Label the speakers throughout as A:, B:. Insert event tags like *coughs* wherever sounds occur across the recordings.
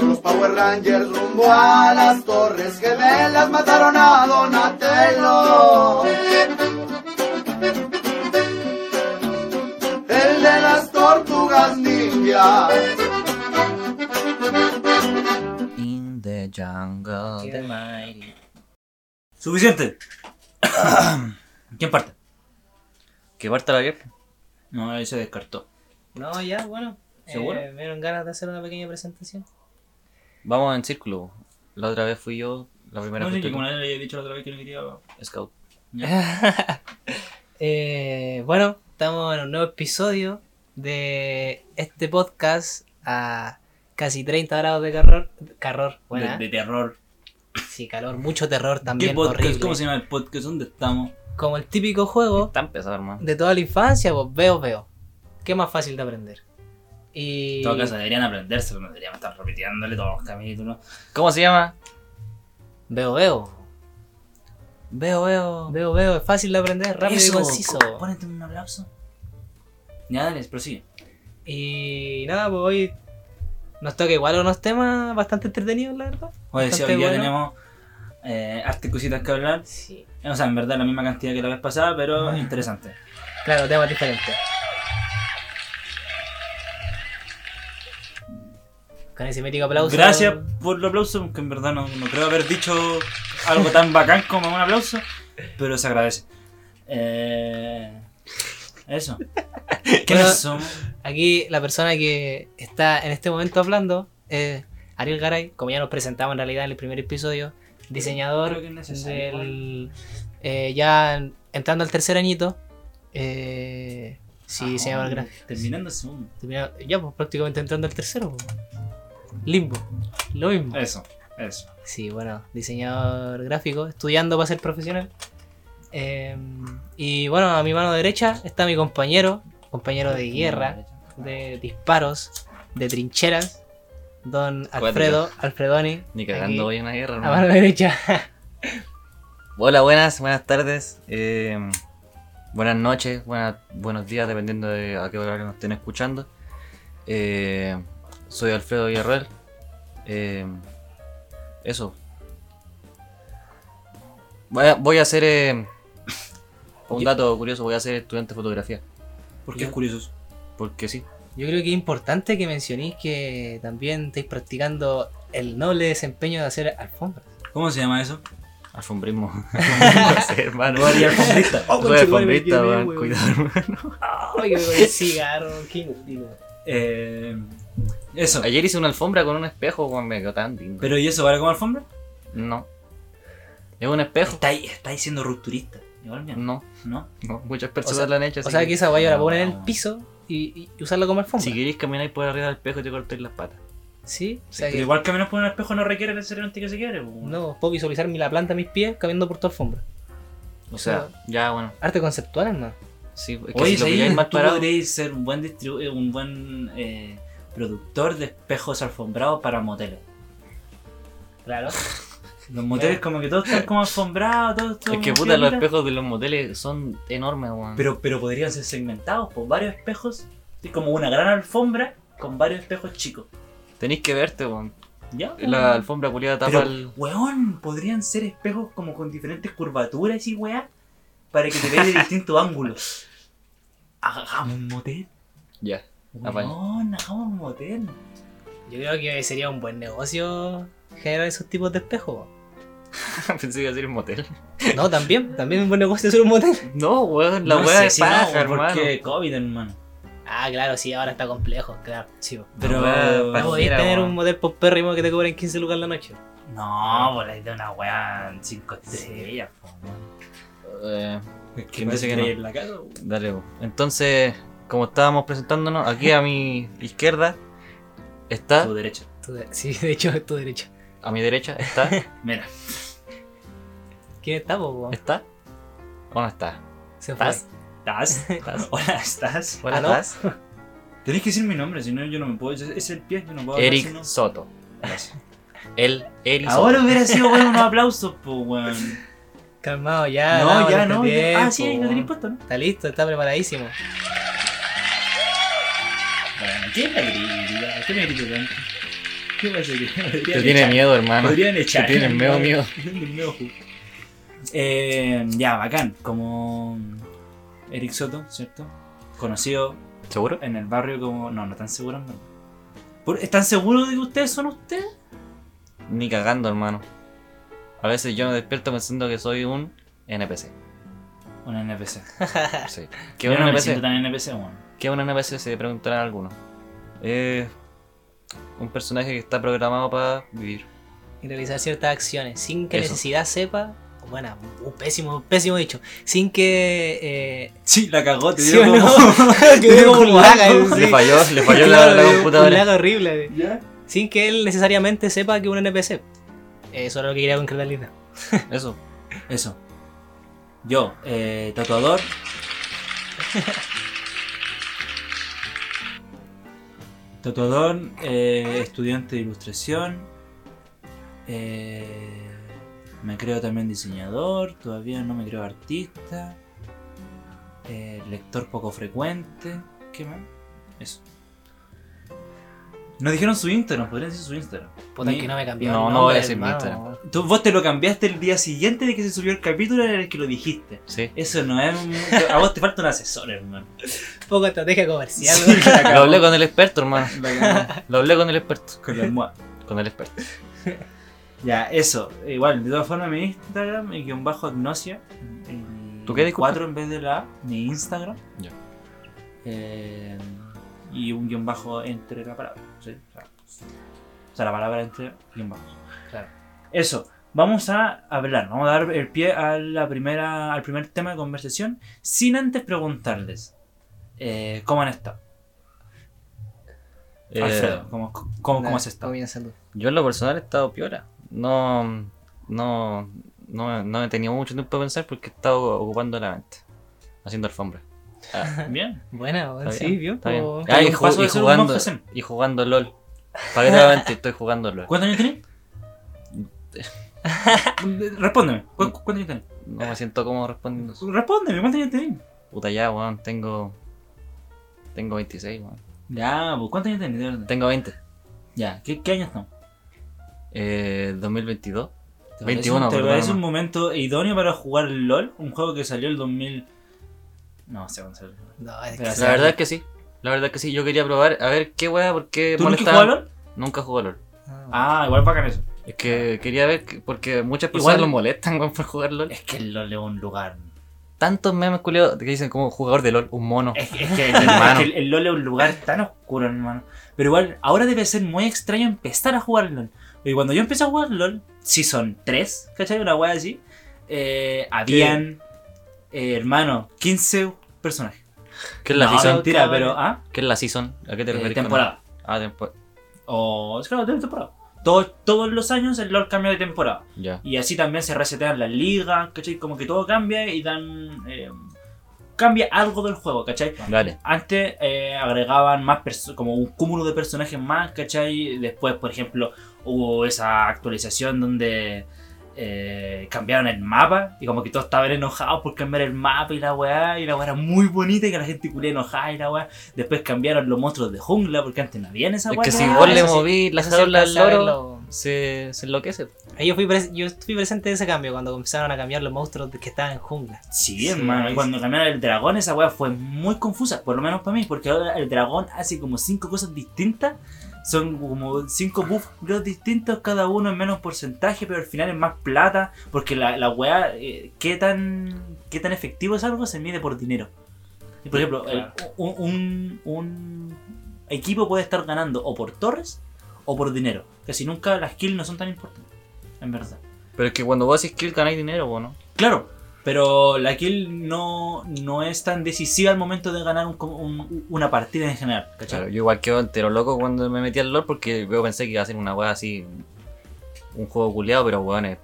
A: los Power Rangers rumbo a las Torres Gemelas mataron a Donatello. El de las tortugas ninja.
B: In the jungle,
C: eh.
B: the mighty.
C: Suficiente. ¿Quién parte?
B: Que parta la guerra.
C: No, ahí se descartó.
D: No, ya, bueno.
C: ¿Seguro?
D: Eh, me dieron ganas de hacer una pequeña presentación.
B: Vamos en círculo. La otra vez fui yo, la primera
C: No
B: vez
C: sé que como nadie le había dicho la otra vez que no quería.
B: Scout.
D: Eh, bueno, estamos en un nuevo episodio de este podcast a casi 30 grados de calor. Calor, bueno, ¿eh?
C: De, de terror.
D: sí, calor, mucho terror
C: ¿Qué
D: también,
C: podcast?
D: horrible.
C: ¿Cómo se llama el podcast? ¿Dónde estamos?
D: Como el típico juego
B: Está pesado, hermano.
D: de toda la infancia, pues veo, veo. Qué más fácil de aprender. Y...
C: En todo caso, deberían aprenderse, pero no deberíamos estar repitiéndole todos los capítulos.
B: ¿Cómo se llama?
D: Veo, veo.
B: Veo, veo.
D: Veo, veo. Es fácil de aprender, rápido y conciso.
C: co- Ponete un aplauso. Ya, dale, prosigue.
D: Y nada, pues hoy nos toca igual unos temas bastante entretenidos, la verdad.
C: Oye, sí,
D: Bastante
C: hoy ya
D: bueno.
C: tenemos eh, hartas cositas que hablar.
D: Sí.
C: Eh, O sea, en verdad la misma cantidad que la vez pasada, pero interesante.
D: Claro, temas diferentes. Con ese mítico aplauso.
C: Gracias por el aplauso, aunque en verdad no, no creo haber dicho algo tan bacán como un aplauso, pero se agradece. Eh,
D: *laughs*
C: eso. ¿Qué
D: Bueno,
C: más somos?
D: Aquí la persona que está en este momento hablando es Ariel Garay, como ya nos presentamos en realidad en el primer episodio, diseñador
C: Creo que es necesario.
D: del... eh, ya entrando al tercer añito, eh,
C: Ah,
D: sí, diseñador gráfico.
C: Terminando el segundo.
D: Terminado- ya, pues prácticamente entrando al tercero. pues. Limbo. Lo mismo.
C: Eso, eso.
D: Sí, bueno, diseñador gráfico, estudiando para ser profesional. Eh, y bueno, a mi mano derecha está mi compañero, compañero de guerra, de disparos, de trincheras, don
B: Cuático.
D: Alfredo, Alfredoni.
B: Ni cagando
D: aquí,
B: hoy en la
C: Ah,
B: guerra,
D: A
B: hermano.
D: mano derecha. *laughs*
B: Hola, buenas, buenas tardes. eh, buenas noches, buenas, buenos días, dependiendo de a qué horario nos estén escuchando. Eh, soy Alfredo Villarreal. eh, eso. Voy a, voy a ser. eh, un dato curioso: voy a ser estudiante de fotografía.
C: Porque es curioso.
B: Porque sí.
D: Yo creo que es importante que mencionéis que también estáis practicando el noble desempeño de hacer alfombras.
C: ¿Cómo se llama eso? *laughs*
B: Alfombrismo. *laughs* No sé, hermano.
C: Lo haría Oh, el conflicto.
B: Soy alfombrista, weón, Cuidado, *laughs* hermano.
D: Ay, que con el cigarro, qué inútil. weón.
C: *laughs* Eh, eso.
B: Ayer hice una alfombra con un espejo, weón, me quedó tan lindo.
C: ¿Pero y eso vale como alfombra?
B: No. Es un espejo.
C: Está ahí, está ahí siendo rupturista. Igual mía.
B: No,
C: ¿No?
B: no, muchas personas
D: sea-
B: lo han hecho.
D: O
B: así
D: sea que esa guayo la ponen en el
C: No.
D: piso y, y usarla como alfombra.
B: si queréis caminar por arriba del espejo, te cortáis las patas.
D: Sí, o sea
C: Pero
D: que
C: igual que menos por un espejo no requiere necesariamente que se quiebre.
D: no puedo visualizar ni la planta de mis pies caminando por tu alfombra.
B: O sea, ya bueno.
D: Arte conceptual, hermano.
B: Sí, es que
C: Oye,
B: si lo
C: ahí
B: pilláis más
C: tú
B: parado.
C: podrías ser un buen, distribu- eh, un buen eh, productor de espejos alfombrados para moteles.
D: Claro.
C: Los moteles como que todos están como alfombrados, todos, todos
B: Es que
C: como
B: puta, los
C: piedritas.
B: espejos de los moteles son enormes, weón.
C: Pero, pero podrían ser segmentados por varios espejos, así como una gran alfombra con varios espejos chicos.
B: Tenéis que verte, weón.
C: ¿Ya?
B: La alfombra culiada tapa
C: Pero,
B: el.
C: weón, podrían ser espejos como con diferentes curvaturas y weá, para que te veas de distintos *laughs* ángulos. Hagamos un motel.
B: Ya. *laughs* Apaña.
C: Weón, hagamos un motel.
D: Yo creo que sería un buen negocio generar esos tipos de espejos.
B: Pensé que iba a ser un
C: *laughs*
B: motel.
D: No, también, también es un buen negocio hacer un motel.
B: No, weón, la
C: No
B: weá
C: sé
B: de
C: si no,
B: paja, hermano.
C: porque COVID, hermano.
D: Ah, claro, sí, ahora está complejo, claro. Sí, po.
C: Pero-
B: weá,
D: no podéis
B: pajera,
D: tener
B: weón.
D: un motel popérrimo que te cobren 15 lucas la noche.
C: No, por ahí de una weá en 5 estrellas, po, weón.
B: Eh,
C: Es
B: que parece que no.
C: en la casa, weón.
B: Dale, po. entonces, como estábamos presentándonos, aquí a mi *laughs* izquierda está,
C: Tu derecho.
D: Tú de- Sí, de hecho, es tu derecho.
B: a mi derecha
C: *laughs*
B: está,
C: Mira,
D: ¿Quién está, po, po?
B: está, o no está.
D: Se fue.
B: ¿Estás? *laughs*
C: ¿estás?
B: ¿Estás?
C: Hola, ¿estás?
B: Hola,
D: Ah, ¿no?
B: ¿estás?
C: Tenés que decir mi nombre, si no yo no me puedo. Es, es el pie, yo no puedo hablar si
B: Eric
C: no-
B: Soto. El Eric
C: Ahora
B: Soto.
C: hubiera sido bueno unos aplausos, po,
B: *laughs*
C: weón.
D: Calmado, ya.
C: No,
D: dámosle
C: ya
D: este
C: no. ya- Ah, sí,
D: tiempo,
C: no tenés
D: po.
C: puesto, ¿no?
D: Está listo, está preparadísimo.
C: Bueno, ¿qué es la crítica? ¿Qué me critica tanto? ¿Qué pasaría?
B: Te tiene miedo, hermano.
C: Podrían echar.
B: Te tienen meo
C: *laughs*
B: miedo.
C: Tienen meo ju- Eh, ya, bacán. Como Eric Soto, ¿cierto? Conocido
B: ¿Seguro?
C: en el barrio como. No, no tan seguro, en verdad. ¿Por- ¿Están seguros de que ustedes son ustedes?
B: Ni cagando, hermano. A veces yo me despierto pensando que soy un NPC.
C: Un NPC.
B: Sí. ¿Qué
C: Yo
B: es un
C: no me
B: NPC?
C: siento tan NPC, bueno.
B: ¿Qué es un NPC? Se preguntarán algunos. Es un personaje que está programado para vivir.
D: y realizar ciertas acciones sin que
B: Eso.
D: necesidad sepa, o bueno, un pésimo, un pésimo dicho, sin que... Eh,
C: Sí, la cagó, te
D: ¿sí
C: digo.
D: o no? *laughs*
C: como-
D: que dio como un lag,
C: algo.
D: sí.
B: Le falló, le falló la,
D: Claro,
B: la
D: dio
B: computadora.
D: Un lag horrible. güey.
C: ¿Ya?
D: Sin que él necesariamente sepa que es un NPC. Eh, Eso era lo que quería concretar Linda.
B: Eso.
C: Eso. Yo, eh, tatuador. tatuador, eh, estudiante de ilustración. eh, me creo también diseñador, todavía no me creo artista. eh, lector poco frecuente. ¿Qué más? Eso. Nos dijeron su Instagram, podrían decir su Instagram.
D: Puta,
C: Ni-
D: que no me cambió.
B: No,
D: el
B: no voy a
D: nombre,
B: decir mi
D: hermano.
B: Instagram.
C: Tú- vos te lo cambiaste el día siguiente de que se subió el capítulo en el que lo dijiste.
B: Sí.
C: Eso no es. un- A vos te falta un asesor, hermano.
D: Poco estrategia comercial.
C: Sí,
D: güey.
C: *laughs* la
B: Lo
C: cagó.
B: hablé con el experto, hermano.
C: La cagó
B: Lo hablé con el experto.
C: Con la almohada.
B: Con el experto.
C: Ya, eso. Igual, de todas formas, mi Instagram es guión bajo agnosia.
B: ¿Tú qué, disculpa?
C: 4 en vez de la A, mi Instagram.
B: Ya.
C: Eh, y un guión bajo entre la palabra. ¿sí? O, sea, o sea, la palabra entre guión bajo.
D: Claro.
C: Eso. Vamos a hablar, vamos a dar el pie a la primera, al primer tema de conversación, sin antes preguntarles eh, cómo han estado.
B: Eh,
C: Alfredo, ¿cómo, cómo, cómo has estado?
D: Comienza tú.
B: Yo en lo personal he estado piola. No, no, no, no he tenido mucho tiempo para pensar porque he estado ocupando la mente. Haciendo alfombra.
C: Bien.
D: Buena, güey,
B: Está
D: sí,
B: bien,
D: vio.
B: Está bien.
D: po.
B: Ah, y,
C: pues, Un
B: ju-
C: paso de
B: y
C: ser un
B: jugando,
C: monje zen.
B: y jugando LOL. Para que te la mente, estoy jugando
C: *laughs*
B: LOL.
C: ¿Cuántos años tenés? Respóndeme. ¿cu- cu- ¿Cuántos años
B: No me siento cómodo respondiendo eso.
C: tenés? Respóndeme, ¿cuántos años tenés?
B: Puta ya, weón, tengo. Tengo 26, weón.
C: Ya, pues, ¿cuántos años tenés? de verdad?
B: Tengo 20.
C: Ya, ¿qué, qué años son?
B: Eh, 2022.
C: ¿Te
B: 21,
C: parece, un- ¿Te
B: perdón,
C: parece un
B: no.
C: momento idóneo para jugar LOL? Un juego que salió el 2000. No sé, Gonzalo.
D: No, es que
C: Pero
D: sí.
B: La verdad es que sí. La verdad es que sí. Yo quería probar a ver qué weá, por qué
C: ¿Tú nunca has
B: molestaban.
C: jugado LOL?
B: Nunca jugué a LOL.
D: Ah,
C: Ah, igual bacán eso.
B: Es que quería ver, que- porque muchas personas
C: Igual-
B: lo molestan weón, por jugar LOL.
C: Es que el LOL es un lugar.
B: Tantos memes culiados que dicen como jugador de LOL, un mono.
C: Es, es *laughs* que, es que el, el LOL es un lugar tan oscuro, hermano. Pero igual, ahora debe ser muy extraño empezar a jugar LOL. Y cuando yo empecé a jugar LOL, si son tres, ¿cachai? Una wea así. eh, habían, eh, hermano, 15 personajes.
B: ¿Qué es la
C: No,
B: season?
C: mentira,
D: cabrón.
C: pero. ¿Ah?
B: ¿Qué es la season? ¿A qué te
C: Eh,
B: refieres? con-
C: temporada.
B: Ah, temporada.
C: O. es claro, de temporada. Todo- todos los años el LOL cambia de temporada.
B: Ya.
C: Y así también se resetean las ligas, ¿cachai? Como que todo cambia y dan. eh, cambia algo del juego, ¿cachai?
B: Dale.
C: Antes eh, agregaban más perso- como un cúmulo de personajes más, ¿cachai? Después, por ejemplo, hubo esa actualización donde eh, cambiaron el mapa y como que todos estaban enojados por cambiar el mapa y la weá, y la weá era muy bonita y que la gente culé enojada y la weá. Después cambiaron los monstruos de jungla porque antes no habían esa
B: Es
C: weá.
B: que si
D: Ah,
B: vos le
D: eso sí.
B: moví la
D: eso sí
B: jaula al
D: alcancé a
B: loro,
D: verlo.
B: se, se enloquece.
D: Ahí yo fui, pres- yo fui presente de ese cambio cuando empezaron a cambiar los monstruos que estaban en jungla.
C: Sí,
D: Sí,
C: hermano. Y
D: sí.
C: cuando cambiaron el dragón, esa weá fue muy confusa, por lo menos para mí, porque ahora el dragón hace como cinco cosas distintas. Son como cinco buffs creo, distintos, cada uno en menos porcentaje, pero al final es más plata. Porque la, la weá, eh, qué, tan, qué tan efectivo es algo, se mide por dinero. Y, por ejemplo, el- un, un- un equipo puede estar ganando o por torres o por dinero. Casi nunca las kills no son tan importantes, en verdad.
B: Pero es que cuando vos haces kill ganáis dinero, vos, ¿no?
C: Claro, pero la kill no, no es tan decisiva al momento de ganar un- un- una partida en general, ¿cachai?
B: Claro, yo igual quedo entero loco cuando me metí al LOL porque yo pensé que iba a ser una weá así, un juego culeado, pero weón, es,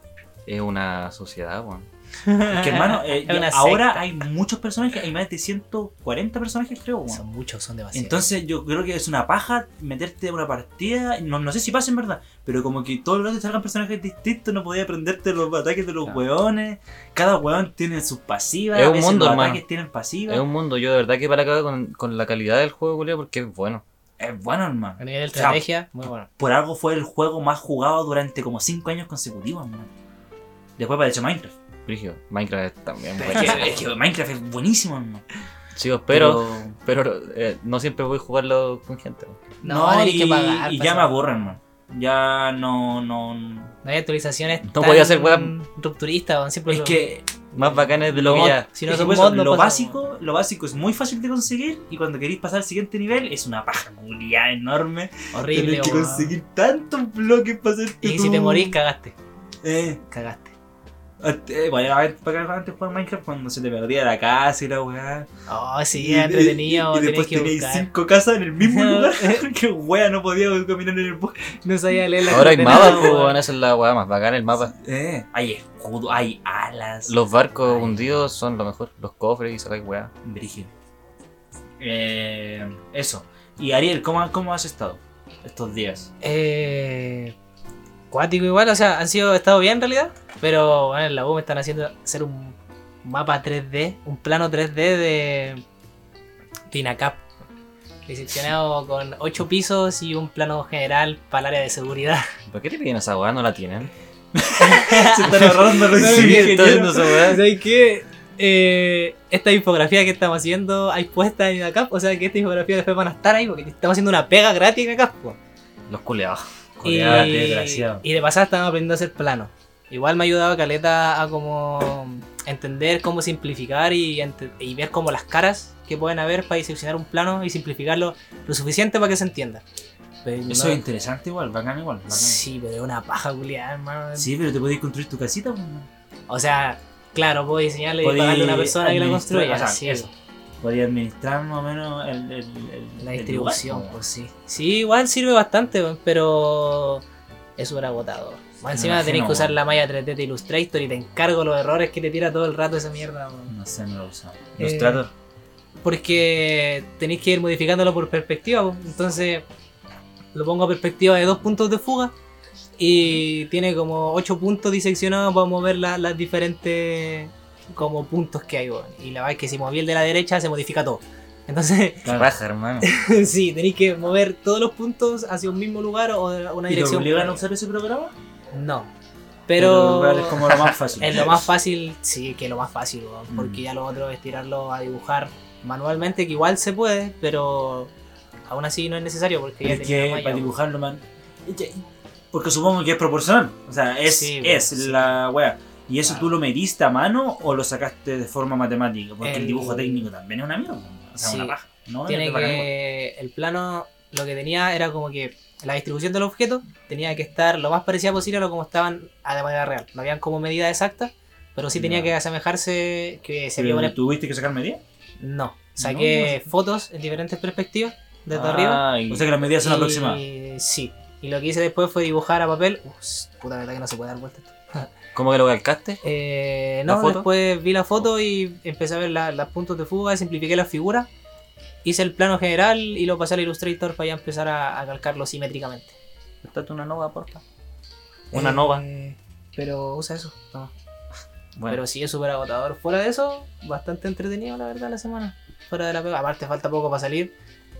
B: es una sociedad, weón.
C: Es que, hermano, eh,
D: Es
C: ya-
D: una
C: ahora
D: secta.
C: hay muchos personajes, hay más de 140 personajes, creo. weón.
D: Son muchos, son demasiados.
C: Entonces yo creo que es una paja meterte en una partida, no, no sé si pasa en verdad, pero como que todos los te salgan personajes distintos, no podías aprenderte los ataques de los
B: Claro.
C: hueones, cada hueón tiene sus pasivas,
B: Es
C: a
B: un
C: veces
B: mundo,
C: los
B: hermano.
C: ataques tienen pasivas.
B: Es un mundo, yo de verdad que para acá con, con la calidad del juego culeado porque es bueno.
C: Es bueno, hermano.
D: A nivel de
C: O sea,
D: estrategia, muy bueno.
C: Por algo fue el juego más jugado durante como 5 años consecutivos, hermano. Después apareció Minecraft.
B: Brígido. Minecraft es también
D: *laughs*
C: Es
B: bueno.
C: que, es que Minecraft es buenísimo, hermano.
B: Chicos, pues, pero, pero eh, no siempre voy a jugarlo con gente. pues. weón.
D: No, tenéis
C: y,
D: que pagar. pues,
C: y
D: para
C: ya me
D: eso.
C: aburren, hermano. Ya no, no.
D: No hay actualizaciones.
B: No podía ser web.
D: Rupturista, weón, siempre
C: Es
D: lo-
C: que
B: Más bacanes de lo
C: Lo-
B: que ya.
D: Si no
C: Es
D: son
C: que por eso,
D: mods, no
C: lo
D: pasa,
C: básico, lo básico es muy fácil de conseguir y cuando queréis pasar al siguiente nivel es una paja culiá enorme.
D: Horrible,
C: Tener que
D: weón.
C: conseguir tantos bloques para hacerte
D: Y
C: tu-
D: si te morís, cagaste.
C: Eh,
D: Cagaste.
C: eh, bueno, a ver, para acá antes jugar Minecraft cuando se te perdía la casa y la weá.
D: Oh, sí,
C: Y-
D: era entretenido.
C: y- Y,
D: tenías
C: después
D: que
C: tenéis
D: buscar.
C: cinco casas en
D: *laughs*
C: el mismo lugar. *laughs* que weá, no podía caminar en el bosque.
D: No sabía leer la
B: Ahora hay
D: coordenada,
B: mapas, pues,
D: weón.
B: weón, esa es la weá más bacana el mapa.
C: Eh, hay escudo, hay alas.
B: Los barcos hundidos son lo mejor. Los cofres y sacáis weá.
C: Brígido. Eh, eso. Y Ariel, ¿cómo, ¿cómo has estado
D: *laughs*
C: estos días?
D: Eh, cuático igual, o sea, han sido, he estado bien en realidad, pero bueno, en la U me están haciendo hacer un mapa 3D, un plano 3D de Pinacap, diseccionado con 8 pisos y un plano general para el área de seguridad.
B: ¿Por qué te piden esa weá? No la tienen.
C: se están ahorrando los
B: Sí, está
C: ingenieros.
B: haciendo esa weá.
D: *laughs* ¿Sabes qué? Eh, esta infografía que estamos haciendo hay puesta en Pinacap, o sea que esta infografía después van a estar ahí porque estamos haciendo una pega gratis en Pinacap. po.
B: Los culeados.
D: Y,
C: Culeado, desgraciado.
D: y de pasada estaba aprendiendo a hacer planos. Igual me ha ayudado Caleta a como entender cómo simplificar y, ente- y ver como las caras que pueden haber para diseccionar un plano y simplificarlo lo suficiente para que se entienda. Pero
C: Eso
D: no-
C: es interesante igual, bacán igual. bacán. Sí.
D: sí, pero es una paja culiada, hermano.
C: pero te podéis construir tu casita. pues, ¿no?
D: O sea, claro, puedo diseñarle y
C: Podí
D: pagarle a una persona que la
C: administrar-
D: construya.
C: o sea,
D: sí,
C: eso. Podéis administrar más o menos el, el- el-
D: la
C: el
D: distribución,
C: lugar,
D: pues sí. Sí, igual sirve bastante, weón, pero es súper agotador. Más
C: Me
D: encima tenés
C: imagino,
D: que usar
C: weón.
D: la malla 3D de Illustrator y te encargo los errores que te tira todo el rato esa mierda, weón.
C: pues. No sé, no lo usaba.
D: Eh,
B: Ilustrator.
D: Porque tenés que ir modificándolo por perspectiva, weón. entonces lo pongo a perspectiva de dos puntos de fuga y tiene como ocho puntos diseccionados para mover la- las diferentes como puntos que hay, weón. Y la verdad es que si moví el de la derecha se modifica todo. Entonces *laughs*
B: Raja, hermano.
D: Sí, tenéis que mover todos los puntos hacia un mismo lugar o a una
C: ¿Y te
D: dirección.
C: obligan a usar ese programa?
D: No.
C: Pero
D: Pero,
C: igual es como lo más
D: *laughs*
C: fácil.
D: es lo más fácil, sí, que lo más fácil, weón,
C: Mm.
D: porque ya lo otro es tirarlo a dibujar manualmente, que igual se puede, pero aún así no es necesario porque ya
C: Es
D: tenía
C: que
D: malla,
C: para
D: weón.
C: dibujarlo, man. Porque supongo que es proporcional. O sea, es,
D: Sí, bueno,
C: es
D: sí.
C: la wea. ¿Y eso
D: Claro.
C: tú lo mediste a mano o lo sacaste de forma matemática? Porque el,
D: El-
C: dibujo técnico también es una mierda. O sea,
D: Sí.
C: una paja. No,
D: Tiene
C: es bacán igual.
D: que. El plano lo que tenía era como que la distribución del objeto tenía que estar lo más parecida posible a lo como estaban a la manera real. No habían como medidas exactas, pero sí tenía
C: Ya.
D: que asemejarse, que se
C: Pero
D: veía una
C: ¿Tuviste que sacar medidas?
D: No, saqué fotos en diferentes perspectivas desde
C: Ah,
D: arriba.
B: Ay,
C: O sea que las medidas son aproximadas.
D: Y sí. Y lo que hice después fue dibujar a papel. Ups, puta verdad que no se puede dar vuelta esto.
B: ¿Cómo que lo calcaste?
D: Eh,
B: ¿La
D: no,
B: foto?
D: después vi la foto y empecé a ver la- los puntos de fuga, simplifiqué las figuras, hice el plano general y lo pasé al Illustrator para ya empezar a, a calcarlo simétricamente.
B: Estate una nova, porfa. Una nova.
D: Eh, Pero usa eso. no.
B: Bueno,
D: Pero sí es súper agotador. Fuera de eso, bastante entretenido la verdad la semana. Fuera de la pega. Aparte falta poco para salir.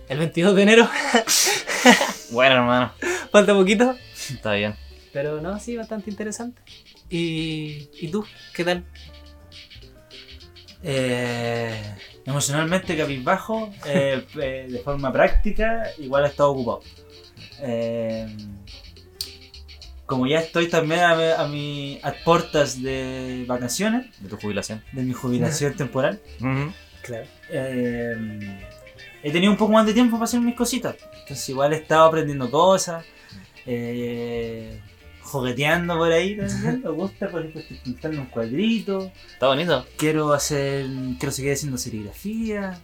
D: El 22 de enero. *laughs*
B: bueno, hermano.
D: falta poquito.
B: Está bien.
D: Pero no, sí, bastante interesante. ¿Y, ¿y tú? ¿Qué tal?
C: Eh, emocionalmente cabizbajo, eh, eh, de forma práctica, igual he estado ocupado. Eh, como ya estoy también a, a mi, a puertas de vacaciones,
B: De tu jubilación.
C: de mi jubilación temporal,
B: Ujú.
D: Claro. *laughs*
C: eh, he tenido un poco más de tiempo para hacer mis cositas. Entonces igual he estado aprendiendo cosas, eh, jogueteando por ahí también. Me gusta, por ejemplo, estoy pintando un cuadrito.
B: Está bonito.
C: quiero hacer quiero seguir haciendo serigrafía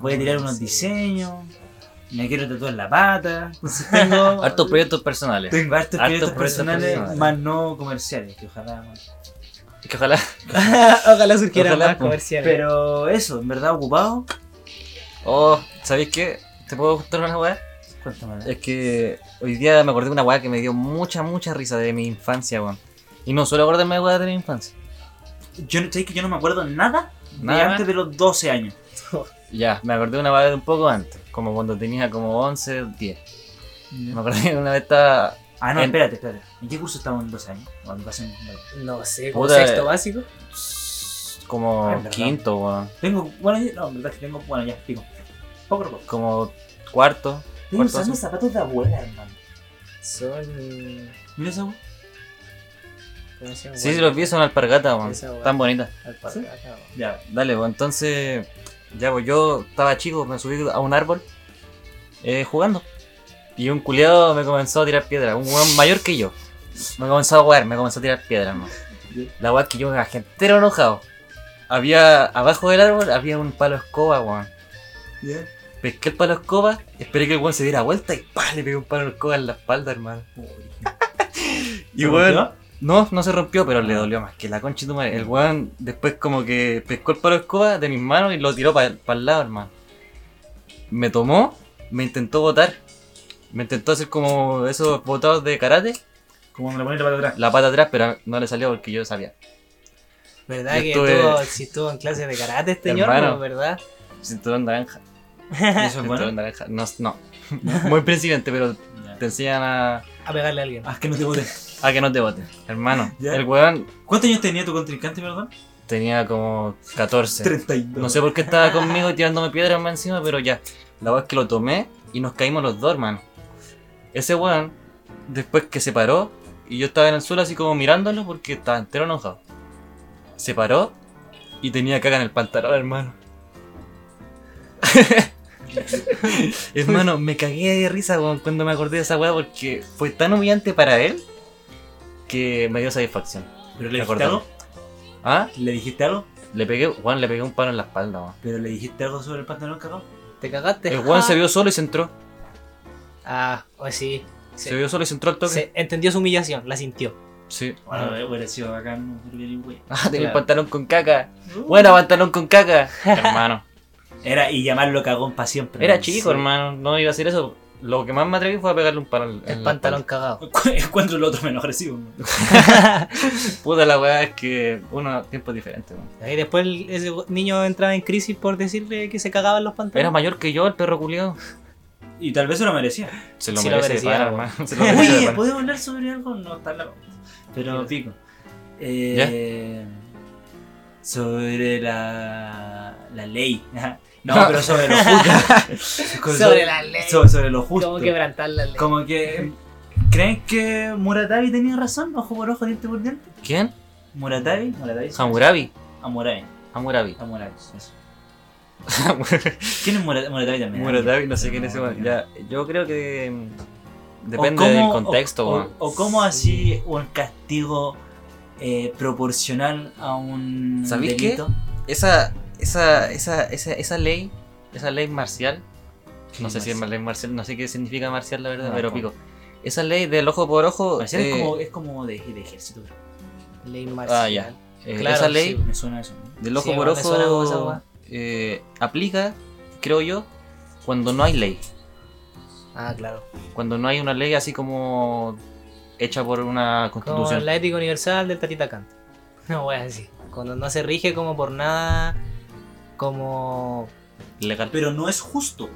C: voy a tirar unos diseños me quiero tatuar la pata entonces *laughs* tengo
B: Hartos proyectos personales.
C: tengo hartos
B: hartos
C: proyectos
B: proyectos
C: personales
B: personales.
C: más no comerciales que ojalá más.
B: Es que ojalá.
D: Ojalá surgiera
B: Ojalá,
D: más
B: pues.
D: comercial.
C: pero eso en verdad ocupado
B: Oh, ¿sabéis qué? ¿Te puedo contar una weá?
C: cuéntame
B: Es que hoy día me acordé de una weá que me dio mucha, mucha risa de mi infancia, weón. Y no suelo acordarme de weá de mi infancia.
C: yo no sé que yo no me acuerdo nada de
B: Nada.
C: antes de los 12 años
B: Ya, me acordé de una weá de un poco antes. como cuando tenía como 11, 10.
C: Ya.
B: Me acuerdo que una vez estaba.
C: Ah, no,
B: En-
C: espérate, espérate. ¿En qué curso estamos en 12 años? O en educación. Vale.
D: No sé, como
B: Puta,
D: sexto
B: eh.
D: básico.
B: Como
C: Ah, en verdad.
B: quinto, weón.
C: Tengo, bueno, yo- no, en verdad que tengo, bueno, ya explico. Poco a poco.
B: Como cuarto.
C: Tengo
B: ¿Cuánto
C: usando
B: hace?
C: zapatos de abuela, hermano.
D: Son.
C: Mira esa weá.
D: ¿Cómo se llama?
B: Sí, sí, los vi, son alpargatas, weón.
D: Esa weá.
B: Tan bonitas.
D: Alpargata, weón.
C: Ya,
B: Dale, pues entonces, ya pues yo estaba chico, me subí a un árbol eh, jugando. Y un culiado me comenzó a tirar piedra, un weón mayor que yo. Me comenzó a jugar, me comenzó a tirar piedra, hermano. La weá que yo me bajé entero enojado. Había, abajo del árbol había un palo escoba, weón.
C: ya.
B: Pesqué el palo escoba, esperé que el weón se diera vuelta y pa, le pegué un palo escoba en la espalda, hermano. Y weón, no, no se rompió, pero
C: Ah.
B: le dolió más que la concha de tu madre. El weón después como que pescó el palo de escoba de mis manos y lo tiró para el lado, hermano. Me tomó, me intentó botar. Me intentó hacer como esos botados de karate,
C: Como me lo ponen la pata *laughs* atrás.
B: la pata atrás, pero no le salió porque yo sabía.
D: ¿Verdad
B: Yo
D: que
B: estuve-
D: estuvo, si estuvo en clase de karate este señor?
B: Hermano.
D: no, ¿Verdad?
B: Cinturón
C: *laughs*
B: naranja.
C: Eso es
B: Cinturón
C: bueno.
B: naranja. No,
C: *laughs*
B: no. Muy principiante, pero te enseñan a,
D: A pegarle a alguien.
C: Ah, que no te boté.
B: a que no te boten. Hermano,
C: *laughs* Ya.
B: el weón
C: ¿Cuántos años tenía tu contrincante, perdón?
B: tenía como 14.
C: 32.
B: No sé por qué estaba conmigo y tirándome piedras más encima, pero ya. La verdad es que lo tomé y nos caímos los dos, hermano. Ese weón, después que se paró, y yo estaba en el suelo así como mirándolo porque estaba entero enojado. Se paró y tenía caga en el pantalón, hermano. *laughs* hermano, me cagué de risa weón, cuando me acordé de esa weá porque fue tan humillante para él que me dio satisfacción.
C: ¿Pero le
B: Me
C: dijiste
B: acordé.
C: algo?
B: ¿Ah?
C: ¿Le dijiste algo?
B: Le pegué, Juan, le pegué un palo en la espalda, weón.
C: ¿Pero le dijiste algo sobre el pantalón, cagón?
D: ¿Te cagaste?
B: El weón
D: Ja.
B: se vio solo y se entró.
D: Ah, pues sí. Sí.
B: Se vio solo y se entró al toque.
D: Se entendió su humillación, la sintió.
B: Sí.
C: Bueno, eh, hubiera sido acá no hubiera ido, güey.
B: *laughs* Ah, tenía
D: Claro.
B: el pantalón con caca. Bueno, pantalón con caca. *laughs* hermano.
C: Era y llamarlo cagón para siempre.
B: Era
C: ¿no?
B: chico,
C: Sí.
B: hermano. No iba a hacer eso. Lo que más me atreví fue a pegarle un palo en
D: El
B: la
D: pantalón cagado.
C: *laughs* Cu- Encuentro el otro menos agresivo. ¿no?
B: espalda. Puta la weá, es que uno tiempo diferente, weón.
D: Ahí después el- ese niño entraba en crisis por decirle que se cagaban los
B: Era
D: pantalones.
B: mayor que yo, el perro culiado.
C: Y tal vez se lo merecía.
B: Se lo
D: Sí lo
B: merece,
D: merecía,
B: de pana,
D: weón.
B: hermano. *laughs* Se lo merece, de
C: Oye,
B: pana.
C: ¿podemos hablar sobre algo? No, está en la Pero pico. Eh, sobre la, la ley. *laughs* No, pero sobre lo justo.
D: Sobre la ley.
C: so- sobre lo justo.
D: Como quebrantar la ley.
C: Como que, ¿Creen que Muratabi tenía razón? Ojo por ojo, diente por diente.
B: ¿Quién?
C: Muratabi, Muratabi. sí.
B: Hammurabi.
C: Amurabi.
B: *laughs* Hammurabi.
C: Amurabi, eso. ¿Quién es Murata- Muratabi también?
B: Hammurabi, no sé quién es ese weón. Ya, Yo creo que. mm, Depende del
C: cómo-
B: contexto,
C: o-
B: weón.
C: O, o cómo así un castigo eh, proporcional a un
B: ¿Sabéis qué?
C: delito.
B: Esa, esa, esa, esa, esa ley, esa ley marcial, no sé si es ley marcial, no sé qué significa marcial la verdad,
C: No,
B: pero
C: tampoco.
B: pico. Esa ley del ojo por ojo,
C: Marcial
B: eh,
C: es como, es como de, de ejército, creo.
D: Ley marcial.
B: Ah, ya. eh,
D: claro,
B: esa
D: sí,
B: ley
D: bo.
C: me suena eso. ¿no?
B: del ojo
D: Sí,
B: por
D: me suena como esa
B: ojo
D: weá.
B: eh, aplica, creo yo, cuando no hay ley,
D: Ah, claro.
B: cuando no hay una ley así como hecha por una
D: Como
B: constitución.
D: la ética universal del Tatita Kant. *laughs* No voy a decir. Cuando no se rige como por nada, como
B: legal,
C: Pero no es justo.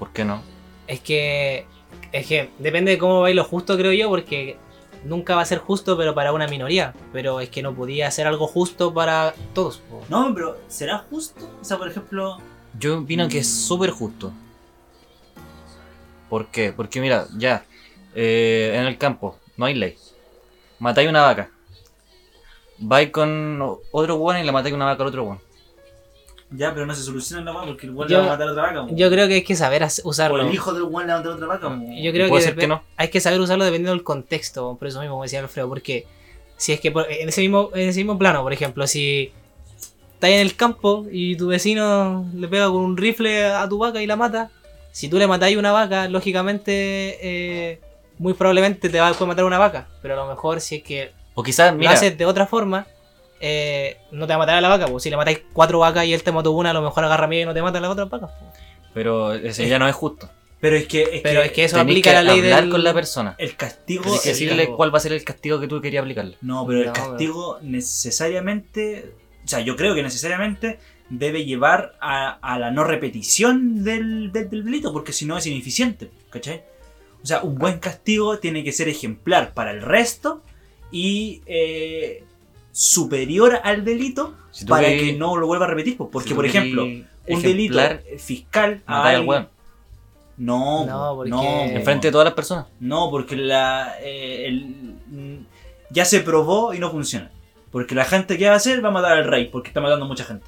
B: ¿por qué no?
D: Es que. Es que depende de cómo vais lo justo, creo yo, porque nunca va a ser justo, pero para una minoría. Pero es que no podía ser algo justo para todos. po.
C: No, pero ¿será justo? O sea, por ejemplo,
B: Yo opino que es
C: Mm.
B: súper justo. ¿Por qué? Porque mira, ya, eh, en el campo no hay ley. Matáis una vaca. Vais con o- otro weón y le matáis una vaca al otro weón.
C: ya, pero no se soluciona la vaca porque el weón
D: Yo-
C: le va a matar a otra vaca. ¿no?
D: Yo creo que hay que saber as-
C: o
D: usarlo.
C: el hijo del weón le va a matar a otra vaca. ¿no?
D: Yo creo que,
B: Puede ser
D: depe-
B: que no.
D: hay que saber usarlo dependiendo del contexto, por eso mismo, como decía Alfredo, porque si es que por- en, ese mismo, en ese mismo plano, por ejemplo, si estás en el campo y tu vecino le pega con un rifle a tu vaca y la mata, si tú le matáis una vaca, lógicamente, eh, muy probablemente te va a después matar una vaca, pero a lo mejor si es que
B: O quizás,
D: lo
B: mira,
D: haces de otra forma, eh, no te va a matar a la vaca, pues si le matáis cuatro vacas y él te mató una, a lo mejor agarra medio y no te mata a las otras vacas. pues.
B: pero ese ya no es justo.
C: Pero es que, es
D: Pero
C: que
D: es que eso
B: Tenés
D: aplica
B: que
D: la ley de
B: hablar con la persona.
C: el castigo.
B: Tenés que
C: el-
B: decirle cuál va a ser el castigo que tú querías aplicarle.
C: No, pero el
D: No,
C: castigo necesariamente, o sea, yo creo que necesariamente debe llevar a, a la no repetición del, del, del delito, porque si no es ineficiente, ¿cachai? O sea, un buen castigo tiene que ser ejemplar para el resto y eh, superior al delito
B: Si tú
C: para
B: querés-
C: que no lo vuelva a repetir. pues, Porque,
B: Si tú
C: por ejemplo, un
B: querís ejemplar,
C: delito fiscal...
B: matáis al
C: hay-
B: weón.
C: No,
D: No, porque-
C: no,
B: Enfrente de todas las personas.
C: no, porque la, eh, el- mm, ya se probó y no funciona. Porque la gente que va a hacer va a matar al rey, porque está matando a mucha gente.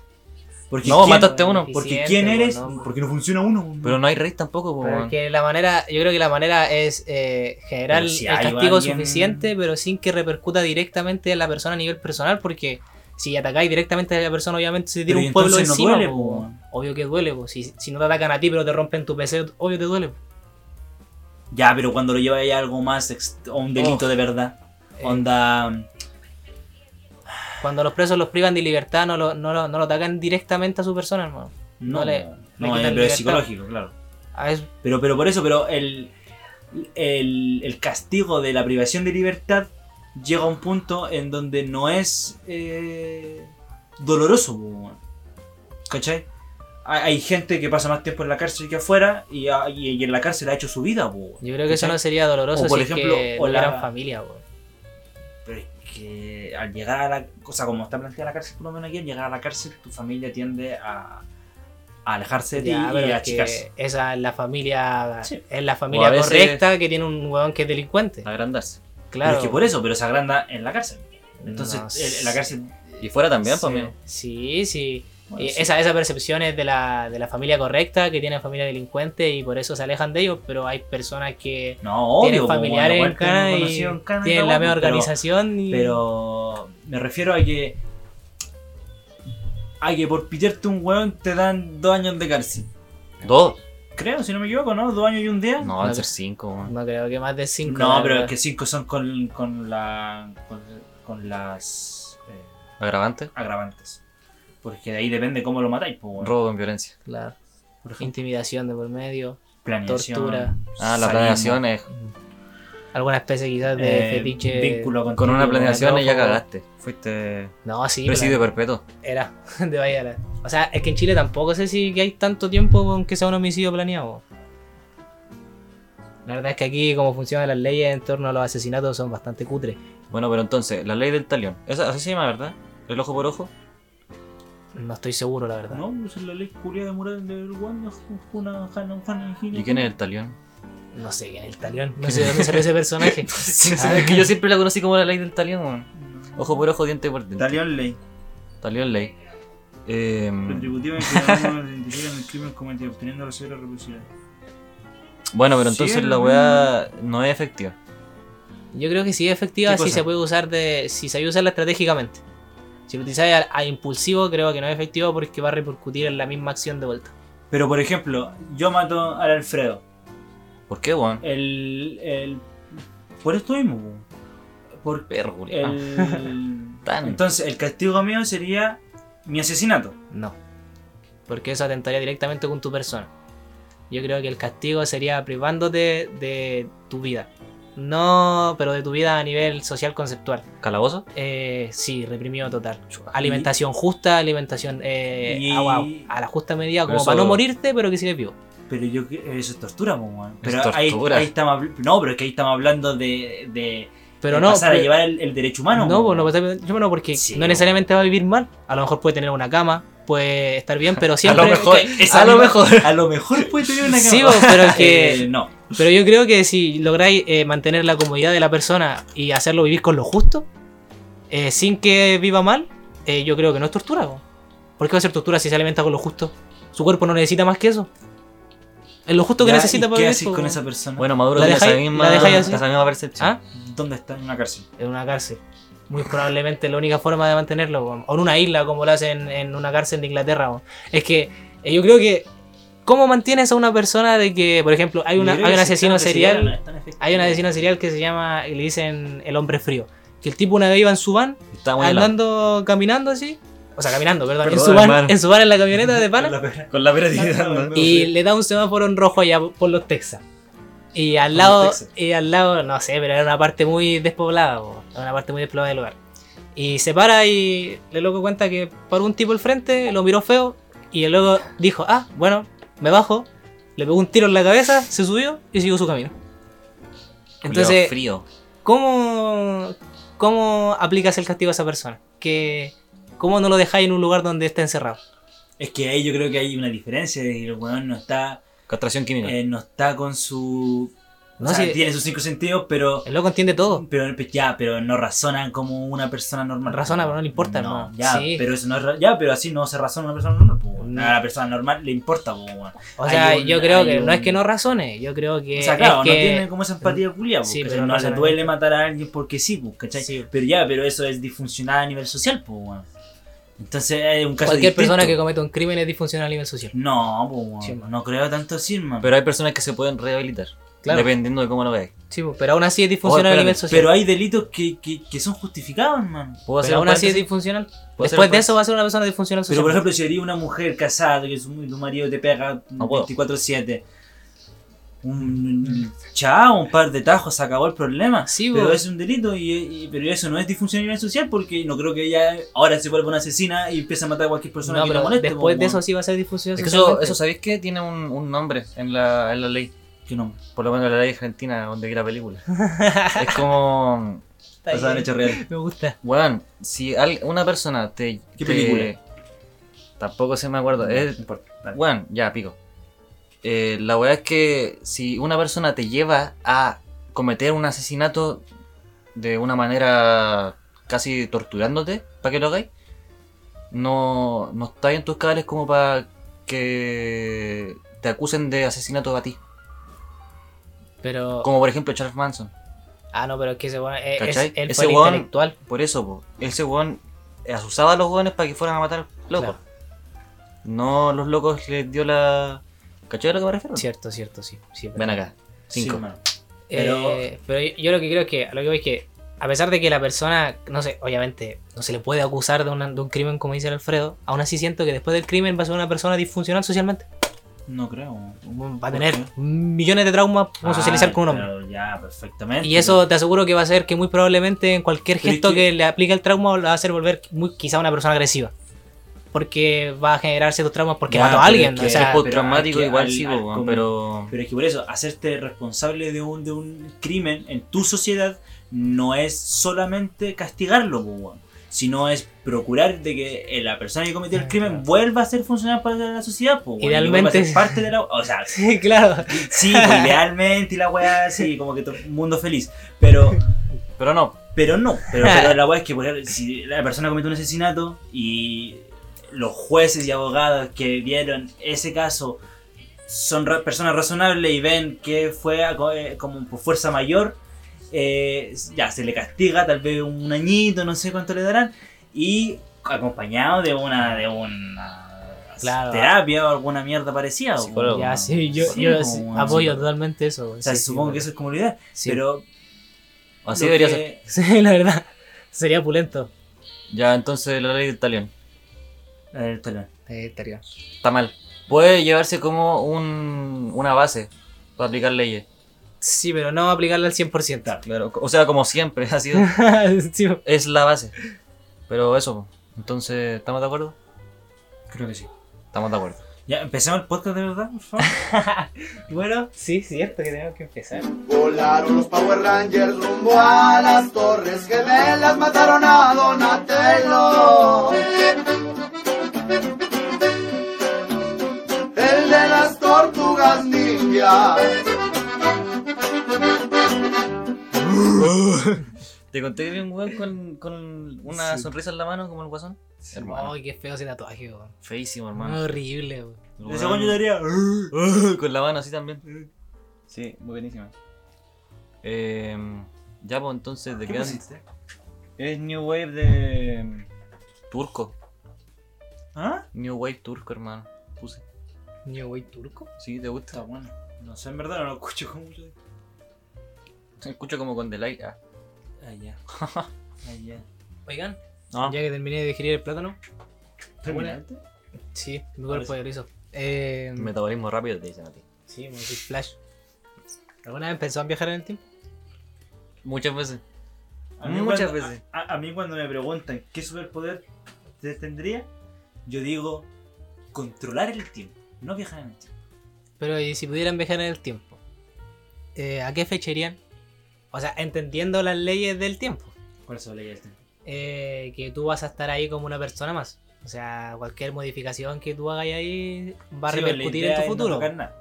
C: Porque
B: No,
C: quién-
B: mataste a uno.
C: Porque
D: Eficiente,
C: quién eres,
D: bueno,
C: porque no funciona uno.
B: Pero no hay rey tampoco, po,
D: Pero
B: weón.
D: es que la manera, yo creo que la manera es eh, generar
C: Pero si
D: el
C: hay
D: castigo
C: alguien-
D: suficiente, pero sin que repercuta directamente en la persona a nivel personal, porque si atacáis directamente a la persona, obviamente se tiene
C: Pero y
D: un pueblo
C: entonces no
D: encima.
C: duele,
D: po,
C: po.
D: weón. Obvio que duele, po. Si, si no te atacan a ti, pero te rompen tu PC, obvio te duele. po.
C: Ya, pero cuando lo lleva ahí a algo más, ex- o un delito de verdad.
D: Eh,
C: Onda.
D: Cuando los presos los privan de libertad, no lo, no lo, no lo atacan directamente a su persona, hermano.
C: No,
D: no
C: no,
D: le- le
C: eh,
D: quitan
C: pero es
D: libertad.
C: psicológico, claro.
D: Ah, es-
C: Pero, pero por eso, pero el, el, el castigo de la privación de libertad llega a un punto en donde no es eh, doloroso. po, weón. ¿Cachai? Hay, hay gente que pasa más tiempo en la cárcel que afuera y, a- y- y en la cárcel ha hecho su vida. po, weón.
D: yo creo que eso
C: ¿Cachai?
D: no sería doloroso
C: O, por
D: si
C: ejemplo,
D: es que
C: o
D: no
C: la-
D: eran familia, po.
C: Pero es que al llegar a la cosa como está planteada la cárcel, por lo menos aquí, al llegar a la cárcel, tu familia tiende a, a alejarse de
D: Ya,
C: ti
D: pero
C: y a
D: es que
C: achicarse.
D: esa es la familia,
C: Sí.
D: es la familia
B: veces-
D: correcta que tiene un weón que es delincuente.
B: Agrandarse.
C: Ah, Pero
D: Claro.
C: es que por eso, pero se agranda en la cárcel. Entonces,
D: No
C: el- en la cárcel
B: Y fuera también,
D: Sí,
B: pues, amigo.
D: Sí, sí.
C: Bueno,
D: Eh,
C: sí.
D: Esa, esa percepción es de la, de la familia correcta, que tienen familia delincuente y por eso se alejan de ellos, pero hay personas que
C: No, obvio.
D: tienen
C: como
D: familiares
C: igual
D: en
C: tengo
D: Cana y
C: conocido en Cana y
D: tienen
C: todo,
D: la misma
C: pero-
D: organización y...
C: Pero me refiero a que. A que por pitearte un hueón te dan dos años de cárcel.
B: ¿Dos?
C: Creo, si no me equivoco, ¿no? Dos años y un día.
B: No, van a ser cinco, weón.
D: No creo que más de cinco.
C: No,
D: la
C: pero
D: verdad.
C: es que cinco son con, con la. con, con las eh,
B: Agravante.
C: agravantes. Porque de ahí depende cómo lo matáis, pues, hueón.
B: Robo en violencia.
D: Claro. Intimidación de por medio,
C: Planeación,
D: tortura.
B: Ah, la
C: sadismo,
B: planeación es.
D: alguna especie quizás de
C: eh,
D: fetiche.
C: vínculo
B: Con una planeación y ya
D: loco.
B: cagaste. Fuiste
D: No, sí.
B: presidio perpetuo.
D: Era, *laughs* de Valladolid. O sea, es que en Chile tampoco sé si que hay tanto tiempo con que sea un homicidio planeado. La verdad es que aquí, como funcionan las leyes en torno a los asesinatos, son bastante cutres.
B: Bueno, pero entonces, la ley del talión. Esa, así se llama, ¿verdad? El ojo por ojo.
D: No estoy seguro, la verdad.
C: No, pues la ley curia de Mural del Guano, una Hannah, Hannah,
B: ¿Y quién es el talión? *laughs*
D: No sé quién es el talión. No sé de dónde salió ese personaje. Ah,
B: es que yo siempre la conocí como la ley del talión, weón. Ojo por ojo, diente por diente.
C: Talión Ley,
B: Talión ley. Eh,
C: retributivo en que no nos identifican el crimen cometido, obteniendo la severa represividad.
B: bueno, pero entonces
C: Sí,
B: la weá no es efectiva.
D: Yo creo que sí es efectiva
B: ¿Qué
D: si
B: cosa?
D: se puede usar de. si se usa estratégicamente. Si lo utilizáis a, a impulsivo, creo que no es efectivo porque va a repercutir en la misma acción de vuelta.
C: Pero por ejemplo, yo mato al Alfredo.
B: ¿Por qué, weón?
C: El. el por esto mismo, po. Por
B: Perro, culiao.
C: el.
B: Ah. Tan.
C: Entonces, el castigo mío sería mi asesinato.
D: No. Porque eso atentaría directamente con tu persona. Yo creo que el castigo sería privándote de tu vida. No, pero de tu vida a nivel social conceptual.
B: Ah, ¿Calabozo?
D: Eh, sí, reprimido total.
B: Chua.
D: Alimentación justa, alimentación eh,
C: Y-
D: agua a la justa medida,
B: Pero
D: como
B: eso-
D: para no morirte, pero que sigues vivo.
C: Pero yo que- eso es tortura, po, weón. Pero
B: tortura.
C: Ahí, ahí estamos habl- No, pero es que ahí estamos hablando de. de
D: Pero
C: de
D: no.
C: Eh, pasar
D: pero-
C: a llevar el, el derecho humano.
D: no,
C: po,
D: pues, no,
C: weón.
D: pues, yo no, porque
C: Sí,
D: no necesariamente va a vivir mal. A lo mejor puede tener una cama, puede estar bien, pero siempre.
B: a lo mejor.
C: Esa
B: a lo
C: misma- *laughs*
B: mejor.
C: A lo mejor puede tener una cama.
D: Sí, vos, pero es que-
C: Eh, no.
D: Pero yo creo que si lográis eh, mantener la comodidad de la persona y hacerlo vivir con lo justo, eh, sin que viva mal, eh, yo creo que no es tortura. po. ¿Por qué va a ser tortura si se alimenta con lo justo? Su cuerpo no necesita más que eso. Es lo justo que
C: Ya,
D: necesita
C: ¿y
D: para
C: ¿Qué
D: vivir.
C: haces
D: po,
C: con
D: weón.
C: esa persona?
B: Bueno, Maduro
D: ¿La
B: tiene esa
D: dejáis-
B: misma,
D: la dejáis así?
B: esa misma percepción.
D: ¿Ah?
C: ¿Dónde está? En una cárcel.
D: En una cárcel. Muy probablemente la única forma de mantenerlo. po. O en una isla como lo hacen en una cárcel de Inglaterra. po. Es que eh, yo creo que... ¿Cómo mantienes a una persona de que, por ejemplo, hay, una,
C: Yo creo
D: hay un
C: que el
D: asesino
C: sistema presidencial
D: serial...
C: no es tan efectivo.
D: Hay un asesino serial que se llama, que le dicen el hombre frío. Que el tipo una vez iba en su van,
C: Ah,
B: Está muy helado.
D: andando, caminando así. O sea, caminando, perdón.
B: Perdón,
D: en, su van,
B: hermano.
D: en su van en la camioneta de
C: *laughs* Con
D: pana.
C: la pera.
B: Con la vera
C: tirando.
D: y
C: sí.
D: le da un semáforo en rojo allá por los Texas. Y al
C: Por
D: lado,
C: los Texas.
D: y al lado, no sé, pero era una parte muy despoblada, po, era una parte muy despoblada del lugar. Y se para y el loco cuenta que paró un tipo al frente, lo miró feo y el loco dijo, ah, bueno, me bajo, le pegó un tiro en la cabeza, se subió y siguió su camino.
B: Entonces.
D: Entonces,
B: frío.
D: ¿cómo, cómo aplicas el castigo a esa persona? Que, ¿Cómo no lo dejáis en un lugar donde está encerrado?
C: Es que ahí yo creo que hay una diferencia. El weón no está,
B: Castración química.
C: eh, no está con su.
D: No,
C: o sea,
D: si-
C: tiene sus cinco sentidos, pero.
D: El loco entiende todo.
C: Pero pues, ya, pero no razona como una persona normal.
D: Razona, pero no le importa,
C: No,
D: hermano.
C: ya,
D: Sí.
C: pero eso no es ra- ya, pero así no se razona una persona normal. po, weón.
D: No.
C: A la persona normal le importa, po, weón.
D: O sea,
C: hay un-
D: yo creo
C: hay
D: que no es
C: un-
D: que no razone, yo creo que.
C: O sea, claro,
D: Eh, es
C: no
D: que-
C: tiene como esa empatía culia,
D: Sí,
C: porque
D: pero
C: no
D: no
C: le
D: se-
C: duele matar a alguien porque sí, po, ¿cachai?
D: Sí.
C: Pero ya, pero eso es disfuncional a nivel social, pues, weón. Entonces es un caso
D: Cualquier persona que
C: distinto.
D: cometa un crimen es disfuncional a nivel social.
C: No, po, weón,
D: Sí, man.
C: no creo tanto así, man.
B: Pero hay personas que se pueden rehabilitar.
D: Claro.
B: Dependiendo de cómo lo veas.
D: Sí, pues, pero aún así es disfuncional
B: Oh,
D: a nivel
B: espérate,
D: social.
C: Pero hay delitos que, que, que son justificados, man.
B: ¿Puedo
D: Pero
B: un
D: aún así es
B: paréntesis?
D: disfuncional.
B: ¿Puedo hacer
D: Después
B: un
D: de eso va a ser una persona disfuncional
C: Pero
D: social.
C: por ejemplo, si eres una mujer casada que su, tu marido te pega
B: No puedo.
C: 24-7, un, chao, un par de tajos, se acabó el problema.
D: Sí,
C: pero
D: bo.
C: es un delito, y, y- pero eso no es disfuncionalidad social porque no creo que ella ahora se vuelva una asesina y empiece a matar a cualquier persona
D: No,
C: que la
D: pero
C: moleste.
D: después
C: bo,
D: de
C: bo.
D: eso sí va a ser disfuncional
B: Es que
D: social.
B: eso, eso ¿sabéis que tiene un, un nombre en la, en la ley?
C: ¿Qué nombre?
B: Por lo menos en la ley argentina, donde vi la película.
D: *laughs*
B: es como.
C: Basado en hechos reales.
D: Me gusta.
B: Weón, si al- una persona te. te-
C: ¿Qué película?
B: Tampoco se me acuerdo.
C: No
B: Es,
C: importa, dale.
B: weón, ya, pico. Eh, la weá es que si una persona te lleva a cometer un asesinato de una manera casi torturándote para que lo hagáis, no, no está en tus cabales como para que te acusen de asesinato a ti.
D: Pero.
B: Como por ejemplo Charles Manson.
D: Ah, no, pero es que ese weón. eh, Es,
B: ¿Cachai?
D: él
B: Ese
D: fue el
B: weón-
D: intelectual.
B: Por eso, po, ese weón asusaba a los weones para que fueran a matar locos.
D: Claro.
B: No los locos les dio la. ¿Cachai a lo que me
C: Ah.
B: refiero?
D: Cierto, cierto, sí. sí
B: Ven acá.
C: Sí,
B: Cinco.
C: man.
D: Pero,
C: Pero-
D: Eh, pero yo, yo lo que creo es que, a lo que voy es que, a pesar de que la persona, no sé, obviamente no se le puede acusar de, una- de un crimen como dice el Alfredo, aún así siento que después del crimen va a ser una persona disfuncional socialmente.
C: No creo. bo.
D: Va a
C: ¿Por
D: tener
C: qué?
D: millones de traumas como
C: Ah,
D: socializar con un hombre.
C: pero Ya, perfectamente.
D: Y eso te aseguro que va a ser que muy probablemente en cualquier
C: Pero es
D: gesto
C: que-
D: que... le aplique el trauma la va a hacer volver muy, quizá una persona agresiva. Porque va a generar ciertos traumas porque
C: Ya,
D: mató a
C: pero
D: alguien.
C: es que
D: o sea,
C: es
B: Traumático
C: Pero aquí
B: igual
C: al-
B: sí, po,
C: al
B: weón,
C: comen-
B: pero.
C: Pero es que por eso, hacerte responsable de un, de un crimen en tu sociedad no es solamente castigarlo, po, weón, sino es procurar de que eh, la persona que cometió el
D: Ah,
C: crimen
D: claro.
C: vuelva a ser funcional para la sociedad, po, weón, y
D: Idealmente-
C: vuelva a ser parte de la. O sea,
D: *laughs* sí, *laughs* claro.
C: sí, po, idealmente y la weá, sí, como que todo el mundo feliz. Pero.
B: Pero no.
C: Pero no, pero,
D: *laughs*
C: pero la weá es que por ejemplo, si la persona cometió un asesinato y los jueces y abogados que vieron ese caso son ra- personas razonables y ven que fue a co- eh, como por fuerza mayor, eh, ya se le castiga tal vez un añito, no sé cuánto le darán, y acompañado de una, de una
D: Claro.
C: terapia o alguna mierda parecida. o-
B: Psicólogo.
D: Ya, sí, yo,
C: Sí,
D: yo
C: po,
D: sí,
C: weón,
D: apoyo
C: sí.
D: totalmente eso.
C: O sea, supongo que eso es como la idea, pero...
B: Así
C: lo
B: debería
C: que-
B: ser.
D: *laughs* Sí, la verdad. Sería pulento.
B: Ya, entonces la ley de Italian
C: Eh, tal vez.
D: estaría.
B: está mal. Puede llevarse como un, una base para aplicar leyes.
D: Sí, pero no aplicarla al 100%.
B: Claro. O sea, como siempre *laughs* ha sido.
D: *laughs* Sí, po.
B: es la base. Pero eso, po. entonces, ¿estamos de acuerdo?
C: Creo que sí.
B: Estamos de *laughs* acuerdo.
C: Ya, empecemos el podcast de verdad, por favor.
D: bueno, sí, cierto que tenemos que empezar.
A: Volaron los Power Rangers rumbo a las Torres Gemelas, mataron a Donatello. El de las tortugas ninja.
B: ¿Te conté que vi un weón con, con una
C: Sí.
B: sonrisa en la mano como el guasón? Hermano.
D: Ay, qué feo ese tatuaje, weón.
B: Feísimo, hermano.
D: Horrible, weón.
B: El
C: De segundo yo "Ah".
B: weón-
C: daría.
B: *laughs* Con la mano así también. Ah. Sí, muy buenísima. Eh, ya, pues entonces, ¿de qué dan- Es New Wave de. Turco.
C: ¿Ah?
B: New Wave turco, hermano. Puse.
D: New Way turco.
B: Sí, te
C: Está
B: gusta.
C: bueno. No sé, en verdad no lo escucho con mucho.
B: Escucho como con delay. Ah.
C: Ah, *laughs* ya. Ah, ya.
D: Oigan,
B: No.
D: ya que terminé de digerir el plátano.
C: ¿Terminaste?
D: Sí, mi cuerpo ya lo hizo. Eh,
B: Metabolismo rápido te dicen a ti.
D: sí, me hice flash. ¿Alguna vez pensó en viajar en el tiempo?
B: Muchas veces.
C: A mí
B: Muchas
C: cuando-
B: veces.
C: A, a- a mí cuando me preguntan qué superpoder te tendría, yo digo controlar el tiempo, no viajar en el tiempo.
D: Pero y si pudieran viajar en el tiempo, eh, ¿a qué fecha irían? O sea, entendiendo las leyes del tiempo.
C: ¿Cuál es la ley del tiempo?
D: eh, que tú vas a estar ahí como una persona más. O sea, cualquier modificación que tú hagas ahí va a
C: Sí, pues,
D: repercutir
C: la idea
D: en tu
C: es no
D: futuro.
C: tocar nada.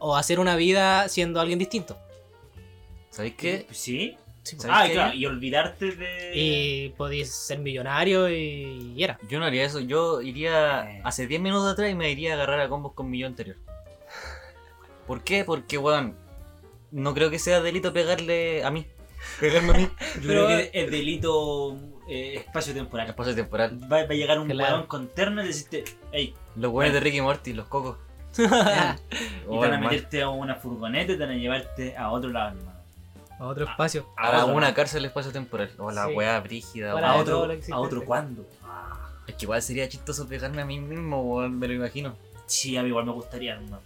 D: o hacer una vida siendo alguien distinto.
B: ¿Sabéis qué?
C: ¿Sí?
B: ¿Sabéis
C: Ah,
B: qué?
C: claro, y olvidarte de...
D: Y podéis ser millonario y, y era.
B: Yo no haría eso, yo iría hace 10 minutos atrás y me iría a agarrar a combos con mi yo anterior. ¿Por qué? Porque, weón, no creo que sea delito pegarle a mí. Pegarme a mí.
C: Yo
B: Pero-
C: creo que el delito eh, espacio-temporal.
B: Espacio temporal.
C: Va, va a llegar un
D: Claro.
C: weón con terno y decirte, hey,
B: Los weones de Ricky Morty, los cocos.
C: y
B: *laughs* Oh,
C: te van a
B: hermano.
C: meterte a una furgoneta y te van a llevarte a otro lado, hermano.
D: A otro espacio.
B: Ahora
C: otro
B: una
C: lado.
B: cárcel espacio temporal. O la
D: Sí.
B: weá brígida.
D: Fuera
C: A
B: weón.
D: de todo
C: otro,
D: lo
C: a otro
D: existente.
C: cuándo.
B: Es que igual sería chistoso pegarme a mí mismo, weón, me lo imagino.
C: Sí, a mí igual me gustaría, hermano.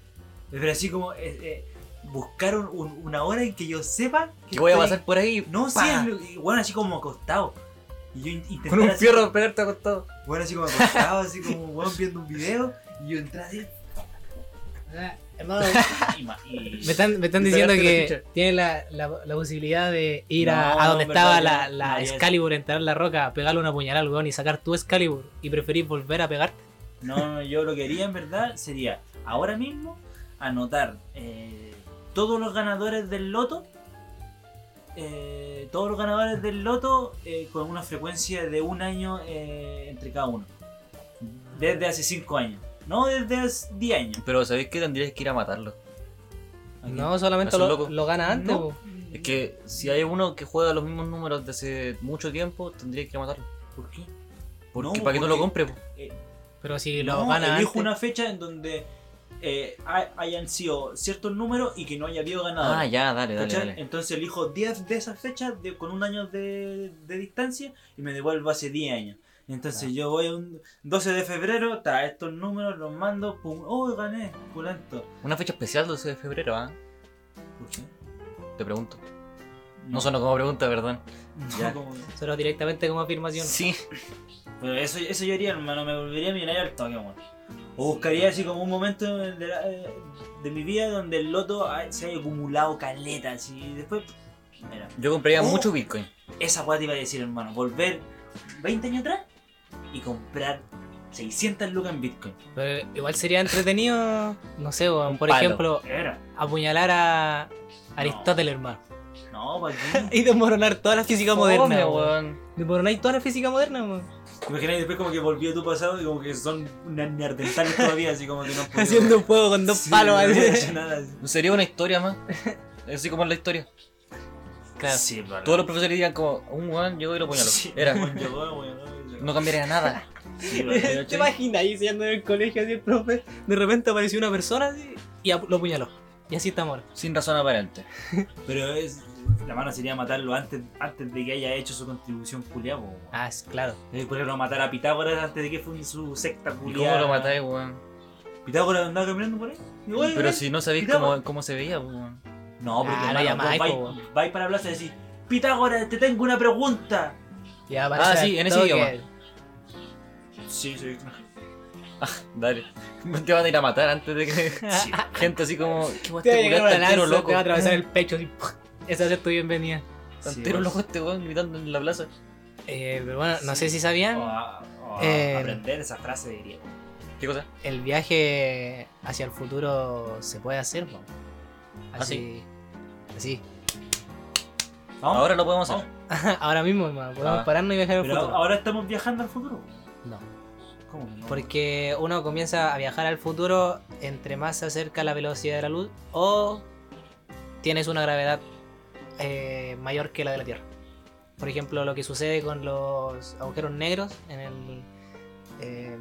C: Pero así como eh, eh, buscar un- un- una hora en que yo sepa
B: Que voy a
C: estoy-
B: pasar por ahí.
C: No, sí,
B: ¡pa!
C: es lo- y, bueno, así como acostado. Y yo in- intentar
B: Con un
C: así-
B: fierro esperarte acostado.
C: Bueno, así como acostado, así como bueno, viendo un video. Y yo entrar así.
D: Hermano,
C: Y, ma- y-
D: *laughs* me están, me están
B: Te
D: diciendo
B: pegaste la
D: que tiene la, la- la posibilidad de ir a,
C: No,
D: a donde
C: en
D: estaba
C: verdad,
D: la,
C: yo-
D: la
C: no, yo-
D: Excalibur, entrar en la roca, pegarle una puñalada al weón y sacar tu Excalibur y preferir volver a pegarte.
C: No, yo lo que haría en verdad sería ahora mismo anotar eh, todos los ganadores del loto. eh, todos los ganadores del loto eh, con una frecuencia de un año eh, entre cada uno. Desde hace 5 años. No desde hace 10 años.
B: Pero sabéis que tendríais que ir a matarlo.
C: Aquí.
D: No, solamente
B: Eso es
D: lo,
B: loco.
D: lo gana antes.
C: No.
D: po.
B: Es que si hay uno que juega los mismos números desde mucho tiempo, tendríais que matarlo.
C: ¿Por qué?
B: Porque
C: No,
B: para que no lo compre, po.
D: Pero si lo
C: No,
D: gana
C: elijo
D: antes.
C: una fecha en donde eh, ha- hayan sido ciertos números y que no haya habido ganadores.
B: Ah, ya, dale, dale,
C: ¿Cachai?
B: dale.
C: Entonces elijo 10 de esas fechas de- con un año de, de distancia y me devuelvo hace 10 años. Entonces yo voy un 12 de febrero, ta, estos números los mando, pum, oh, gané, culanto.
B: Una fecha especial 12 de febrero, ¿ah?
C: ¿Por qué?
B: Te pregunto. No sonó como pregunta, perdón. *laughs*
C: No,
B: ya.
C: como-
D: Solo directamente como afirmación.
B: Sí.
C: Pero eso, eso yo haría, hermano, me volvería millonario al toque, weón. O buscaría así como un momento de, la- eh, de mi vida donde el loto ha- se haya acumulado caletas y después, mira,
B: Yo compraría
C: Oh.
B: mucho Bitcoin.
C: Esa guay te iba a decir, hermano. Volver 20 años atrás y comprar 600 lucas en Bitcoin.
D: Pero igual sería entretenido, no sé, weón, por
B: palo.
D: ejemplo,
C: Era.
D: apuñalar a Aristóteles, hermano.
C: No, ¿para
B: *laughs*
C: qué?
D: Y desmoronar toda la física moderna,
B: Fome,
D: weón.
B: Oh, weón.
D: Desmoronar toda la física moderna, weón.
C: Imagina después como que volvió a tu pasado y como que son unas neandertales todavía, así como que no
D: *laughs*
C: puedo.
D: Haciendo
C: *laughs*
D: un juego con dos palos. así. *laughs*
B: Sería una historia más. Así como es la historia.
D: Claro.
C: Sí, hermano.
B: Todos los profesores dirían como, un weón llegó y lo apuñaló.
C: Sí, *laughs*
B: Era.
C: weón, llegó, weón, llegó.
B: No cambiaría nada.
C: Sí,
D: ¿Te
B: *laughs*
C: weón.
D: ¿Te imaginas ahí siendo en el colegio así el profe? De repente apareció una persona así, y apu- lo apuñaló. Y así está ahora.
B: Sin razón aparente.
C: Pero es. La mano sería matarlo antes, antes de que haya hecho su contribución culiada, po, weón.
D: Ah, es- claro.
C: Eh, Por ejemplo, matar a Pitágoras antes de que fue su secta
B: ¿Y
C: culiada.
B: cómo lo matáis, weón?
C: Pitágoras andaba caminando por ahí. Y, weón,
B: Pero
C: ven.
B: si no sabéis
C: mira,
B: cómo, cómo se veía, pues, weón.
C: No, porque
D: Ah,
C: hermano,
D: la llamáis,
C: vos
D: po,
C: vais- vais para la plaza y decís, Pitágoras, te tengo una pregunta.
D: Ya
B: Ah, sí, en ese idioma.
C: Sí, sí.
B: Dale. *laughs* Te van a ir a matar antes
D: *laughs*
B: de que.
C: Sí.
B: *laughs* Gente así como. ¿Qué weón
D: Te va a
B: este
D: llegar
B: culiao
D: una
B: está entero
D: lanza,
B: loco?
D: te va a atravesar el pecho así. *laughs* Esa es tu bienvenida.
B: Está
C: Sí,
B: entero
C: weón.
B: loco este weón gritando en la plaza.
D: Eh, pero bueno, no
C: Sí.
D: sé si
C: O
D: sabían,
C: a- o a
D: Eh,
C: aprender esa frase diría.
B: ¿Qué cosa?
D: el viaje hacia el futuro se puede hacer, po.
C: Ah,
D: Así. Así.
C: Vamos.
B: Ahora lo podemos hacer.
C: vamos.
D: *laughs* ahora mismo, hermano, podemos
B: Ah.
D: pararnos y viajar al
C: Pero
D: futuro.
C: ahora estamos viajando al futuro.
D: No.
C: ¿Cómo? no?
D: Porque uno comienza a viajar al futuro entre más se acerca la velocidad de la luz o tienes una gravedad eh, mayor que la de la Tierra. Por ejemplo, lo que sucede con los agujeros negros en el eh,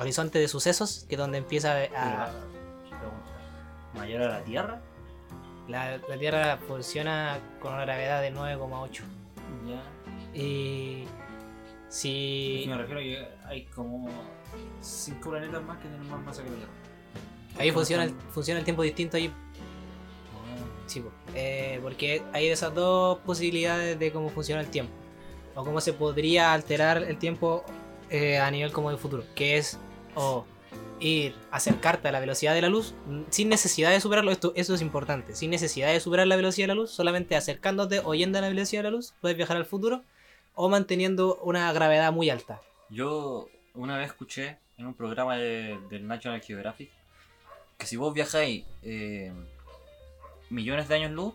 D: horizonte de sucesos, que es donde empieza a,
C: Pero, pregunta, ¿Mayor a la Tierra?
D: La, la Tierra funciona con una gravedad de 9,8.
C: Ya.
D: Y
C: Y...
D: si
C: Me refiero a que hay como cinco planetas más que tienen más masa que la Tierra.
D: ahí funciona el, funciona el tiempo distinto, ahí
C: Ah,
D: Sí, po. Eh, porque hay de esas dos posibilidades de cómo funciona el tiempo. O cómo se podría alterar el tiempo eh, a nivel como de futuro. Que es o ir, acercarte a la velocidad de la luz mm, sin necesidad de superarlo. Esto, eso es importante. Sin necesidad de superar la velocidad de la luz. Solamente acercándote o yendo a la velocidad de la luz puedes viajar al futuro. O manteniendo una gravedad muy alta.
B: Yo una vez escuché en un programa de- del National Geographic que si vos viajáis eh, millones de años luz,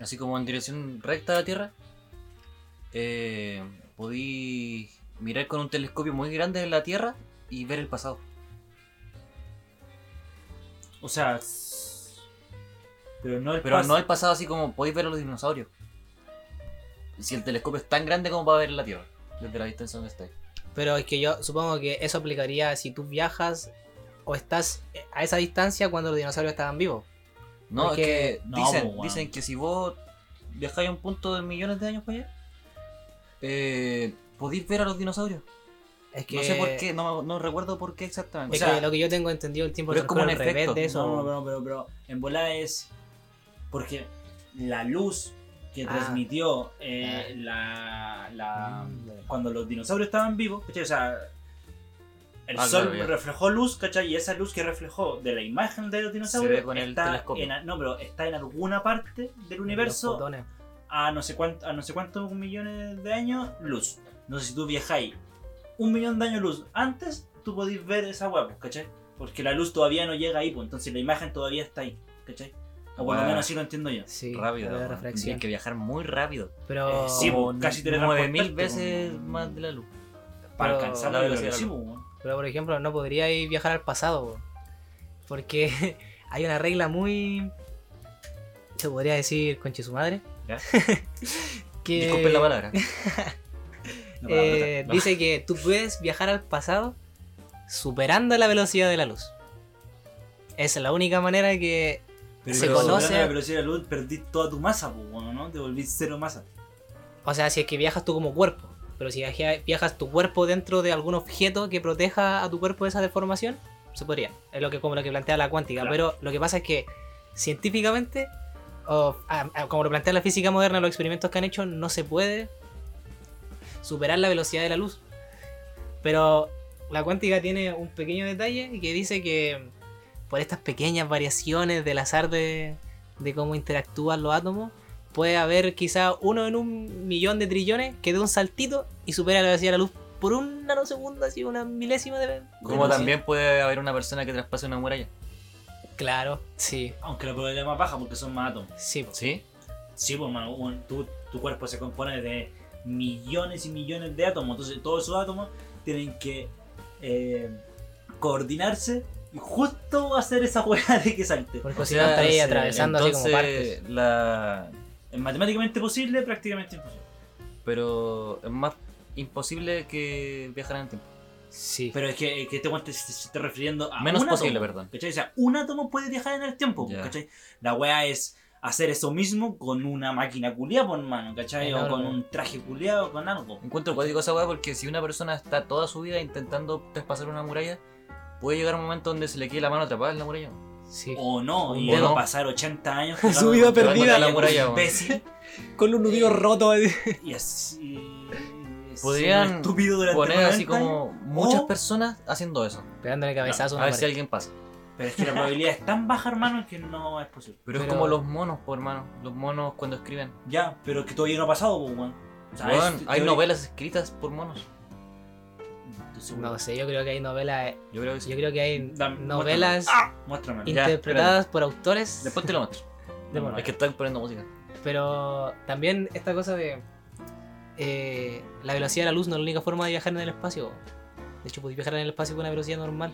B: así como en dirección recta a la Tierra, eh, podís mirar con un telescopio muy grande la Tierra y ver el pasado.
C: O sea. s- Pero no el
B: Pero
C: pas-
B: no el pasado así como podéis ver a los dinosaurios. Si el telescopio es tan grande como para ver la Tierra, desde la distancia donde estáis.
D: Pero es que yo supongo que eso aplicaría si tú viajas o estás eh, a esa distancia cuando los dinosaurios estaban vivos.
B: No,
D: Porque-
B: es que
C: No,
B: dicen,
C: po, weón.
B: dicen que si vos viajáis a un punto de millones de años para allá, eh, podéis ver a los dinosaurios.
D: Es que
B: No sé por qué, no, no recuerdo por qué exactamente.
D: Es
B: O sea,
D: que lo que yo tengo entendido el tiempo
B: pero es como
D: transcurre
B: un
D: al revés
B: efecto,
D: de eso.
C: No, no, pero, pero, pero en bola es porque la luz que
D: Ah.
C: transmitió
B: Ah.
C: eh, la, la-
B: Mm,
C: cuando los dinosaurios estaban vivos, ¿cachai? O sea, el
B: Ah,
C: sol
B: claro, ya.
C: reflejó luz, ¿cachai? Y esa luz que reflejó de la imagen de los dinosaurios
B: ve con el
C: está,
B: telescopio.
C: en, a- no, pero está en alguna parte del
D: Los
C: universo
D: fotones.
C: a no sé cuánto, a no sé cuántos millones de años luz. No sé si tú viajáis un millón de años luz antes, tú podéis ver esa hueá, ¿cachai? Porque la luz todavía no llega ahí, pues entonces la imagen todavía está ahí, ¿cachai? O por lo
B: Guau.
C: menos así lo entiendo yo.
D: Sí,
B: rápido,
D: la
B: weón.
D: reflexión.
B: Tienes que viajar muy rápido.
D: Pero,
C: Eh, sí,
B: Como
C: pues, casi teletransportarte,
B: 9000
C: pues.
B: veces más de la luz.
C: Para
D: Pero-
C: alcanzar
B: la
C: la
B: velocidad
C: velocidad. pues,
B: de la
D: pero, por ejemplo, no podría ir viajar al pasado. po. Porque *laughs* hay una regla muy. Se podría decir, conche su madre.
B: ¿Ya?
D: *laughs* que
B: Disculpen la *laughs* palabra.
C: La palabrota.
D: eh,
B: no.
D: Dice que tú puedes viajar al pasado superando la velocidad de la luz. Esa es la única manera que
C: Pero
D: se
C: si
D: conoce-
C: superas la velocidad de la luz, perdí toda tu masa, pues, bueno, ¿no? Te volví cero masa.
D: O sea, si es que viajas tú como cuerpo. Pero si viaja- viajas tu cuerpo dentro de algún objeto que proteja a tu cuerpo de esa deformación, se podría. Es lo que, como lo que plantea la cuántica.
C: Claro.
D: Pero lo que pasa es que científicamente, o ah, ah, como lo plantea la física moderna, los experimentos que han hecho, no se puede superar la velocidad de la luz. Pero la cuántica tiene un pequeño detalle que dice que por estas pequeñas variaciones del azar de, de cómo interactúan los átomos, puede haber quizá uno en un millón de trillones que dé un saltito y supera la velocidad de la luz por un nanosegundo, así una milésima de... de
B: Como
D: luz.
B: también puede haber una persona que traspase una muralla.
D: Claro, sí,
C: Aunque la probabilidad es más baja porque son más átomos.
D: sí. po.
B: ¿Sí?
C: Sí, pues, mano, un- tu, tu cuerpo se compone de millones y millones de átomos. Entonces, todos esos átomos tienen que eh, coordinarse y justo hacer esa hueá de que salte.
D: Porque si no estaría ahí atravesando así como partes.
B: entonces, la,
C: Es matemáticamente posible, prácticamente imposible.
B: pero es más imposible que viajar en el tiempo.
D: Sí.
C: Pero es que, es que este guante se, se está refiriendo a.
B: Menos
C: un
B: posible,
C: átomo,
B: perdón.
C: ¿cachai? O sea, un átomo puede viajar en el tiempo,
B: Ya.
C: ¿cachai? La hueá es hacer eso mismo con una máquina culiada, por mano, ¿cachai? O
D: Enorme.
C: con un traje culiado, con algo.
B: Encuentro cuático esa weá porque si una persona está toda su vida intentando traspasar una muralla, puede llegar un momento donde se le quede la mano atrapada en la muralla.
D: sí.
C: O no, y
B: O
C: luego
B: no.
C: pasar
B: *laughs*
C: 80 años.
D: Su vida
C: jugando
D: perdida.
C: con
B: La muralla, weón.
C: imbécil.
D: Con un nudillo roto.
C: Y así. y-
B: Podrían
C: ser estúpido durante
B: Poner así
C: 90 años.
B: como muchas
C: O-
B: personas haciendo eso.
D: Pegándole cabezazo
B: A
D: a
B: ver
D: una
B: si
D: pared.
B: alguien pasa.
C: Pero es que la probabilidad es tan baja, hermano, que no es posible.
B: Pero, es
D: Pero-
B: como los monos, por hermano. Los monos cuando escriben.
C: Ya, pero que todavía no ha pasado, pues, weón. O sea,
B: Weón,
C: es
B: hay
C: teoría-
B: novelas escritas por monos.
C: Estoy seguro.
D: No sé, yo creo que hay novelas. eh,
B: Yo creo que sí.
D: Yo creo que hay
C: Dame,
D: novelas
C: Muéstrame.
B: Ya,
D: interpretadas por autores.
B: Después te lo muestro.
D: de mono.
B: es que están poniendo música.
D: Pero también esta cosa de. eh, la velocidad de la luz no es la única forma de viajar en el espacio. De hecho, podéis viajar en el espacio con una velocidad normal.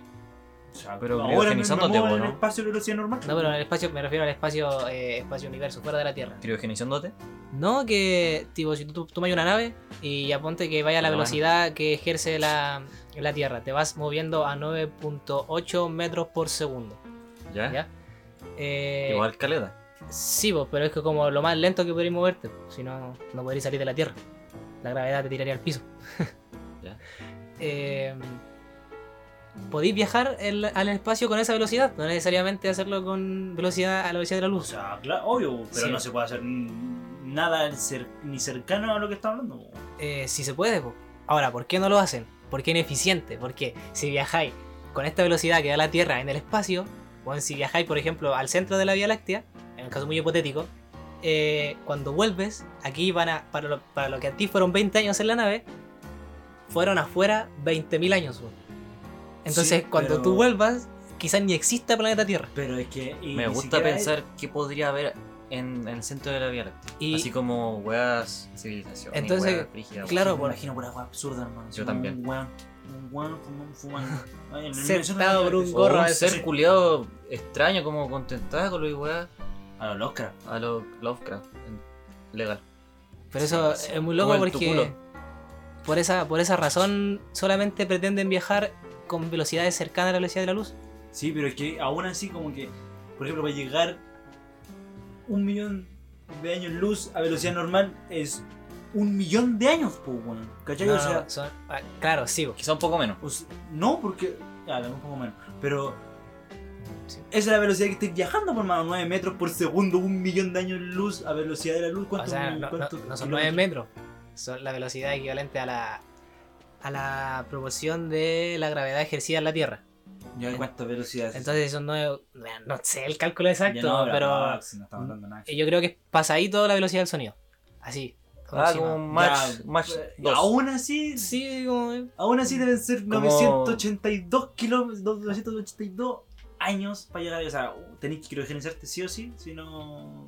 C: O sea,
B: Pero
C: ahora me, me
B: criogenizándote,
C: muevo en
B: ¿no?
C: el espacio de velocidad normal.
D: No, pero en el espacio me refiero al espacio, eh, espacio universo, fuera de la Tierra.
B: Criogenizándote.
D: No que, tipo, si tú tomas una nave y ya ponte que vaya a la
B: Bueno,
D: velocidad que ejerce la, la Tierra, te vas moviendo a 9.8 metros por segundo.
B: Ya.
D: ¿Ya? Eh,
B: Ah. Igual caleta.
D: Sí, pues, pero es que como lo más lento que podrías moverte, pues, si no, no podrías salir de la Tierra. La gravedad te tiraría al piso.
B: Ya.
D: Eh, podéis viajar el- al espacio con esa velocidad, no necesariamente hacerlo con velocidad a la velocidad de la
C: O
D: luz.
C: sea, claro, obvio, pero
D: Sí.
C: no se puede hacer mm, nada cer- ni cercano a lo que está hablando. pues. po.
D: Eh, si se puede. po. Ahora, ¿por qué no lo hacen? Porque es ineficiente. Porque si viajáis con esta velocidad que da la Tierra en el espacio, o en si viajáis, por ejemplo, al centro de la Vía Láctea, en un caso muy hipotético, eh, cuando vuelves, aquí van a, para, lo, para lo que a ti fueron 20 años en la nave, fueron afuera 20.000 años. po. Entonces,
C: Sí,
D: cuando
C: pero-
D: tú vuelvas, quizás ni exista planeta Tierra.
C: Pero es que. y
B: Me
C: ni
B: gusta
C: siquiera es-
B: pensar qué podría haber en, en el centro de la Vía Láctea.
D: Y-
B: Así como weas civilización.
D: Entonces, claro,
C: Yo me
D: por-
C: imagino por agua absurda, hermano.
B: Yo también.
C: Un weón, un weón fumando.
D: *laughs*
C: fumando. Ay, en el
D: Sentado
C: Minnesota-
D: por un
B: O
D: gorro
C: Oh,
B: un
D: al-
B: ser culiado extraño como con tentáculos y weas
C: A los Oscar.
B: a los Lovecraft. en- Legal.
D: Pero eso
B: Sí,
D: es muy loco
B: como el
D: porque
B: Tuculo.
D: por esa, por esa razón solamente pretenden viajar con velocidades cercanas a la velocidad de la luz.
C: Sí, pero es que aún así, como que. Por ejemplo, para llegar un millón de años luz a velocidad normal es un millón de años, pues, weón. ¿Cachai?
D: No,
C: o sea,
D: no, son- ah, claro, sí. bo.
B: Quizá un poco menos.
C: O sea, no, porque. Ya, un poco menos. Pero.
D: Sí.
C: Esa es la velocidad que estés viajando, por mano. 9 metros por segundo, un millón de años luz a velocidad de la luz.
D: O
C: ¿Cuánto?
D: sea, no,
C: cuánto
D: no- no son
C: kilómetros?
D: 9 metros. Son la velocidad equivalente a la, a la proporción de la gravedad ejercida en la Tierra.
C: Ya, ¿cuántas velocidades?
D: Entonces son 9... No sé el cálculo
C: Ya
D: exacto,
C: no,
D: pero eh,
C: no, si no estamos hablando de nada.
D: yo creo que es pasadito la velocidad del sonido. Así.
B: Ah,
D: aproximado.
B: como un match,
C: Ya,
B: match
C: eh,
B: 2.
C: Aún así,
D: Sí, como...
C: aún así deben ser
B: Como-
C: 982 kilómetros, 982 años para llegar. O sea, tenéis que criogenizarte sí o sí, si no.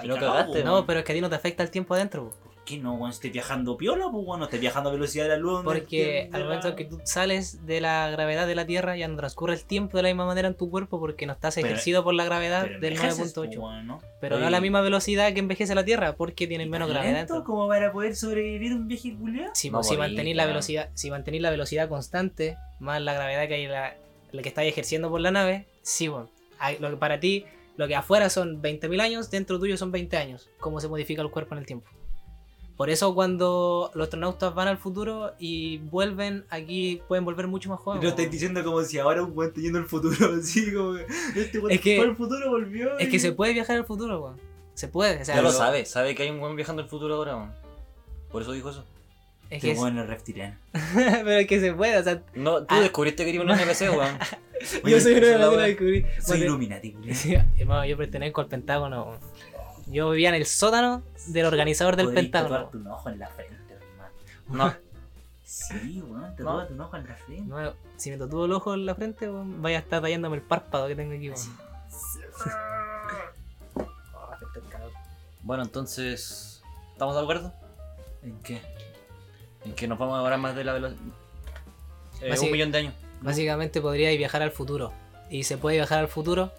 B: Si no cagaste,
C: Ay, cagao,
D: este, No, pero es que a ti no te afecta el tiempo adentro. bo.
C: ¿Por qué no, weón? Estés viajando piola, pues, weón. Estés viajando a velocidad de la luz.
D: Porque
C: de
D: al
C: la-
D: momento que tú sales de la gravedad de la Tierra ya no transcurre el tiempo de la misma manera en tu cuerpo porque no estás
C: Pero-
D: ejercido por la gravedad
C: Pero
D: del 9.8.
C: envejeces, pues, weón, ¿no?
D: Pero
B: Oye.
D: no a la misma velocidad que envejece la Tierra porque tienen menos
C: ¿Tan
D: gravedad.
C: lento
D: dentro.
C: como para poder sobrevivir un viaje culiado?
D: Si,
B: No
D: pues, si
B: morí,
D: mantenís la
B: claro.
D: velocidad, si mantenís la velocidad constante más la gravedad que hay en la, la que estáis ejerciendo por la nave, sí, bueno, hay- lo que para ti lo que afuera son 20.000 años, dentro tuyo son 20 años, cómo se modifica el cuerpo en el tiempo. Por eso cuando los astronautas van al futuro y vuelven aquí pueden volver mucho más jóvenes.
C: Lo estáis diciendo como si ahora un weón esté yendo al futuro, *laughs* así como que este weón
D: Es que-
C: fue al futuro, volvió.
D: Es
C: y-
D: que se puede viajar al futuro, weón. Se puede, o sea,
B: Ya lo
D: no-
B: sabe, sabe que hay un buen viajando al futuro ahora, weón. Por eso dijo eso.
D: es que
C: Este
D: es-
C: weón es reptiliano.
D: *laughs* pero es que se puede, o sea,
B: No, tú
D: Ah.
B: descubriste que eres un *laughs* NPC, weón.
C: Oye,
D: yo soy una
B: esa
D: de
B: es la
D: las que
B: weá.
D: descubrí.
C: Soy
D: Bueno,
C: *laughs* Illuminati, culiao.
D: *laughs* Sí, hermano, yo pertenezco al Pentágono. weón. Yo vivía en el sótano del organizador del
C: Podrías
D: Pentágono.
C: tatuarte un ojo en la frente, hermano.
B: No,
C: Sí, weón, tatuarte un ojo en la frente.
D: No, si me tatúo el ojo en la frente, weón, vaya a estar tallándome el párpado que tengo aquí. weón.
C: Oh, afecta el calor.
B: bueno, entonces. ¿Estamos de acuerdo?
C: ¿En qué?
B: En que nos vamos a demorar más de la velocidad.
D: Así
B: Eh, un
D: que-
B: millón de años.
D: *laughs* Básicamente podría viajar al futuro. Y se puede viajar al futuro.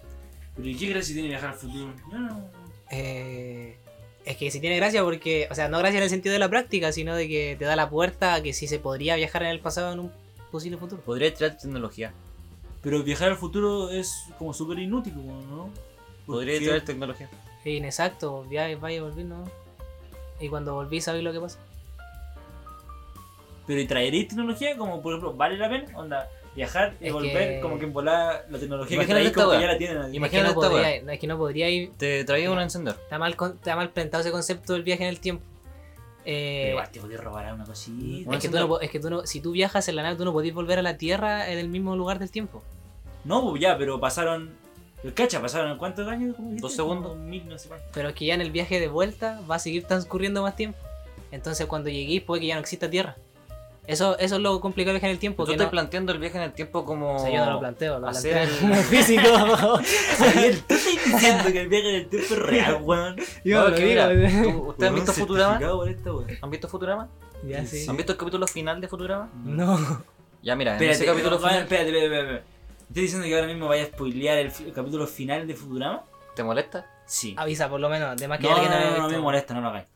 C: ¿Pero y qué crees si tiene viajar al futuro? No, no.
D: eh, es que si tiene gracia porque, o sea, no gracia en el sentido de la práctica, sino de que te da la puerta a que sí se podría viajar en el pasado en un posible futuro.
B: Podría tirar tecnología.
C: Pero viajar al futuro es como súper inútil, weón, ¿no?
B: Podría
C: Porque-
B: traer tecnología.
D: Inexacto, viajes, vaya y volví, ¿no? Y cuando volví, ¿sabéis lo que pasa?
C: Pero ¿y traeréis tecnología? Como por ejemplo, ¿vale la pena? Onda, viajar y
D: Es
C: volver,
D: que-
C: como que en volar la tecnología
B: Imagínate
C: que traéis
B: esta
C: como que
B: weá.
C: ya la tienen.
D: Es que
B: Imagínate
D: no
B: esta
D: podría,
B: weá.
D: no, es que no podría ir.
B: Te traía un encendedor.
D: Está mal, con- está mal plantado ese concepto del viaje en el tiempo. Eh,
C: Pero igual te podéis robar alguna cosita.
D: es, que tú no, po- es que tú no, si tú viajas en la nave, tú no podés volver a la Tierra en el mismo lugar del tiempo.
C: No, pues ya, pero pasaron. pero Cacha, pasaron cuántos años? ¿Cómo dijiste?
B: Dos segundos.
C: Como Mil, no sé cuánto.
D: Pero es que ya en el viaje de vuelta va a seguir transcurriendo más tiempo. Entonces cuando lleguéis puede que ya no exista Tierra. Eso, eso es lo complicado del viaje en el tiempo.
B: Tú
D: Que
B: estás
D: no,
B: planteando el viaje en el tiempo como.
D: o sea, yo no lo planteo, lo
B: hacer
D: planteo
B: el-
D: el físico.
B: *laughs*
C: Ariel, tú estás diciendo que el viaje en el tiempo es real, weón.
D: yo
B: No,
D: no
B: es
D: lo
B: que mira,
D: digo. eh.
B: tú- ¿Ustedes han
C: Weón,
B: visto Futurama?
C: certificado por esta, weón.
B: ¿Han visto Futurama?
D: Ya sí.
B: ¿Han visto el capítulo final de Futurama?
D: No.
B: Ya, mira, en
C: Espérate,
B: ese capítulo
C: weón,
B: final.
C: espérate, espérate, espérate. ¿Estás diciendo que ahora mismo vaya a spoilear el, fi- el capítulo final de Futurama?
B: ¿Te molesta?
C: Sí.
D: Avisa por lo menos,
B: Ah,
D: además que
C: No, no,
D: alguien
C: no,
D: haya
C: no, no
D: visto.
C: me molesta, no lo hagáis.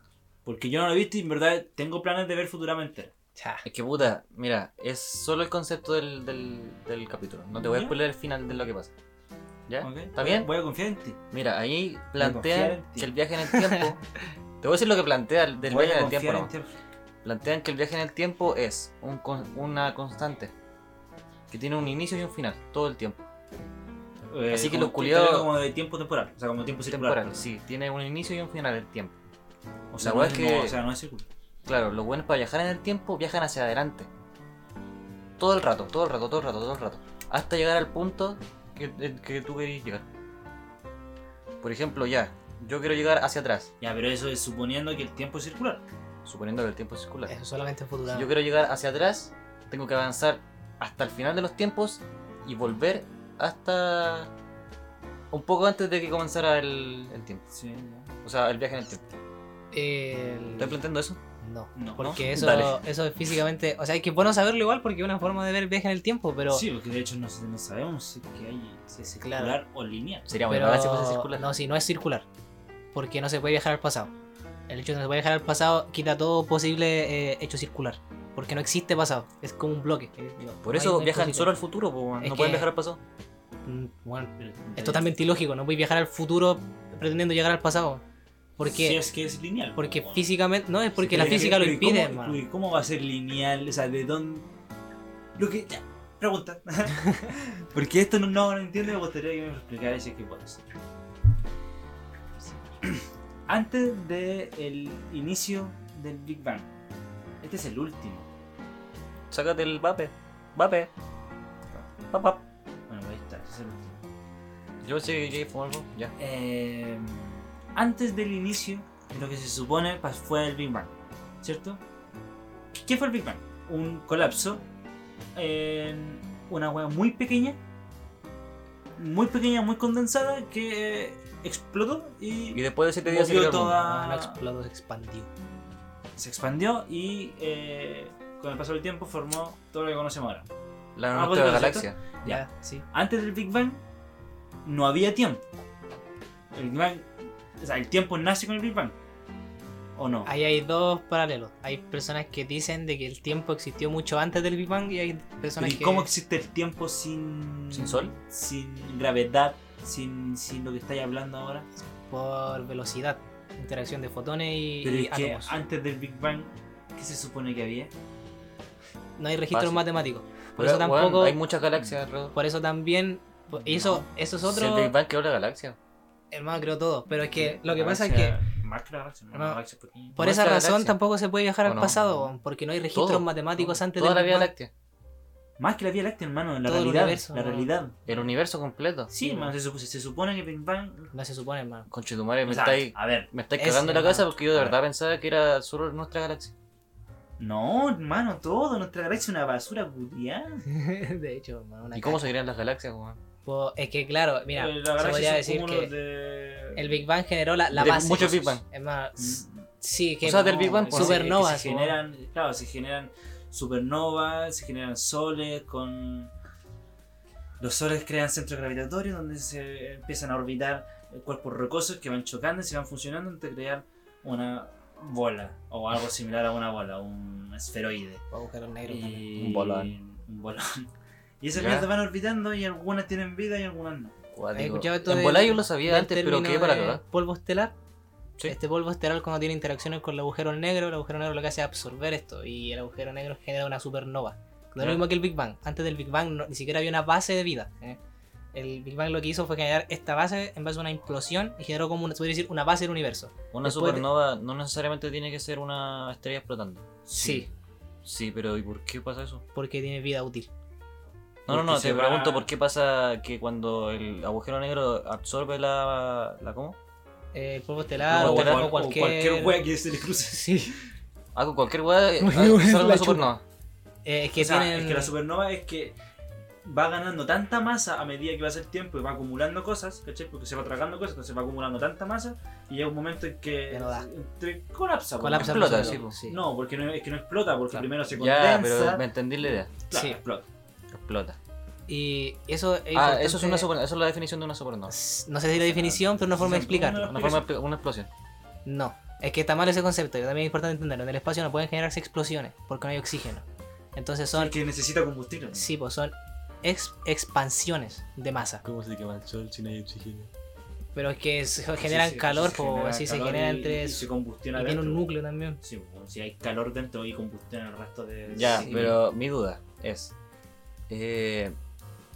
C: Porque yo no lo he visto y en verdad tengo planes de ver Futurama entero.
D: Cha.
B: Es que puta, mira, es solo el concepto del, del, del capítulo. No te voy a
C: Ya.
B: spoiler el final de lo que pasa. ¿Ya?
C: ¿ok?
B: ¿Está bien?
C: Voy a confiar en ti.
B: Mira, ahí
C: confiar en
B: plantean
C: ti.
B: que el viaje en el tiempo. *laughs* te voy a decir lo que plantea el- del
C: Voy
B: viaje
C: a
B: en el tiempo.
C: confiar
B: nomás. Plantean que el viaje en el tiempo es un con- una constante. que tiene un inicio y un final, todo el tiempo.
C: Eh,
B: Así que
C: como
B: los
C: te-
B: culiados-
C: Como de tiempo temporal. O sea, como tiempo circular.
B: Temporal, sí, tiene un inicio y un final el tiempo.
C: O sea,
B: La
C: no
B: weá es
C: es
B: que-
C: no, o sea, no es circular.
B: Claro, los buenos para viajar en el tiempo viajan hacia adelante. Todo el rato, todo el rato, todo el rato, todo el rato. Hasta llegar al punto que, en que tú querías llegar. Por ejemplo, ya, yo quiero llegar hacia atrás,
C: Ya, pero eso es suponiendo que el tiempo es circular.
B: suponiendo que el tiempo circula.
D: Eso solamente es
B: Si
D: futurado.
B: yo quiero llegar hacia atrás, tengo que avanzar hasta el final de los tiempos y volver hasta un poco antes de que comenzara el, el tiempo.
C: Sí, ya.
B: O sea, el viaje en el tiempo.
D: El-
B: ¿Estoy planteando eso?
D: No.
C: No.
D: Porque
B: ¿no?
D: eso,
B: Dale.
D: eso es físicamente. O sea, es que es bueno saberlo igual porque es una forma de ver el viaje en el tiempo, pero.
C: Sí, porque de hecho no, se- no sabemos si es que hay si es circular
D: Claro.
C: o lineal.
B: Sería muy
D: pero-
B: bacán si fuese circular.
D: No, sí, no es circular. Porque no se puede viajar al pasado. El hecho de que no se puede viajar al pasado quita todo posible eh, hecho circular. Porque no existe pasado. Es como un bloque.
B: Por
D: No hay-
B: eso
D: no hay
B: viajan
D: posible.
B: solo al futuro, po, weón.
D: Es
B: no
D: que-
B: pueden viajar al pasado.
D: Mm, Bueno,
C: Pero-
D: es totalmente ilógico. No voy a viajar al futuro pretendiendo llegar al pasado. Porque,
C: Si es que es lineal.
D: porque
C: bueno.
D: físicamente. No, es porque
C: Sí,
D: la
C: pero es que-
D: física lo
C: pero ¿y
D: impide,
C: cómo-
D: hermano.
C: ¿y ¿Cómo va a ser lineal? O sea, ¿de dónde...? Lo que... Ya,
D: *laughs*
C: pregunta. porque esto no, no lo entiendo y me gustaría que me explicara si es que puedes. *clears throat* Antes del inicio del Big Bang. Este es el último.
B: Sácate el vape. Vape. Pap, pap.
C: Bueno, ahí está, este es el último.
B: Yo sé que fumar algo. Ya.
C: eh, antes del inicio de lo que se supone pas- fue el Big Bang, ¿cierto? ¿Qué fue el Big Bang? Un colapso en una hueá muy pequeña, muy pequeña, muy condensada, que eh, explotó
B: Y
C: y
B: después de 7 días se crea
C: movió
B: el mundo.
C: toda...
D: Ah, No, no explotó, se expandió.
C: Se expandió y eh, con el paso del tiempo formó todo lo que conocemos ahora.
B: La
C: Ah,
D: pues,
B: nuestra
C: bueno,
B: galaxia.
C: Ya.
D: Ya, sí.
C: antes del Big Bang no había tiempo. El, Big Bang- o sea, el tiempo nace con el Big Bang. ¿O no?
D: Ahí hay dos paralelos. Hay personas que dicen de que el tiempo existió mucho antes del Big Bang y hay personas
C: ¿Y
D: que...
C: cómo existe el tiempo sin.
B: ¿Sin sol?
C: Sin gravedad, sin, sin lo que estáis hablando ahora.
D: por velocidad, interacción de fotones y,
C: Pero
D: y
C: es que
D: átomos.
C: antes del Big Bang, ¿qué se supone que había?
D: No hay registros
B: Fácil.
D: matemáticos. Por
B: Pero,
D: eso
B: weón,
D: tampoco.
B: hay muchas galaxias alrededor.
D: Por eso también. por- y eso, eso es
B: Si el Big
D: Pues otro.
B: Bang creó la galaxia.
D: Hermano, creo todo. Pero es que lo que pasa es que.
C: Galaxia- Más que la galaxia, no,
D: Hermano,
C: galaxia pequeña.
D: Por
B: nuestra
D: esa razón
B: galaxia.
D: tampoco se puede viajar
B: ¿O
D: al
B: no?
D: pasado, weón, porque no hay registros
B: Todo.
D: matemáticos antes
B: Toda
D: del
B: la
D: Big
B: Vía
D: Bang.
B: Láctea.
C: Más que la Vía Láctea, hermano, la
D: Todo el
C: realidad.
D: universo,
C: la
D: ¿no?
C: realidad.
B: El universo completo.
C: Sí, hermano, se, supo- se supone que el Big Bang.
D: No se supone,
C: *laughs*
D: hermano.
B: Conche tu madre,
C: o
B: me
C: sea,
B: estáis.
C: a ver,
B: Me estáis
D: Ese,
B: cagando la casa
D: hermano.
B: porque yo de verdad pensaba que era solo nuestra galaxia.
C: No, hermano, todo. Nuestra galaxia es una basura culiada.
D: de hecho, hermano. una
B: ¿Y cómo
D: caca.
B: se crean las galaxias, weón?
D: Po- Es que, claro, mira,
C: Eh,
D: se podría decir que
C: de...
D: el Big Bang generó la, la
B: De
D: base.
B: muchos Big Bang.
D: Hermano,
C: Mm,
D: sí, que. eh,
B: O sea, del Big Bang, pues,
D: Supernovas.
C: que se generan, claro, se generan supernovas, se generan soles con... Los soles crean centros gravitatorios donde se empiezan a orbitar cuerpos rocosos que van chocando y se van funcionando hasta crear una bola o algo similar a una bola, un esferoide.
D: po. Voy a buscar un negro también.
C: Y-
B: Un bolón.
C: Un bolón. *laughs* Y esas
B: Ya.
C: mierdas van orbitando y algunas tienen vida y algunas no.
D: ¿Has escuchado esto
B: ah, en
D: de-
B: volá yo lo sabía
D: del
B: antes, pero
D: término
B: quedé para
D: de
B: cagar.
D: Polvo estelar.
B: Sí.
D: Este polvo estelar cuando tiene interacciones con el agujero negro, el agujero negro lo que hace es absorber esto y el agujero negro genera una supernova. No es
B: Ya.
D: lo mismo que el Big Bang. Antes del Big Bang no- ni siquiera había una base de vida. ¿eh? El Big Bang lo que hizo fue generar esta base en base a una implosión y generó como una, se podría decir, una base del universo.
B: Una
D: Después de-
B: supernova no necesariamente tiene que ser una estrella explotando.
D: Sí,
B: Sí, pero ¿y por qué pasa eso?
D: porque tiene vida útil.
B: No, no,
C: Porque
B: no,
C: se
B: te
C: va-
B: pregunto por qué pasa que cuando el agujero negro absorbe la. la ¿Cómo?
D: Eh, El polvo estelar
B: O
D: o,
B: cual-
D: o
B: o
D: cualquier...
C: wea que se le cruce.
D: Sí.
B: Ah, con cualquier
D: *laughs*
B: weá eh,
D: Muy
B: sale
D: buena
B: una
D: la
B: supernova.
D: Eh, es que
C: O sea,
D: tienen...
C: es que la supernova es que va ganando tanta masa a medida que va a ser tiempo y va acumulando cosas, ¿cachai? Porque se va tragando cosas, entonces va acumulando tanta masa y llega un momento en que
D: Ya no da.
C: entre- colapsa. pues,
D: colapsa
B: explota,
D: por
B: sí,
D: completo. sí.
C: No, porque no, es que no explota, porque
B: Claro.
C: primero se condensa.
B: Ya, pero me entendí la idea.
C: claro,
D: Sí.
C: explota.
B: Explota.
D: Y eso es
B: ah, eso es, una
D: importante-
B: supernova, eso es la definición de una supernova.
D: No sé si la definición, pero una forma de explicarlo.
B: Una, forma, una explosión.
D: No, es que está mal ese concepto, y también es importante entenderlo. En el espacio no pueden generarse explosiones porque no hay oxígeno. Entonces son,
C: Porque necesita combustible.
D: sí, pues son ex- expansiones de masa.
B: ¿Cómo se quema el sol si no hay oxígeno?
D: Pero es que se
C: Así
D: generan
C: se-
D: calor,
C: se
D: pues así se
C: calor
D: genera
C: y-
D: entre.
C: y
D: Y,
C: se combustiona
D: tiene un
C: dentro.
D: núcleo también.
C: Sí, pues, si hay calor dentro y combustión el resto de.
B: Ya,
C: sí.
B: pero mi duda es: eh,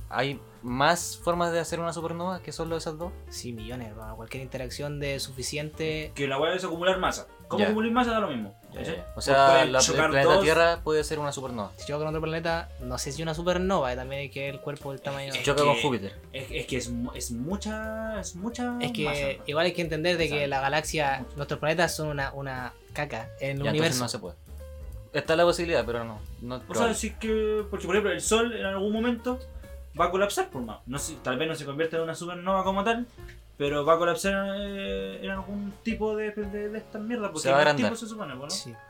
B: hay más formas de hacer una supernova que solo esas dos.
D: Sí, millones, hermano. Cualquier interacción de suficiente.
C: Que la weá es acumular masa. ¿Cómo
B: Ya.
C: acumular masa da lo mismo? ¿cachai?
B: Eh, o
C: Pues
B: sea,
C: pueden
B: la, el
C: chocar
B: planeta
C: dos.
B: Tierra puede ser una supernova.
D: Si choca con otro planeta, no sé si una supernova, eh, también hay que ver el cuerpo del tamaño.
C: Es
B: Choca con
C: que-
B: Júpiter.
C: Es, es que es, mu- es mucha. Es mucha.
D: Es que
C: masa.
D: igual hay que entender de que
C: Exacto.
D: la galaxia, nuestros planetas son una, una caca en el
B: Ya, entonces
D: universo.
B: no se puede. Está la posibilidad, pero no. no es
C: O sea,
B: probable.
C: sí que. Porque, por ejemplo, el sol en algún momento va a colapsar, por más. No sé, tal vez no se convierta en una supernova como tal, pero va a colapsar eh, en algún tipo de, de, de estas mierdas. Porque
B: Se va a
C: hay más
B: agrandar.
C: tipos, se supone, ¿no?
D: Sí. Ah,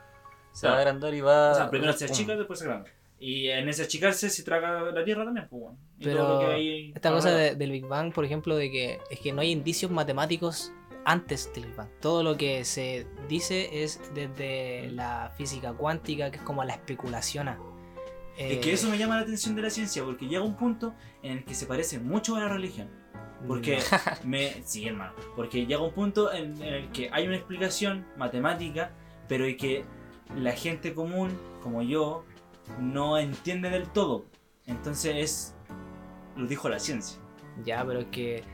B: se va a agrandar y va.
C: Ah. O sea, primero se
B: um,
C: achica, después se agranda. Y en ese achicarse se traga la tierra también, pues, bueno. Y
D: Pero
C: todo lo que hay.
D: Esta cosa
C: alrededor.
D: de- del Big Bang, por ejemplo, de que es que no hay indicios matemáticos antes del Big Bang. Todo lo que se dice es desde la física cuántica, que es como la especulación. a.
C: Es
D: eh,
C: que eso me llama la atención de la ciencia, porque llega un punto en el que se parece mucho a la religión. Porque
D: Mm. *laughs*
C: me. Sí, hermano. Porque llega un punto en, en el que hay una explicación matemática, pero y que la gente común, como yo, no entiende del todo. Entonces es. Lo dijo la ciencia.
D: Ya, pero es que.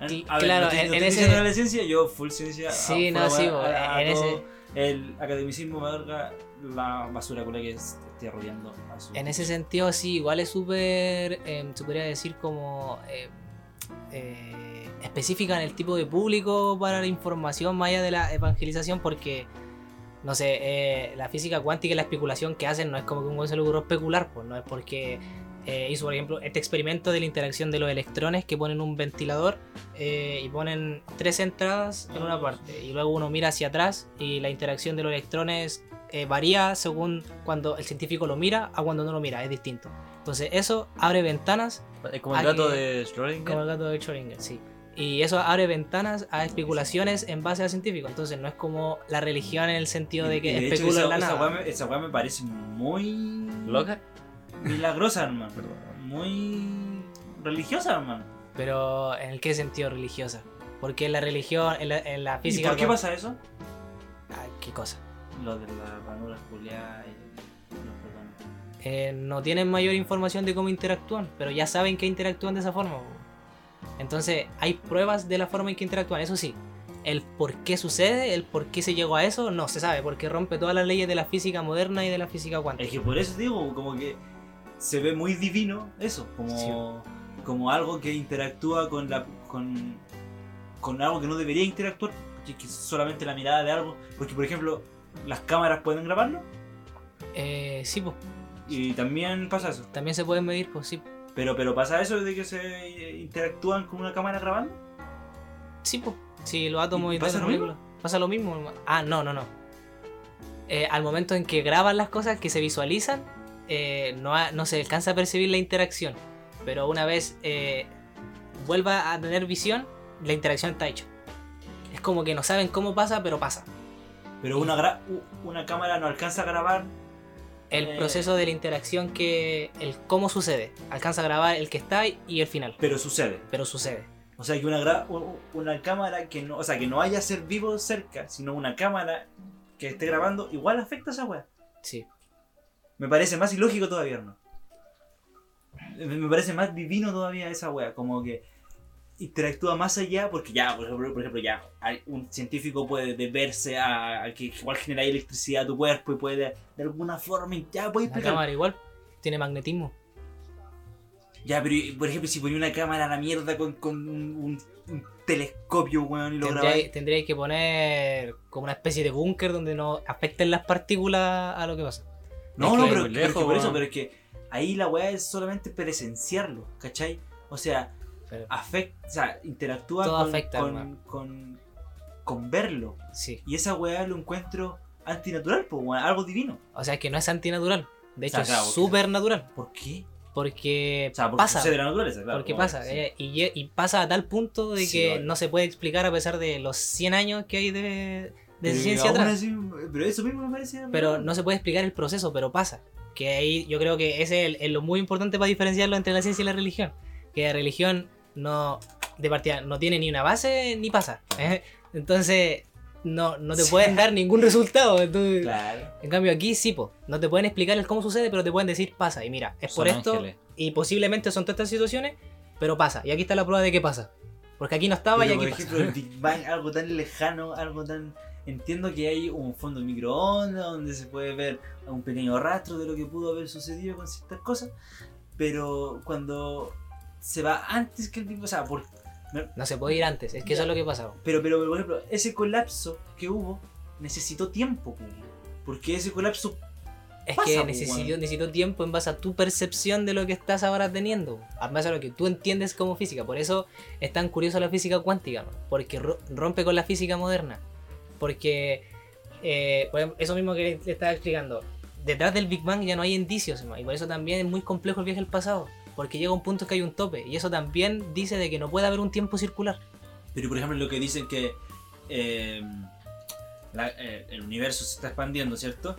C: En-
D: Claro,
C: ¿Eh? no estoy-
D: en-
C: no
D: en
C: estoy
D: ese-
C: diciendo la ciencia, yo full ciencia.
D: Sí,
C: a-
D: no,
C: full
D: sí,
C: a-
D: bo,
C: a- a
D: en
C: todo.
D: ese-
C: El academicismo verga la basura con la que es- estoy rodeando. a su-
D: En ese sentido, sí, igual es súper, eh, se podría decir como eh, eh, específica en el tipo de público para la información más allá de la evangelización, porque, no sé, eh, la física cuántica y la especulación que hacen no es como que un buen se le ocurrió especular, pues no es porque eh, hizo, por ejemplo, este experimento de la interacción de los electrones que ponen un ventilador eh, y ponen tres entradas en una parte y luego uno mira hacia atrás y la interacción de los electrones eh, varía según cuando el científico lo mira a cuando no lo mira, es distinto. Entonces eso abre ventanas,
B: Es como el
D: Ah,
B: gato
D: que-
B: de
D: como
B: Schrödinger.
D: el gato de Schrödinger, sí. Y eso abre ventanas a especulaciones en base a científico. Entonces no es como la religión en el sentido de
C: Y
D: que
C: hecho,
D: especula en la
C: esa, esa
D: nada.
C: weá me- esa weá me parece muy.
B: ¿Loca?
C: Milagrosa, hermano.
B: Perdón.
C: Muy. religiosa, hermano.
D: Pero ¿en qué sentido religiosa? Porque en la religión, en la, en la
C: ¿Y
D: física...
C: por qué
D: con-
C: pasa eso?
D: Ah, ¿Qué cosa?
C: Lo de la ranura culiada y los perdones.
D: eh, no tienen mayor información de cómo interactúan, pero ya saben que interactúan de esa forma. po. Entonces, hay pruebas de la forma en que interactúan, eso sí. El por qué sucede, el por qué se llegó a eso, no se sabe, porque rompe todas las leyes de la física moderna y de la física
C: Es
D: cuántica.
C: que por eso digo, como que se ve muy divino eso, como, como algo que interactúa con la con, con algo que no debería interactuar, que que es solamente la mirada de algo, porque por ejemplo, las cámaras pueden grabarlo
D: Eh, sí, pues,
C: y también pasa eso.
D: también se pueden medir, pues sí.
C: Pero pero pasa eso de que se eh, interactúan con una cámara grabando?
D: Sí, pues. Sí, los átomos
C: ¿Y pasa
D: las
C: lo mismo?
D: moléculas. Pasa lo mismo. hermano. Ah, no, no, no. Eh, al momento en que graban las cosas, que se visualizan, eh, no, ha- no se alcanza a percibir la interacción. Pero una vez eh, vuelva a tener visión, la interacción está hecha. Es como que no saben cómo pasa, pero pasa.
C: Pero una gra- u- una cámara no alcanza a grabar
D: El
C: Eh.
D: proceso de la interacción que. el cómo sucede. Alcanza a grabar el que está y el final.
C: pero sucede.
D: Pero sucede.
C: O sea, que una, gra- u- u- una cámara que no, o sea, que no haya ser vivo cerca, sino una cámara que esté grabando, igual afecta a esa weá.
D: Sí.
C: Me parece más ilógico todavía, ¿no? Me me parece más divino todavía esa weá, como que interactúa más allá, porque ya, por ejemplo, por ejemplo ya, hay- un científico puede deberse a, a que igual genera electricidad a tu cuerpo y puede de alguna forma, ya puede
D: La
C: explicar.
D: cámara igual tiene magnetismo.
C: Ya, pero y, por ejemplo, si ponía una cámara a la mierda con, con un, un- un telescopio, weón, y lo grabas.
D: Tendría, tendría que poner como una especie de búnker donde no afecten las partículas a lo que pasa.
C: No,
B: Es
C: no,
B: que
C: pero,
B: muy
C: pero es que
B: lejos,
C: por eso,
B: weón.
C: pero es que ahí la weá es solamente presenciarlo, ¿cachai? O sea,
D: Pero-
C: afecta, o sea, interactúa
D: Todo
C: con,
D: afecta,
C: con,
D: hermano.
C: con, con verlo.
D: Sí.
C: Y esa weá lo encuentro antinatural, pues, weón, algo divino.
D: O sea que no es antinatural. De hecho,
C: O sea,
D: es
C: claro,
D: súper natural.
C: ¿Por qué?
D: Porque,
C: O sea, porque
D: pasa.
C: sucede de la naturaleza, claro.
D: porque
C: weón,
D: pasa.
C: sí.
D: eh, y, lle- y pasa a tal punto de
C: Sí,
D: que
C: obvio.
D: no se puede explicar a pesar de los 100 años que hay de, de
C: Pero
D: ciencia
C: aún
D: atrás.
C: así, pero eso mismo me parece.
D: Pero
C: raro.
D: no se puede explicar el proceso, pero pasa. Que ahí yo creo que ese es, el- es lo muy importante para diferenciarlo entre la ciencia y la religión. Que la religión no, de partida, no tiene ni una base ni pasa. ¿eh? Entonces, no, no te pueden dar ningún resultado. entonces-
C: Claro.
D: En cambio aquí sí, po. no te pueden explicar el cómo sucede, pero te pueden decir pasa. Y mira, es
B: Son
D: por esto
B: ángeles.
D: y posiblemente son todas estas situaciones, pero pasa. Y aquí está la prueba de que pasa. Porque aquí no estaba y
C: Pero,
D: aquí
C: por
D: pasa.
C: ejemplo, el Big Bang, algo tan lejano, algo tan. Entiendo que hay un fondo de microondas donde se puede ver un pequeño rastro de lo que pudo haber sucedido con ciertas cosas, pero cuando se va antes que el Big Bang, o sea, por-
D: No se puede ir antes, es que eso es lo que pasa. po.
C: pero, pero, por ejemplo, ese colapso que hubo necesitó tiempo, po, porque ese colapso
D: Es
C: Pasa,
D: que
C: po,
D: necesito,
C: weón.
D: necesito tiempo en base a tu percepción de lo que estás ahora teniendo, en base a lo que tú entiendes como física. Por eso es tan curiosa la física cuántica, ¿no? porque ro- rompe con la física moderna. Porque eh, por ejemplo, eso mismo que le estaba explicando, detrás del Big Bang ya no hay indicios, ¿no? y por eso también es muy complejo el viaje al pasado, porque llega un punto que hay un tope, y eso también dice de que no puede haber un tiempo circular.
C: Pero por ejemplo lo que dicen que eh, la- eh, el universo se está expandiendo, ¿cierto?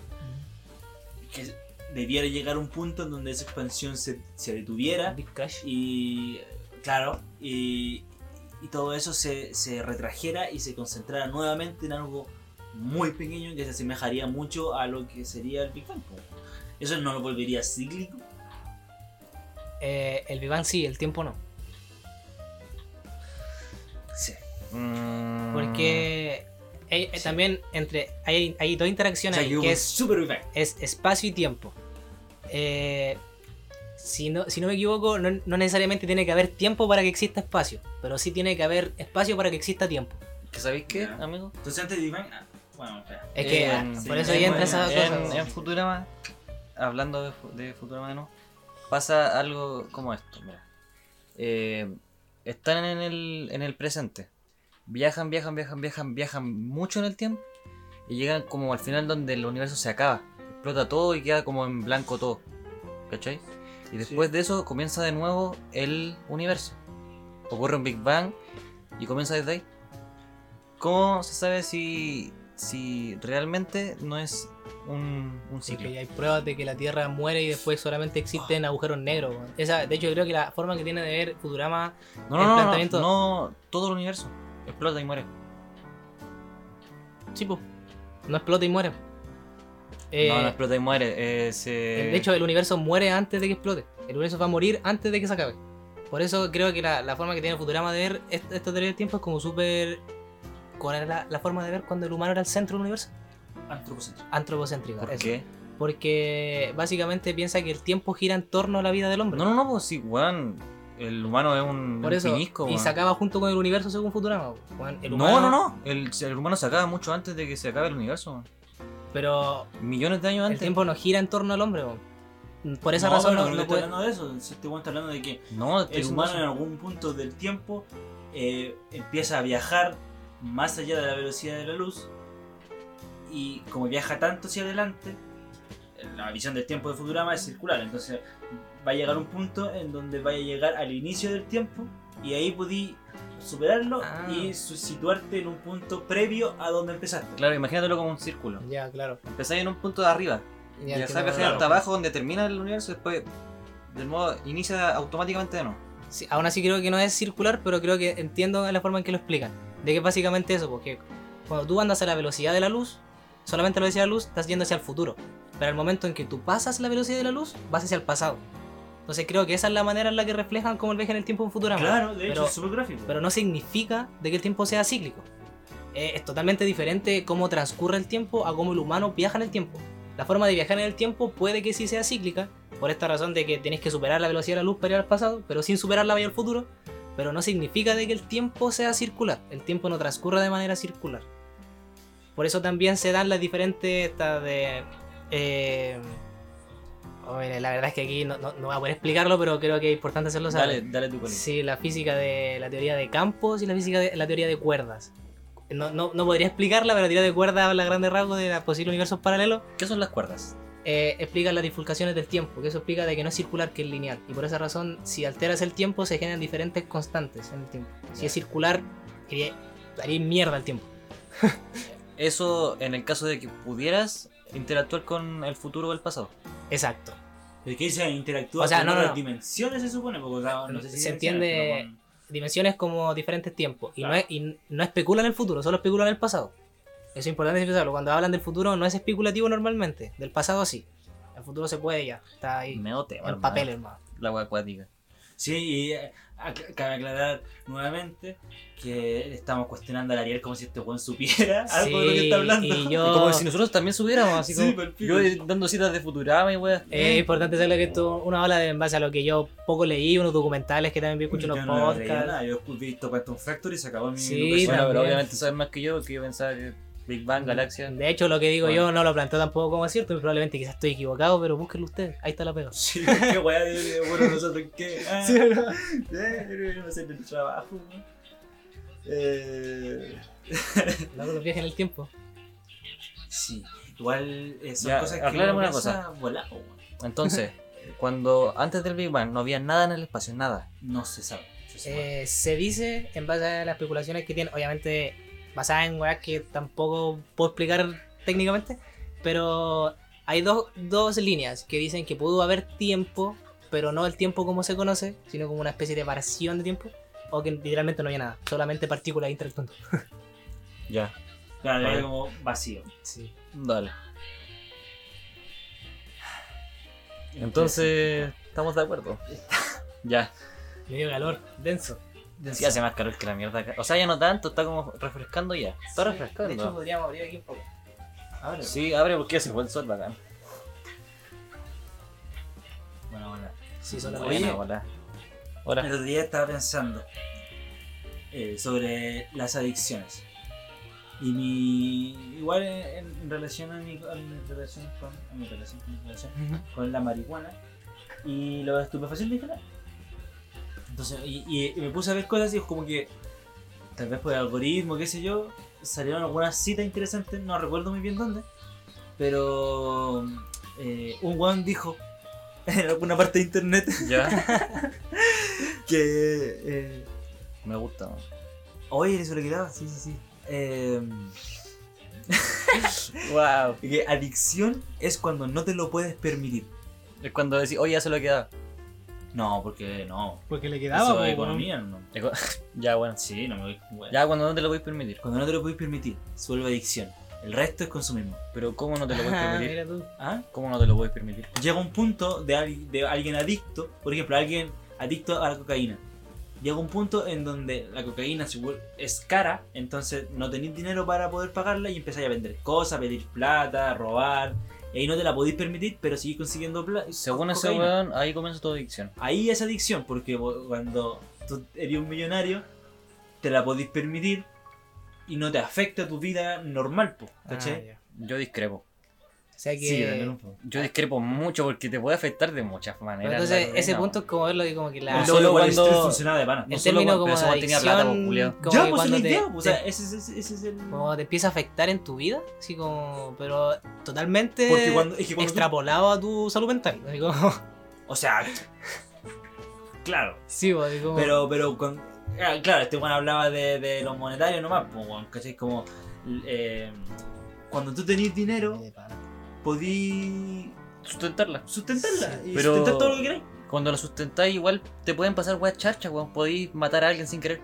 C: Que debiera llegar un punto en donde esa expansión se, se detuviera
D: Big Crash.
C: y, claro, y, y todo eso se, se retrajera y se concentrara nuevamente en algo muy pequeño que se asemejaría mucho a lo que sería el Big Bang. po. Eso no lo volvería cíclico.
D: Eh, el Big Bang sí, el tiempo no.
C: Sí.
B: Mm,
D: Porque hay- hay también entre hay, hay dos
C: Mm. O
D: interacciones
C: sea,
D: ahí,
C: que hubo
D: que
C: un
D: es,
C: super Big Bang.
D: es espacio y tiempo. Eh, si, no, si no me equivoco, no, no necesariamente tiene que haber tiempo para que exista espacio, pero sí tiene que haber espacio para que exista tiempo.
B: ¿Que ¿Sabéis qué,
C: Ya.
B: amigo?
C: Entonces antes de Big Bang... ah, bueno, espera.
D: Es que
B: Eh,
D: ah,
B: sí,
D: por eso
C: es
D: ya entra
C: muy-
D: esa
C: es-
D: cosa.
B: En,
D: ¿no?
B: en Futurama, hablando de, fu- de Futurama de nuevo, pasa algo como esto, mira. Eh, están en el, en el presente. Viajan, viajan, viajan, viajan, viajan mucho en el tiempo. Y llegan como al final donde el universo se acaba. Explota todo y queda como en blanco todo. ¿Cachai? Y después de eso comienza de nuevo el universo. Ocurre un Big Bang y comienza desde ahí. ¿Cómo se sabe si, si realmente no es un, un ciclo?
D: Porque pues, hay pruebas de que la Tierra muere y después solamente existen
B: Oh.
D: agujeros negros. weón. Esa, de hecho, creo que la forma que tiene de ver Futurama
B: No, no,
D: El
B: no, no,
D: planteamiento-
B: no, todo el universo explota y muere.
D: Sí, po. No explota y muere. Eh,
B: no, no explota y muere. eh, se-
D: De hecho, el universo muere antes de que explote. El universo va a morir antes de que se acabe. Por eso creo que la, la forma que tiene Futurama de ver est- esta teoría del tiempo es como súper. ¿Cuál era la, la forma de ver cuando el humano era el centro del universo?
C: Antropocentrismo.
D: Antropocéntrica.
B: ¿Por
D: eso.
B: qué?
D: Porque básicamente piensa que el tiempo gira en torno a la vida del hombre.
B: No, no, no, pues sí, weón. El humano es un,
D: Por
B: un
D: eso.
B: pinisco,
D: y
B: weón.
D: se acaba junto con el universo según Futurama. weón. El
B: No,
D: humano-
B: no, no. El, el humano se acaba mucho antes de que se acabe el universo, weón.
D: Pero
B: Millones de años
D: el
B: antes.
D: tiempo no gira en torno al hombre. weón. Por esa
C: No,
D: razón
C: pero
D: no,
C: no,
D: no
C: está
D: puede-
C: hablando de eso. Si este weón está hablando de que
B: No, estoy
C: el humano en
B: seguro.
C: algún punto del tiempo eh, empieza a viajar más allá de la velocidad de la luz y como viaja tanto hacia adelante, la visión del tiempo de Futurama es circular, entonces va a llegar un punto en donde vaya a llegar al inicio del tiempo y ahí pudí superarlo
D: Ah.
C: y su- situarte en un punto previo a donde empezaste.
B: Claro, imagínatelo como un círculo.
D: Ya, claro.
B: Empezáis en un punto de arriba. Y ya
D: Ya, entiendo,
B: sabes viajar
D: claro.
B: hasta abajo donde termina el universo, después del modo inicia automáticamente de nuevo.
D: Sí, aún así creo que no es circular, pero creo que entiendo la forma en que lo explican. De que es básicamente eso, porque cuando tú andas a la velocidad de la luz, solamente a la velocidad de la luz, estás yendo hacia el futuro. Pero al momento en que tú pasas la velocidad de la luz, vas hacia el pasado. Entonces creo que esa es la manera en la que reflejan cómo el viaje en el tiempo en Futurama.
C: Claro, de hecho
D: Pero-
C: es súper gráfico.
D: Pero no significa de que el tiempo sea cíclico. Eh, es totalmente diferente cómo transcurre el tiempo a cómo el humano viaja en el tiempo. La forma de viajar en el tiempo puede que sí sea cíclica, por esta razón de que tenés que superar la velocidad de la luz para ir al pasado, pero sin superarla vaya al futuro. Pero no significa de que el tiempo sea circular. El tiempo no transcurre de manera circular. Por eso también se dan las diferentes estas de. eh, oh, mira, la verdad es que aquí no, no, no voy a poder explicarlo, pero creo que es importante hacerlo saber.
B: Dale, dale tu colina.
D: Sí, la física de la teoría de campos y la física de la teoría de cuerdas. No, no, no podría explicarla, pero la teoría de cuerdas habla a grandes rasgos de los posibles universos paralelos.
B: ¿Qué son las cuerdas?
D: eh, explica las bifurcaciones del tiempo, que eso explica de que no es circular, que es lineal. Y por esa razón, si alteras el tiempo, se generan diferentes constantes en el tiempo. Si es circular, quería- daría mierda al tiempo.
B: Eso en el caso de que pudieras interactuar con el futuro o el pasado.
D: Exacto.
C: Es que se interactúa
D: O sea,
C: con
D: no, no,
C: otras
D: no.
C: dimensiones se supone, porque o sea, no sé si
D: Se
C: dimensiones,
D: entiende-
C: pero con-
D: Dimensiones como diferentes tiempos. Y,
C: Claro.
D: no, es- y no especulan el futuro, solo especulan el pasado. es importante expresarlo. Cuando hablan del futuro no es especulativo normalmente. Del pasado sí. El futuro se puede ya. Está ahí.
C: Mm,
B: Medio tema,
D: en
B: hermano.
D: papel, hermano.
B: La agua acuática.
C: Sí, y eh, ac- cabe aclarar nuevamente que estamos cuestionando a Ariel como si este weón supiera *laughs* algo de lo que está hablando.
D: Y
C: *laughs*
B: Es Como
D: yo...
B: si nosotros también subiéramos, así
C: Sí,
B: como.
C: perfil.
B: Yo eh, dando citas de Futurama y weas.
D: Es importante saber que esto una ola de en base a lo que yo poco leí, unos documentales que también vi, escuché
C: Yo
D: unos
C: no leía
D: podcasts.
C: nada, yo he visto Quantum Factory y se acabó mi
D: Sí,
B: Bueno,
C: educación.
B: pero
D: también. Mm.
B: obviamente sabes más que yo, porque yo pensaba que Big Bang, Galaxia.
D: De hecho, lo que digo
B: Bueno.
D: yo no lo planteo tampoco como cierto, y probablemente quizás estoy equivocado, pero búsquenlo ustedes. Ahí está la pega.
C: Sí, qué weá de- de- bueno nosotros
D: *laughs*
C: qué. Ah, sí, deberíamos hacer el trabajo. ¿no? Eh,
D: Luego los viajes en el tiempo.
C: sí, igual eh, son
B: Ya,
C: cosas que
B: aclárame
C: uno
B: una
C: piensa volado, weón.
B: Entonces, cuando antes del Big Bang no había nada en el espacio, nada.
C: no se sabe. se sabe.
D: Eh, se dice, en base a las especulaciones que tienen, obviamente basadas en weas que tampoco puedo explicar técnicamente, pero hay dos, dos líneas que dicen que pudo haber tiempo, pero no el tiempo como se conoce, sino como una especie de variación de tiempo, o que literalmente no había nada, solamente partículas interactuando.
B: Ya.
C: claro,
B: vale.
C: era como vacío.
D: Sí.
B: Dale. Entonces, estamos de *laughs* acuerdo. Ya.
D: Me dio calor, denso.
B: Sí, hace más calor que la mierda acá. O sea, ya no tanto, está como refrescando ya. Está
D: De hecho,
B: refrescando.
D: podríamos abrir aquí un poco.
C: Ahora,
B: Sí, abre porque hace buen sol bacán.
C: bueno, bueno.
D: Sí, son las
B: Buena,
D: dos.
B: hola.
C: El
B: Hola.
C: otro día estaba pensando eh, sobre las adicciones. Y mi. Igual en, en relación a mi, a mi relación con. a mi relación con mi relación con la marihuana y los estupefacientes en general. Entonces, y, y- y me puse a ver cosas y es como que, tal vez por el algoritmo, qué sé yo, salieron algunas citas interesantes, no recuerdo muy bien dónde, pero eh, un weón dijo *laughs* en alguna parte de internet
B: Ya.
C: que, eh,
B: *laughs* Me gusta. man.
C: oye, eres quedaba sí, sí, sí. Em,
B: Wow.
C: que adicción es cuando no te lo puedes permitir.
B: Es cuando decís, oye, ya se lo he quedado.
C: No, porque no.
D: Porque le
C: Eso
D: po,
C: es
D: weón.
C: economía, no.
B: Ya, bueno.
C: Sí, no me voy. bueno.
B: Ya cuando no te lo voy a permitir.
C: Cuando no te lo podéis permitir, se vuelve adicción. El resto es consumismo.
B: Pero ¿cómo no te lo voy a
D: *laughs* Ah,
B: permitir?
D: mira tú.
C: ¿Ah?
B: ¿Cómo no te lo voy a permitir?
C: Llega un punto de, al- de alguien adicto, por ejemplo, alguien adicto a la cocaína. Llega un punto en donde la cocaína se vuel- es cara, entonces no tenéis dinero para poder pagarla y empezáis a vender cosas, a pedir plata, a robar. Y ahí no te la podéis permitir, pero seguís consiguiendo plata.
B: Según ese weón, ahí comienza tu adicción.
C: Ahí es adicción, porque vo- cuando tú eres un millonario, te la podéis permitir y no te afecta tu vida normal, po,
D: Ah,
C: ¿cachai?
D: ya.
B: Yo discrepo.
D: o sea que.
B: Yo discrepo mucho porque te puede afectar de muchas
D: Pero
B: maneras.
D: entonces,
B: la
D: ese
B: cadena,
D: punto es como verlo de como que la.
B: No
C: No
B: solo
C: solo
B: cuando-
C: funcionaba de pana.
B: no
D: el
B: solo
D: término
B: cuando-
D: como
B: pero
D: de
B: eso mantenía plata, po,
D: adicción,
B: culiao.
D: como
C: ya,
D: que
C: pues esa es la
D: cuando te,
C: idea, pues, o sea,
D: te-
C: ese, ese- ese- ese es el...
D: como te empieza a afectar en tu vida, así como, pero totalmente
C: Porque cuando, es que cuando tú-
D: extrapolado a tu salud mental. así como- *laughs*
C: O sea, claro,
D: sí, pues, así como-
C: pero, pero con- ah, claro, este Juan hablaba de, de los monetarios nomás, pues, weón, ¿cachai? Como, eh, cuando tú tenés dinero, podís
B: Sustentarla.
C: sustentarla y
B: Pero-
C: sustentar todo lo que queráis.
B: Cuando lo sustentáis, igual te pueden pasar weas charchas, weón. Podéis matar a alguien sin querer.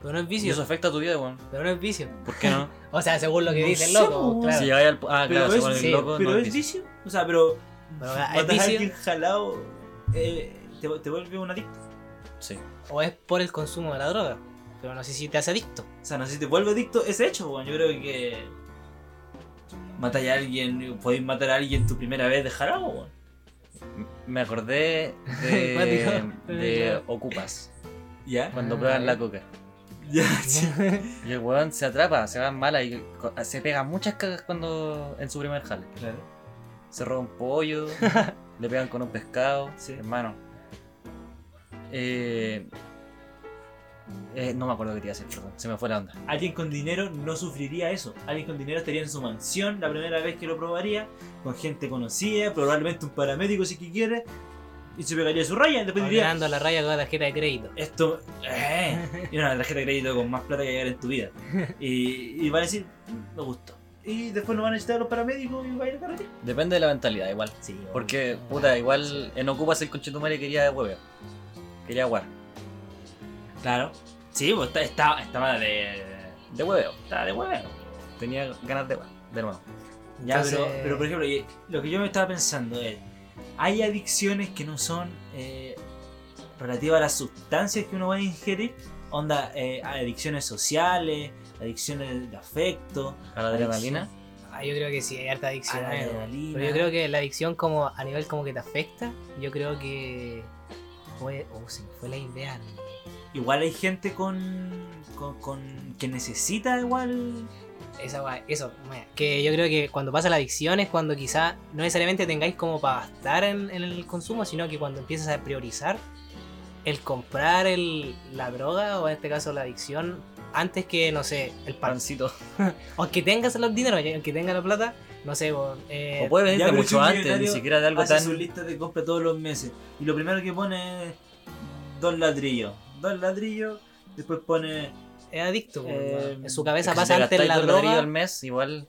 D: Pero no es
B: Y
D: vicio,
B: eso afecta a tu vida, weón.
D: pero no es vicio.
B: ¿Por qué no?
D: O sea, según lo que
C: No
D: dice el
C: sé,
D: loco, *laughs*
C: pues,
D: claro.
B: Si llegáis al. pu- Ah,
C: Pero
B: claro,
C: es-
B: según el
D: sí,
B: loco,
C: pero
B: no
C: es vicio, o sea, pero
D: Pero, ¿Es
C: matar a alguien
D: vicio
C: jalado eh, te, te vuelve un adicto.
B: Sí.
D: o es por el consumo de la droga? Pero no sé si te hace adicto.
C: O sea, no sé si te vuelve adicto ese hecho, weón. Yo creo que. Matáis a alguien, podéis matar a alguien tu primera vez de jarabo, weón.
B: M- Me acordé
C: *laughs*
B: de.
D: Cuático.
B: de Ocupas.
C: ¿Ya? *laughs*
B: Cuando
D: Ah,
B: prueban la
D: ya.
B: coca.
C: Ya, sí.
B: Y el weón se atrapa, se va en mala y co- se pega muchas cagas cuando. en su primer jale.
C: Claro.
B: se roba un
C: *laughs*
B: pollo, le pegan con un pescado,
C: Sí.
B: hermano. Eh, eh, no me acuerdo qué te iba a decir, perdón, se me fue la onda.
C: Alguien con dinero no sufriría eso. Alguien con dinero estaría en su mansión la primera vez que lo probaría, con gente conocida, probablemente un paramédico si que quiere, y se pegaría su raya. y Después diría:
D: Ordenando la raya con la tarjeta de crédito.
C: Esto. Eh, y una tarjeta de crédito con más plata que llegar en tu vida. Y, y va a decir: "Mm, Me gustó. Y después no van a necesitar los paramédicos y va a ir a carretera.
B: Depende de la mentalidad, igual.
C: Sí,
B: Porque, puta, igual en Ocupas el conchetumare quería hueveo. Quería guar.
C: Claro. Sí, pues está, está, está mala de.
B: de hueveo.
C: Estaba de hueveo.
B: Tenía ganas de hueveo, de nuevo.
C: Ya,
D: Entonces-
C: pero, pero, por ejemplo, y- lo que yo me estaba pensando es, hay adicciones que no son eh, relativas a las sustancias que uno va a ingerir, onda, eh, adicciones sociales, adicciones de afecto,
B: A la adrenalina.
D: Ah, yo creo que sí, hay harta
B: Ah,
D: adicción.
C: A la
D: eh.
C: adrenalina.
D: Pero yo creo que la adicción como a nivel como que te afecta, yo creo que fue, oh, se me fue la idea.
C: igual hay gente con, con, con- que necesita igual,
D: Esa guay, eso, mira, que yo creo que cuando pasa la adicción es cuando quizá no necesariamente tengáis como para gastar en, en el consumo, sino que cuando empiezas a priorizar el comprar el, la droga o en este caso la adicción antes que, no sé, el pan.
B: Pancito.
D: Aunque tengas los dineros, aunque tengas la plata, no sé, por, eh,
B: o puede
C: ya,
B: venirte
C: pero si
B: mucho
C: un
B: antes, ni
C: millonario
B: siquiera de algo
C: hace
B: tan.
C: su lista de compra todos los meses, y lo primero que pone es dos ladrillos, dos ladrillos, después pone...
D: es adicto. por,
C: Eh,
D: bueno. en su
B: Es que
D: cabeza
B: si
D: pasa
B: te
D: antes
B: gastáis
D: la
B: dos ladrillos
D: droga.
B: al mes,
C: *laughs*
B: igual.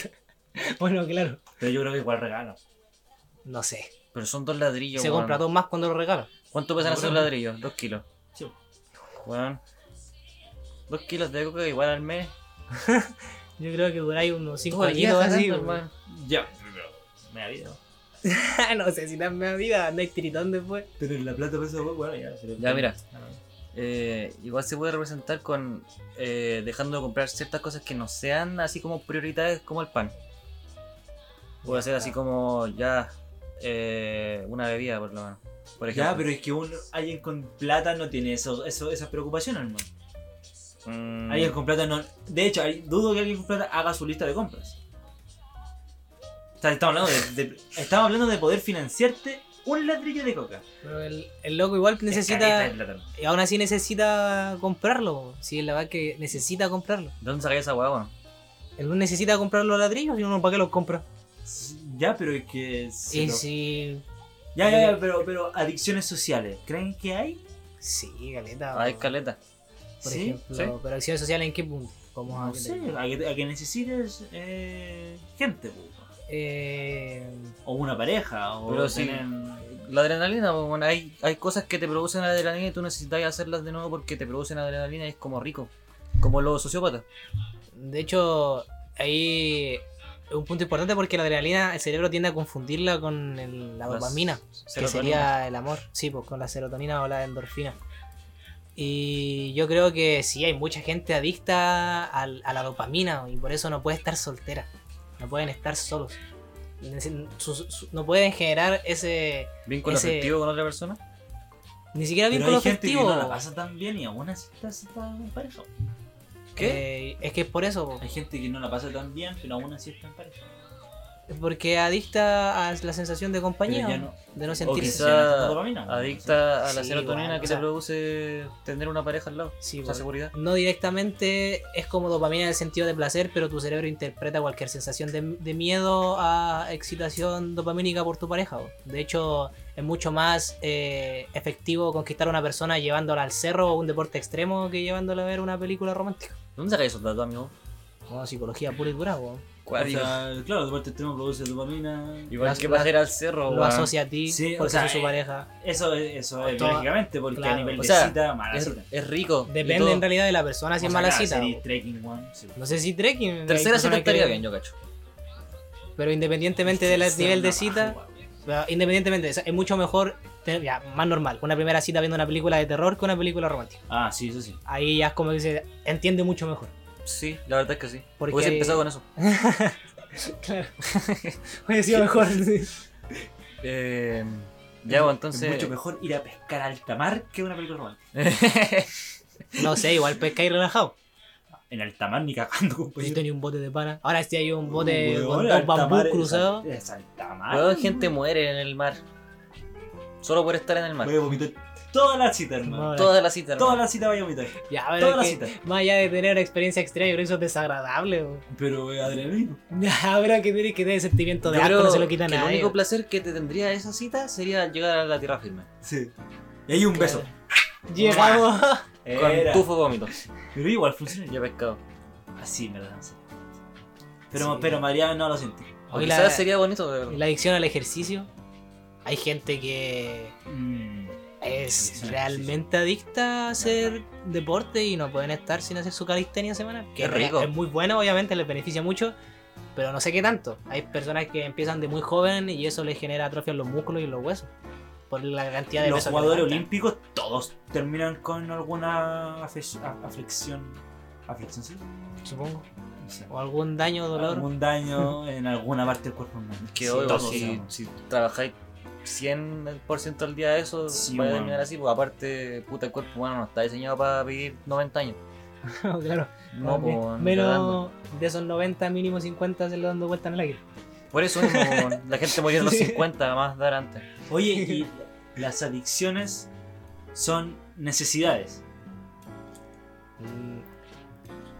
D: *laughs* Bueno, claro.
C: Pero yo creo que igual regalo.
D: No sé.
B: Pero son dos ladrillos,
D: se
B: weón.
D: compra dos más cuando lo regala.
B: ¿Cuánto pesan
C: Yo
B: esos
C: creo-
B: ladrillos? Dos kilos.
C: Sí.
B: Weón. Dos kilos de coca igual al mes.
D: Yo creo que duráis unos cinco
B: Todo el día
D: añitos así.
B: jalando,
D: weón.
B: hermano.
C: Ya, pero me ha habido.
D: *laughs* no sé si tan media vida, andáis tiritón después.
C: Pero en la plata pesa bueno, ya. pero-
B: Ya, mira.
C: Ah,
B: Eh, igual se puede representar con eh, dejando de comprar ciertas cosas que no sean así como prioridades como el pan. Puede ser así como ya eh, una bebida por lo menos. Por ejemplo.
C: Ya, pero es que un, alguien con plata no tiene eso, eso, esas preocupaciones, hermano.
B: Mm,
C: Alguien con plata no. De hecho, hay- dudo que alguien con plata haga su lista de compras. O sea, estamos hablando de, de- estamos hablando de poder financiarte un ladrillo de coca.
D: Pero el, el loco igual necesita. Y aún así necesita comprarlo. Si es la verdad que necesita comprarlo.
B: ¿De dónde sacáis esa guagua?
D: El uno necesita comprar los ladrillos y uno para qué los compra.
C: Ya, pero es que. se
D: y
C: lo-
D: si.
C: Ya, ya,
D: Eh,
C: ya, pero, pero adicciones sociales. ¿Creen que hay?
D: Sí,
C: Ah,
D: galeta.
B: Hay caleta.
D: por
C: Sí,
D: ejemplo.
B: sí.
D: Pero acciones sociales en qué punto? Como a-
C: No sé, a que, a que necesites eh, gente, pues.
D: Eh,
C: o una pareja o
B: Pero sí.
C: tienen...
B: La adrenalina, pues, bueno, hay, hay cosas que te producen adrenalina y tú necesitas hacerlas de nuevo porque te producen adrenalina y es como rico. Como los sociópatas.
D: de hecho, ahí. Es un punto importante porque la adrenalina, el cerebro tiende a confundirla con el- la
B: Las-
D: dopamina. que sería el amor, sí, pues con la serotonina o la endorfina. Y yo creo que sí, hay mucha gente adicta al- a la dopamina y por eso no puede estar soltera, no pueden estar solos. Nece- su- su- No pueden generar ese,
B: Vínculo
D: Ese-
B: afectivo con otra persona.
D: ni siquiera
C: Pero
D: vínculo
C: hay gente
D: afectivo.
C: que no la pasa tan bien y aún así está, está en pareja.
D: Eh, es que es por eso, po.
C: Hay gente que no la pasa tan bien, pero aún así está en pareja.
D: porque adicta a la sensación de compañía,
C: Pero ya no-
D: de no
C: O
D: sentirse.
B: quizá-
C: quizá dopamina,
B: Adicta a la
D: Sí,
B: serotonina
D: igual,
B: que
D: o sea-
B: te produce tener una pareja al lado.
D: Sí,
B: Esa
D: po.
B: seguridad.
D: no directamente es como dopamina en el sentido de placer, pero tu cerebro interpreta cualquier sensación de, de miedo a excitación dopamínica por tu pareja. bo. De hecho, es mucho más eh, efectivo conquistar a una persona llevándola al cerro o un deporte extremo que llevándola a ver una película romántica.
B: ¿Dónde sacáis esos datos, amigo?
D: No, psicología pura y dura, bo.
C: O sea, claro, el deporte extremo produce dopamina.
B: Igual
D: las-
B: que bajar al cerro,
D: lo
B: Oh, weón.
D: asocia a ti
C: Sí, o
D: porque
C: sea,
D: sos su
C: eh,
D: pareja.
C: Eso es, eso es
D: Toda-
C: biológicamente, porque
D: claro.
C: a nivel
B: O
C: de
B: sea,
C: cita, mala
B: Es,
C: cita.
B: es rico. y todo.
D: Depende en realidad de la persona si es
C: O sea,
D: mala
C: claro,
D: cita.
C: sería
D: bo.
C: trekking, weón, sí.
D: No sé si trekking. hay
B: Tercera cita
D: personas que-
B: estaría bien, yo cacho.
D: Pero independientemente del
C: Ser
D: nivel de
C: una
D: cita,
C: baja, weón.
D: Pero Independientemente, de eso, es mucho mejor, tener- ya, más normal, una primera cita viendo una película de terror que una película romántica.
C: Ah, sí, eso sí.
D: Ahí ya es como que se entiende mucho mejor.
B: Sí, la verdad es que sí.
D: Porque-
B: Hubiese empezado con eso.
D: *laughs* Claro. Hubiera sido mejor.
B: Eh, ya, bueno, entonces.
C: Es mucho mejor ir a pescar a alta mar que una película romántica.
B: *laughs*
D: No sé, igual pesca y relajado.
C: En alta mar ni cagando,
D: Pues yo
C: compañero.
D: tenía un bote de pana. Ahora sí hay un bote
C: Weón,
D: con
C: alta
D: dos bambús
C: mar es-
D: cruzados.
C: Es alta mar.
B: Weón, gente muere en el mar. Solo por estar en el mar.
C: Voy a vomitar toda la cita, hermano.
D: Madre.
B: Toda la cita, hermano.
C: Toda la cita voy a vomitar.
D: Ya,
C: Toda
D: pero
C: la
D: es
C: cita.
D: que, más allá de tener una experiencia extraña, yo creo que eso es desagradable. bo.
C: Pero eh, adrenalina.
D: *laughs* Ya, pero que tiene que tener sentimiento de
B: Yo
D: asco,
B: creo
D: no se lo quita
B: que el
D: nadie.
B: único placer que te tendría esa cita sería llegar a la tierra firme.
C: Sí. Y hay un beso.
D: Llegamos.
C: Era.
B: Con tufo vómito.
C: Pero igual funciona.
B: Ya pescado.
C: Así me lo dan. Pero,
D: Sí.
C: pero María no lo siente.
B: O
D: Y
B: quizás
D: *laughs* la-
B: sería bonito, de verdad.
D: La adicción al ejercicio. Hay gente que
C: Mm.
D: Hay es
C: Sí, sí,
D: realmente adicta a hacer deporte y no pueden estar sin hacer su calistenia semanal. Que
B: Qué rico.
D: Es muy bueno, obviamente, les beneficia mucho, pero no sé qué tanto. Hay personas que empiezan de muy joven y eso les genera atrofia en los músculos y en los huesos. Por la cantidad de
C: Los
D: peso que
C: jugadores
D: levantan.
C: olímpicos todos terminan con alguna afec- a- aflicción. ¿Aflicción sí?
D: Supongo.
C: No sé.
D: O algún daño o dolor. *laughs*
C: Algún daño en alguna parte del cuerpo humano.
B: Que
C: Sí,
B: obvio,
C: todos,
B: si,
C: digamos.
B: si trabajáis 100% al día de eso,
C: Sí,
B: vais a
C: weón.
B: terminar así. Pues aparte, puta, el cuerpo humano no está diseñado para vivir 90 años.
D: claro. Eh,
B: No, pues, weón, cagando.
D: menos de esos 90, mínimo 50 se lo dando vuelta en el aire.
B: Por eso
D: *laughs*
B: mismo, weón, la gente murió en los
D: Sí.
B: 50, más dar antes.
C: Oye, *laughs* y las adicciones son necesidades.
D: Mm,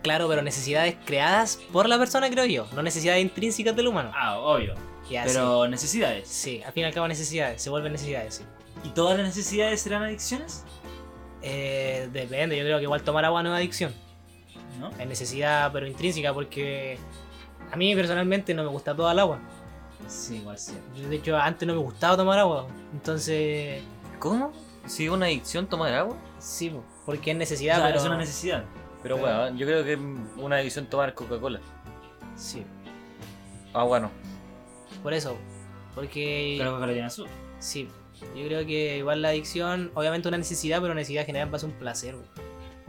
D: Claro, pero necesidades creadas por la persona, creo yo. No necesidades intrínsecas del humano.
C: Ah, obvio.
D: Ya,
C: Pero necesidades.
D: Sí, al fin y al cabo necesidades, se vuelven necesidades, sí.
C: ¿Y todas las necesidades serán adicciones?
D: Eh, depende, yo creo que igual tomar agua no es adicción,
C: ¿No?
D: es necesidad pero intrínseca porque a mí personalmente no me gusta toda el agua.
C: Sí, igual sí.
D: Yo, de hecho antes no me gustaba tomar agua, entonces
B: ¿Cómo? Si una adicción tomar agua.
D: sí, po, porque es necesidad,
C: Claro,
D: pero
C: es una necesidad.
B: Pero
D: Claro.
B: bueno, yo creo que es una adicción tomar Coca-Cola. Ah,
D: sí,
B: Agua no.
D: por eso, porque
C: Claro que lo tiene azul.
D: sí, yo creo que igual la adicción, obviamente una necesidad, pero necesidad general pasa un placer, po.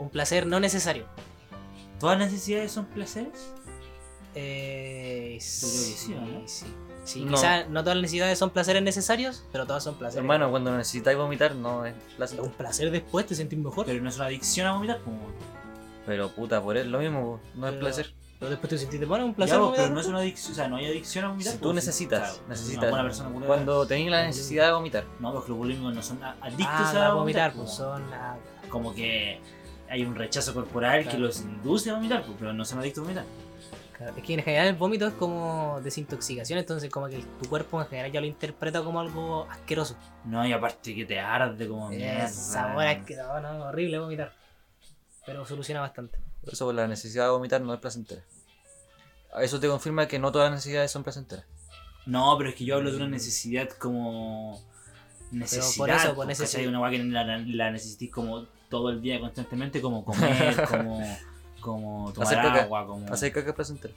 D: un placer no necesario.
C: ¿Todas las necesidades son placeres?
D: Eh, sí,
C: sí, ¿no?
D: sí. Sí,
B: No.
D: quizás no todas las necesidades son placeres necesarios, pero todas son placeres.
B: Hermano, cuando necesitáis vomitar, no es
D: Es
B: placer.
D: un placer después, te sentís mejor. Pero,
C: Pero no es una adicción a vomitar como.
B: Pero puta, por él lo mismo, po. no es
D: Pero-
B: placer.
D: después te sentís de bueno, es un
C: Ya,
D: placer.
C: pues,
D: vomitar
C: pero no es
D: después.
C: una adicción, o sea, no hay adicción a vomitar.
B: Si tú
C: pues,
B: necesitas,
C: claro,
B: necesitas.
C: Una buena persona culera.
B: cuando tenéis la necesidad de vomitar.
C: No, los globulínicos no son a- adictos
D: Ah,
C: a
D: a vomitar,
C: como-
D: pues son. ah,
C: Como que hay un rechazo corporal
D: Claro.
C: que los induce a vomitar, pues, pero no son adictos a vomitar.
D: claro. Es que en general el vómito es como desintoxicación, entonces como que tu cuerpo en general ya lo interpreta como algo asqueroso.
C: No, y aparte que te arde
B: Oh,
C: como mierda.
D: Es sabor asqueroso, no, horrible vomitar. Pero soluciona bastante.
B: Por eso la necesidad de vomitar no es placentera. Eso te confirma que no todas las necesidades son placenteras.
C: No, pero es que yo hablo de una necesidad como. Necesidad.
D: por eso, por
C: pues,
D: necesidad.
C: ¿cachai? Una weá que la, la- la necesitís como todo el día constantemente, como comer, como. Como tomar
B: Hacer caca.
C: agua, como.
B: Hacer caca es placentera.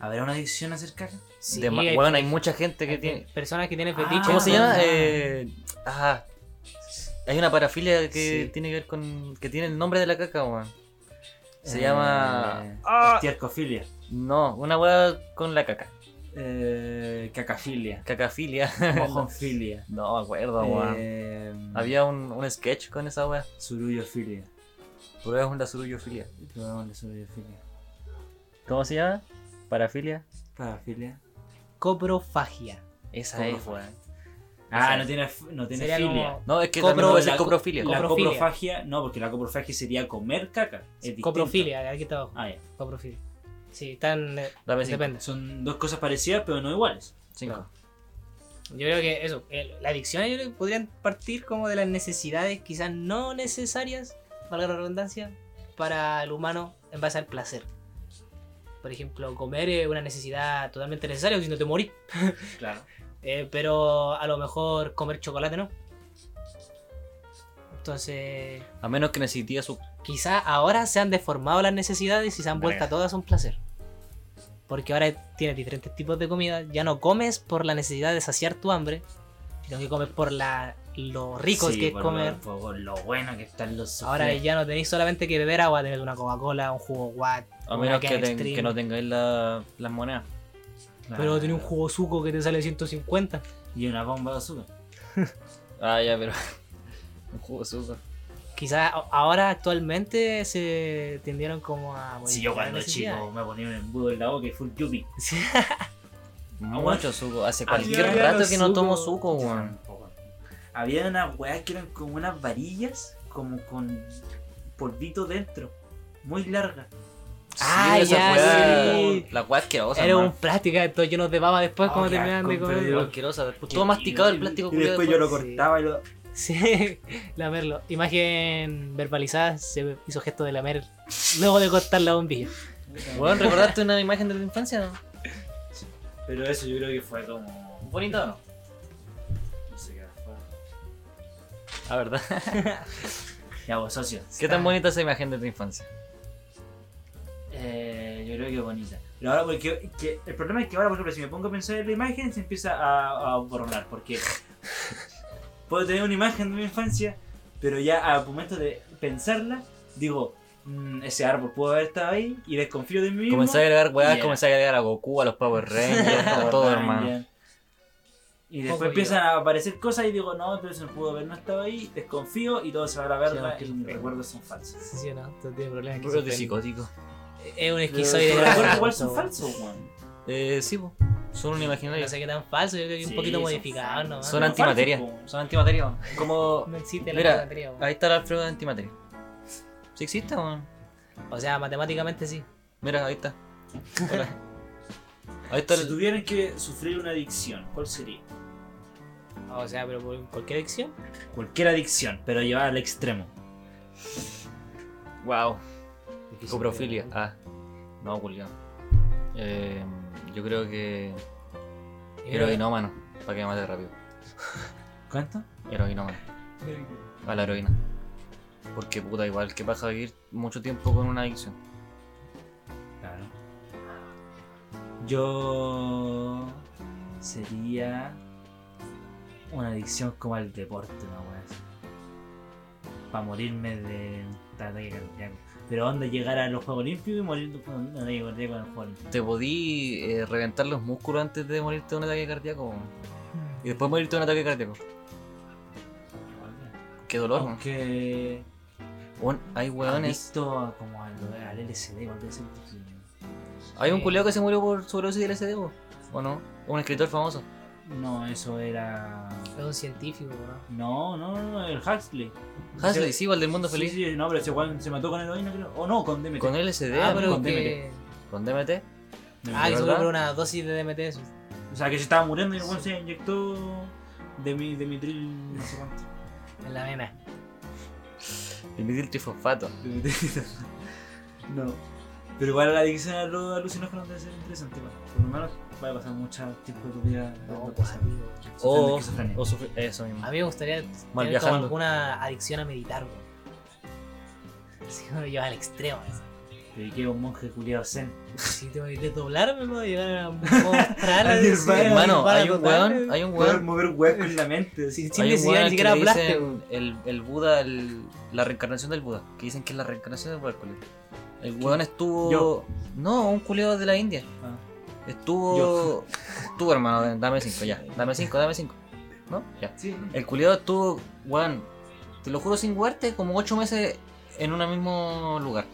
C: ¿Habrá una adicción a hacer caca?
D: Sí,
B: De ma-
D: hay-
B: bueno, hay mucha gente que
D: hay
B: tiene.
D: Personas que tienen
C: Ah,
D: fetiche.
B: ¿Cómo se llama?
C: verdad.
B: Eh, ah, hay una parafilia que
D: Sí.
B: tiene que ver con. que tiene el nombre de la caca, weón. Se
C: Eh,
B: llama. Ah,
C: Estiarcofilia.
B: no, una weá con la caca.
C: Eh,
B: *laughs*
C: cacafilia.
B: Cacafilia.
C: Mojonfilia.
B: no me acuerdo, weón.
C: eh,
B: Oh, Había un, un sketch con esa weá.
C: Surullofilia.
B: Pruebas una surullofilia.
C: Probamos la surullofilia.
B: ¿Cómo se llama? Parafilia.
C: Cacafilia.
D: Coprofagia.
B: Esa es,
C: Coprofagia.
B: weón.
C: Ah,
B: Esa
C: no
B: es.
C: tiene, f- no tiene
D: Sería
C: filia.
D: como-
B: No, es que
D: Copro-
B: también puede
C: la
B: ser
C: co-
B: coprofilia.
C: La
D: Coprofilia.
C: coprofagia, no, porque la coprofagia sería comer caca. es distinto.
D: Coprofilia, aquí está abajo.
C: Ah, ya.
D: Coprofilia. Sí, están. eh,
B: Dame cinco.
D: Depende.
C: Son dos cosas parecidas, pero no iguales.
B: Cinco.
D: Yo creo que eso, el- la adicción yo creo que podrían partir como de las necesidades quizás no necesarias, valga la redundancia, para el humano en base al placer. Por ejemplo, comer es una necesidad totalmente necesaria, si no te morís. *laughs*
C: Claro.
D: Eh, pero a lo mejor comer chocolate no. Entonces,
B: A menos que necesitía su.
D: quizá ahora se han deformado las necesidades y se han vuelto
B: Verga.
D: a todas un placer. Porque ahora tienes diferentes tipos de comida, ya no comes por la necesidad de saciar tu hambre, sino que comes por la, lo ricos
C: Sí,
D: que es
C: por
D: comer.
C: Lo, por- por lo bueno que están los
D: Ahora
C: sufridos.
D: ya no tenéis solamente que beber agua, tener una Coca-Cola, un jugo Watt,
B: A
D: una
B: menos que,
D: Can
B: ten-
D: Extreme,
B: que no tengáis la- las monedas.
C: Claro.
D: Pero tenés un jugo suco que te sale 150.
C: Y una bomba de azúcar.
B: Ah, ya, pero. *laughs* un jugo de azúcar.
D: Quizá a- ahora actualmente se tendieron como a...
C: Si yo
D: modificar
C: cuando
D: necesidades.
C: chico me ponía un embudo en la boca y fue un yuppie.
D: Sí.
B: Mucho suco. Hace
C: Ah, yo
B: cualquier
C: ya
B: rato
D: no
B: que no tomo suco,
D: suco.
B: weón.
C: Había unas weas que eran como unas varillas, como con polvito dentro. Muy larga.
D: Ah,
B: Sí, esa
D: ya,
B: weá-
D: sí.
B: La weá asquerosa,
D: Era un
B: hermano.
D: plástico de estos llenos de baba después
C: Ah,
D: cuando
C: qué
D: terminaban de
C: asco,
D: comer.
C: pero-
B: Asquerosa. después Pues Todo masticado el plástico
C: Y después yo
B: culiao
C: lo
D: después.
C: cortaba y lo.
D: Sí, *laughs* lamerlo. Imagen verbalizada, se hizo gesto de lamer luego de cortar la bombilla.
B: después. Weón, ¿recordaste una imagen de tu infancia? no?
C: Pero eso yo creo que fue como.
B: Bonito, ¿no?
C: No sé qué fue.
B: Ah, *laughs* ¿verdad?
C: Ya vos, socio.
B: ¿Qué tan bonita esa imagen de tu infancia?
C: Eh, yo creo que bonita. Pero ahora, porque que- el problema es que ahora, por ejemplo, si me pongo a pensar en la imagen, se empieza a, a borrar.
B: *laughs*
C: Porque puedo tener una imagen de mi infancia, pero ya al momento de pensarla, digo, "Mm, ese árbol pudo haber estado ahí y desconfío de mí mismo.
B: Comencé a agregar weas,
C: Yeah.
B: comencé a agregar a Goku, a los Power Rangers, *laughs* a todo, hermano.
C: Y después
D: Poco
C: empiezan a aparecer cosas y digo, no, pero eso no pudo haber no estado ahí, desconfío y todo se va a la verga
D: Sí,
C: y
D: no,
C: mis
D: que-
C: recuerdos son falsos.
D: Sí, sí, no, tú tienes problemas.
B: Puro de
D: esquizofrénico.
B: psicótico.
D: Es un
C: Los
D: esquizoide.
C: recuerdos
D: grande,
C: igual son
D: *laughs* weón.
C: falsos, weón.
B: Eh, sí, po. son un imaginario.
D: No sé qué tan falso, yo creo que un
C: Sí,
D: poquito
C: son
D: modificado
C: falsos.
D: nomás.
B: Son antimateria. Son antimateria, weón. Como.
D: No existe la
B: Mira,
D: antimateria,
B: *laughs*
D: weón.
B: Ahí está el Alfredo de antimateria. Si existe, weón. ah.
D: O sea, matemáticamente sí.
B: Mira, ahí está. Hola. Ahí *laughs* está
C: Si
B: el.
C: tuvieran que sufrir una adicción, ¿cuál sería?
D: O sea, pero por, ¿por qué adicción?
C: Cualquier adicción, pero llevada al extremo.
B: Wow. Coprofilia. Ah. No, Julián. Eh, yo creo que. Heroinómano. Para que me mate rápido.
C: ¿Cuánto?
B: Heroinómano. A la heroína. Porque puta, igual que pasa vivir mucho tiempo con una adicción.
C: Claro. Yo sería una adicción como al deporte, una wea así. Para morirme de un ataque cardíaco. Pero onda llegar a los Juegos Olímpicos y morir de un ataque cardíaco en los Juegos Olímpicos.
B: Te podí eh, reventar los músculos antes de morirte de un ataque cardíaco. Y después morirte de un ataque cardíaco. Qué dolor, man.
C: Aunque
B: Weón, Hay
D: Ah,
B: weones.
C: adicto a- como al, al LSD, igual debe ser difícil.
B: Hay un
D: Sí.
B: culiao que se murió por sobredosis de LSD, po? ¿o no? Un escritor famoso.
C: No, eso era.
D: Es un científico, weón.
C: No, no, no, el Huxley.
B: Huxley, Ah, sí, igual del mundo feliz.
C: Sí, sí, no, pero ese weón se mató con heroína, creo. O no, con DMT.
B: Con LSD,
D: Ah,
B: amigo,
D: pero
B: con DMT.
D: que.
B: Con DMT.
C: DMT.
D: Ah, que se
B: ¿Verdad?
D: compró una dosis de DMT. eso.
C: O sea, que se estaba muriendo y el weón se inyectó de mi, de mi drill, no sé *laughs* cuánto.
D: En la vena.
B: El metiltrifosfato.
C: De mi drill. no. Pero igual la adicción a los alucinógenos debe ser interesante, weón. Por lo menos va a pasar mucho tiempo de tu vida.
D: No,
C: dando
D: pues,
C: cosas.
D: amigo. Oh,
B: O,
C: Esquizofrenia.
B: o sufri- Eso mismo.
D: A mí me gustaría
B: Mm. Mal
D: tener como
B: viajando.
D: alguna adicción a meditar, weón. Así que me lleva al extremo, weón.
C: Pero que un monje culiado zen.
D: Si tengo que doblarme, me voy a llegar a mostrar
C: Al Nirvana.
B: Hermano, hay un weón, hay un
C: Poder
B: weón.
C: mover huecos en la mente.
D: Sin, sin
B: Hay un
D: necesidad
B: weón
D: ni
B: al que
D: siquiera
B: le
D: hablaste, weón.
B: dicen el, el Buda, el- la reencarnación del Buda. Que dicen que es la reencarnación del Buda, el culiao. El weón estuvo.
C: Yo.
B: No, un culiao de la India.
C: Ah.
B: *laughs* Estuvo. Estuvo, hermano, dame cinco, ya. Dame cinco, dame cinco. ¿No? Ya.
C: Sí, ¿no?
B: El culiao estuvo, weón, te lo juro sin guarte, como ocho meses en un mismo lugar,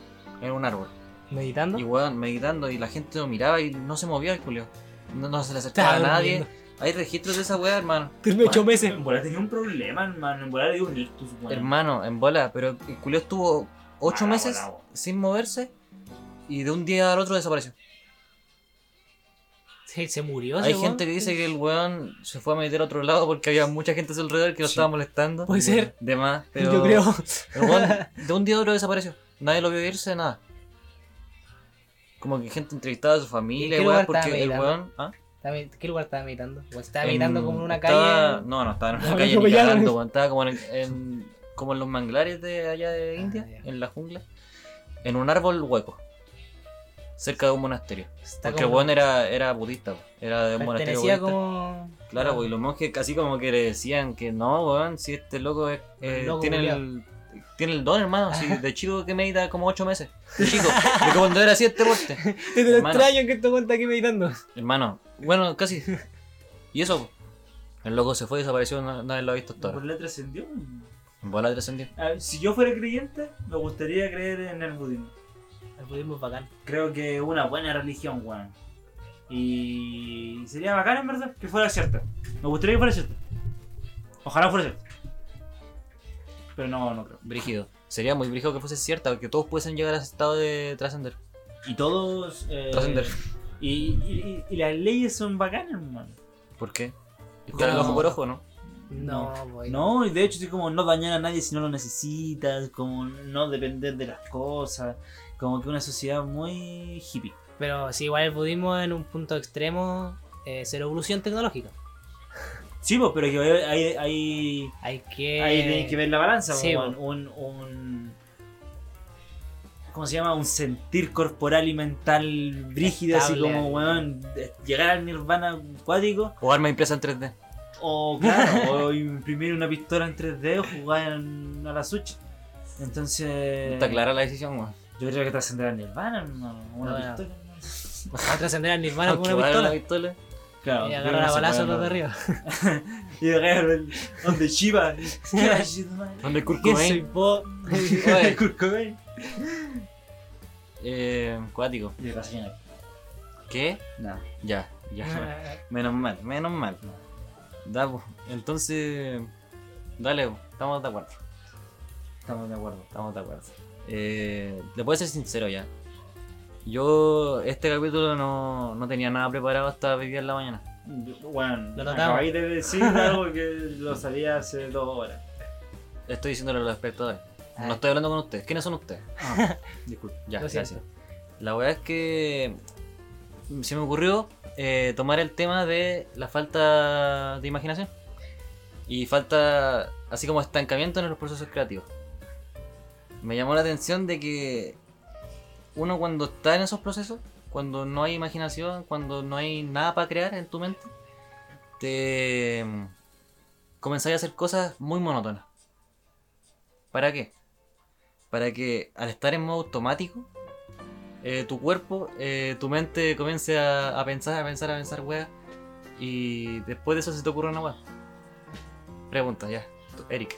B: en un árbol.
D: ¿Meditando?
B: Y weón, meditando, y la gente lo miraba y no se movía el culiao. No, no se le acercaba a
D: Estaba
B: nadie.
D: durmiendo.
B: Hay registros de esa weá, hermano.
D: Tuve ocho meses.
C: En bola tenía un problema, hermano. En bola le dio un ictus, weón.
B: Hermano, en bola, pero el culiao estuvo ocho
C: Mala
B: meses
C: Ah, bola, weón.
B: sin moverse y de un día al otro desapareció.
D: Sí, se murió.
B: Hay
D: ese
B: gente
D: weón.
B: que dice que el weón se fue a meditar a otro lado porque había mucha gente a su alrededor que lo estaba molestando.
D: Puede ser.
B: De más, pero.
D: *laughs* Yo creo.
B: El weón de un día a otro desapareció. Nadie lo vio irse, nada. Como que gente entrevistada a su familia,
D: ¿En
B: weón,
D: qué lugar estaba
B: porque el
D: meditando?
B: weón. ¿Ah?
D: Estaba- ¿Qué lugar estaba meditando? O estaba
B: En-
D: meditando como en una
B: Em, estaba-
D: calle.
B: No, no, estaba en una
D: No,
B: calle
D: lo
B: ni
D: pillaron.
B: cagando, weón. Estaba como en, en- como en los manglares de allá de
D: Ah,
B: India,
D: ya.
B: en la jungla. En un árbol hueco. Cerca de un monasterio.
D: Está
B: Porque el
D: como-
B: weón era, era budista, weón. era de un monasterio
D: Pertenecía
B: budista.
D: como.
B: Claro, pues, y los monjes casi como que le decían que no, weón, si este loco es- eh,
D: Loco
B: tiene, el, tiene el don, hermano,
D: *laughs*
B: si de chico que medita como 8 meses. De chico, de cuando era así este porte.
D: Es de lo
B: Hermano.
D: extraño que te cuenta aquí meditando.
B: Hermano, bueno, casi. Y eso, pues. el loco se fue y desapareció, no- nadie lo ha visto hasta
C: Por
B: ahora.
C: la trascendió.
B: En bola trascendió.
C: Ah, Si yo fuera creyente, me gustaría creer en el budismo.
D: El budismo es bacán.
C: Creo que es una buena religión, weón. Y sería bacán, en verdad, que fuera cierta. Me gustaría que fuera cierta. Ojalá fuera cierta. Pero no, no creo.
B: Brígido. Sería muy brígido que fuese cierta, que todos pudiesen llegar a ese estado de trascender.
C: Y todos. eh,
B: Trascender.
C: y, y- y- y las leyes son bacanas, hermano.
B: ¿Por qué? Estar el ojo por ojo, ¿no?
D: No, voy.
C: No, y de hecho, es como no dañar a nadie si no lo necesitas, como no depender de las cosas, como que una sociedad muy hippie.
D: Pero sí, igual el budismo en un punto extremo. eh, cero evolución tecnológica.
C: Sí, pues, pero que hay, hay,
D: Hay que.
C: ahí tenéis que ver la balanza,
D: Eh, sí,
C: po, un, un- ¿Cómo se llama? Un sentir corporal y mental brígido, así
D: Estable.
C: como, weón, de- llegar al nirvana acuático,
B: O arma impresa en 3D.
C: o claro, o imprimir una pistola en 3D o jugar en- a la Switch. Entonces.
B: Está clara la decisión, weón.
C: Yo creo que trascender al nirvana, una, una
D: No,
C: pistola.
D: Va a trascender al Nirvana
B: Aunque
D: con Ah, una
B: vale
D: pistola.
B: la pistola.
C: Claro,
D: Y
C: yo
D: agarrar
C: creo
D: a
C: que
D: balazos
C: se puede,
D: los de
C: ¿no?
D: arriba.
C: *laughs* Y agarrar el. donde Shiva. ¿Qué shit, man?
B: Donde Kurt
C: ¿Quién soy
B: Cobain.
C: vos?
B: Oye.
C: *laughs* Kurt Cobain.
B: Eh, cuático.
C: Y la señora.
B: ¿Qué?
C: No.
B: Ya,
D: Ah.
B: ya. menos mal, menos mal. Da, po. Entonces, dale, po. estamos de acuerdo.
C: Estamos de acuerdo.
B: Estamos de acuerdo. Eh, le puedo ser sincero ya. Yo este capítulo no, no tenía nada preparado hasta hoy día en la mañana.
C: Bueno,
D: Lo notamos.
C: acabáis de *laughs* decir algo que lo sabía hace dos horas.
B: Estoy diciéndole a los espectadores.
D: Ay.
B: No estoy hablando con ustedes. ¿Quiénes son ustedes? *laughs*
C: Ah, disculpe.
B: Ya,
D: Lo
B: gracias.
D: siento.
B: La verdad es que se me ocurrió eh, tomar el tema de la falta de imaginación y falta, así como estancamiento en los procesos creativos. Me llamó la atención de que uno cuando está en esos procesos, cuando no hay imaginación, cuando no hay nada para crear en tu mente, te mm, comenzáis a hacer cosas muy monótonas. ¿Para qué? Para que al estar en modo automático, eh, tu cuerpo, eh, tu mente comience a, a pensar, a pensar, a pensar, weá. Y después de eso se te ocurre una weá. Pregunta, ya. Tú, Eric,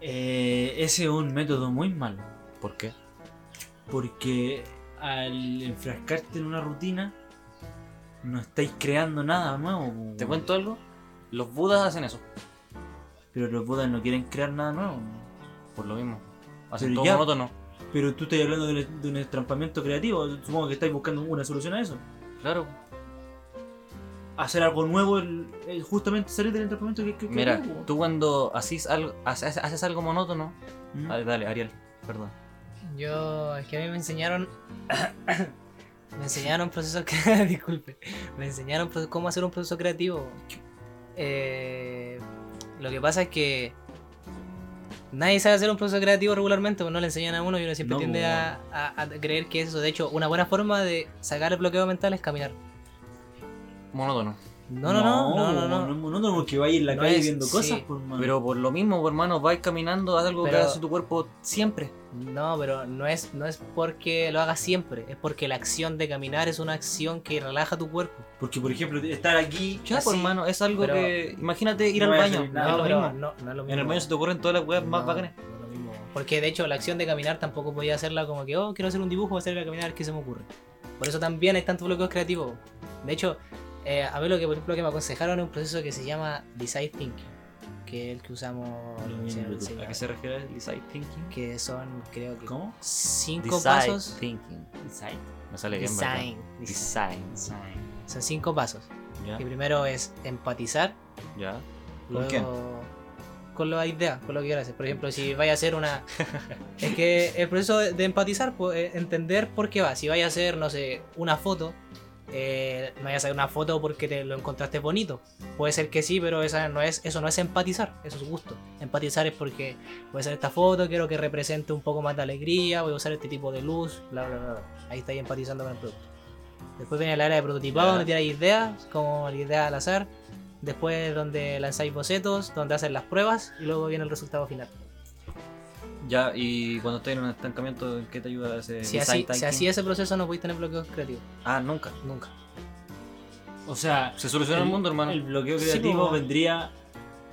C: Eh, ese es un método muy malo.
B: ¿por qué?
C: Porque al enfrascarte en una rutina, no estáis creando nada nuevo.
B: ¿Te cuento algo? Los budas hacen eso,
C: Pero los budas no quieren crear nada nuevo.
B: por lo mismo. Hacen
C: Pero
B: todo
C: ya.
B: monótono.
C: Pero tú estás hablando de, un- de un estrampamiento creativo. Supongo que estáis buscando una solución a eso.
B: Claro.
C: Hacer algo nuevo, el- el- justamente salir del estrampamiento que, que que-
B: Mira,
C: que-
B: tú cuando haces algo, haces, haces algo monótono.
C: ¿Mm?
B: Ah, dale, Ariel, perdón.
D: Yo, es que a mí me enseñaron. *coughs* me enseñaron procesos *laughs* cre- Disculpe. Me enseñaron pro- cómo hacer un proceso creativo. Eh, lo que pasa es que. Nadie sabe hacer un proceso creativo regularmente, pues no le enseñan a uno y uno siempre
C: No,
D: tiende a, a- a creer que es eso. De hecho, una buena forma de sacar el bloqueo mental es caminar.
B: Monótono.
D: No, no, no, no, no, no.
C: No, no, porque vais en la
D: No
C: calle
D: es-
C: viendo
D: sí,
C: cosas, pues, por mano.
B: Pero por lo mismo, pues, hermano, vais caminando, haz algo que
D: Pero-
B: hace tu cuerpo siempre.
D: No, pero no es, no es porque lo hagas siempre, es porque la acción de caminar es una acción que relaja tu cuerpo.
C: Porque, por ejemplo, estar aquí.
B: Ya,
C: así,
B: pues, hermano, es algo
D: pero-
B: que. Imagínate ir
C: No
B: al
C: voy a hacer
B: baño.
C: nada,
B: es
D: No,
B: lo
D: pero
B: mismo.
D: no, no es lo mismo.
B: En el baño se te ocurren todas las weas más
D: No,
B: bacanas.
D: no es lo mismo. Porque de hecho la acción de caminar tampoco podía hacerla como que, oh, quiero hacer un dibujo, voy a hacer a caminar, ¿qué se me ocurre? Por eso también hay tantos bloqueos creativos. De hecho, eh, a mí lo que, por ejemplo, que me aconsejaron es un proceso que se llama Design Thinking, que es el que usamos
C: Lo
D: el
C: mismo
D: señor
C: que tú.
D: enseña,
B: ¿A qué se refiere el design thinking?
D: que son, creo que,
C: ¿Cómo?
D: cinco pasos.
B: thinking.
C: Design.
B: Me sale bien, ¿verdad?
D: Design, design.
B: Design.
D: Son cinco pasos.
B: Ya,
D: Que primero es empatizar.
B: ya. ¿Con
D: luego,
B: quién?
D: Con la idea, con lo que quieras hacer. Por ejemplo, si vaya a hacer una. es que el proceso de empatizar, pues, es entender por qué va. Si vaya a hacer, no sé, una foto, eh, no vaya a hacer una foto porque te lo encontraste bonito. Puede ser que sí, pero esa no es, eso no es empatizar, eso es gusto. Empatizar es porque voy a hacer esta foto, quiero que represente un poco más de alegría, voy a usar este tipo de luz, bla, bla, bla. bla. Ahí estáis empatizando con el producto. Después viene la área de prototipado,
B: Ya.
D: donde tiráis ideas, como la idea al azar. Después donde lanzáis bocetos, donde hacen las pruebas y luego viene el resultado final.
B: Ya, y cuando estoy en un estancamiento, ¿en qué te ayuda ese
D: Si
B: design
D: así, si
B: thinking?
D: así ese proceso no podéis tener bloqueos creativos,
B: Ah, nunca.
D: nunca.
C: O sea,
B: Se soluciona el, mundo, hermano.
C: El bloqueo
D: Sí,
C: creativo
D: po.
C: vendría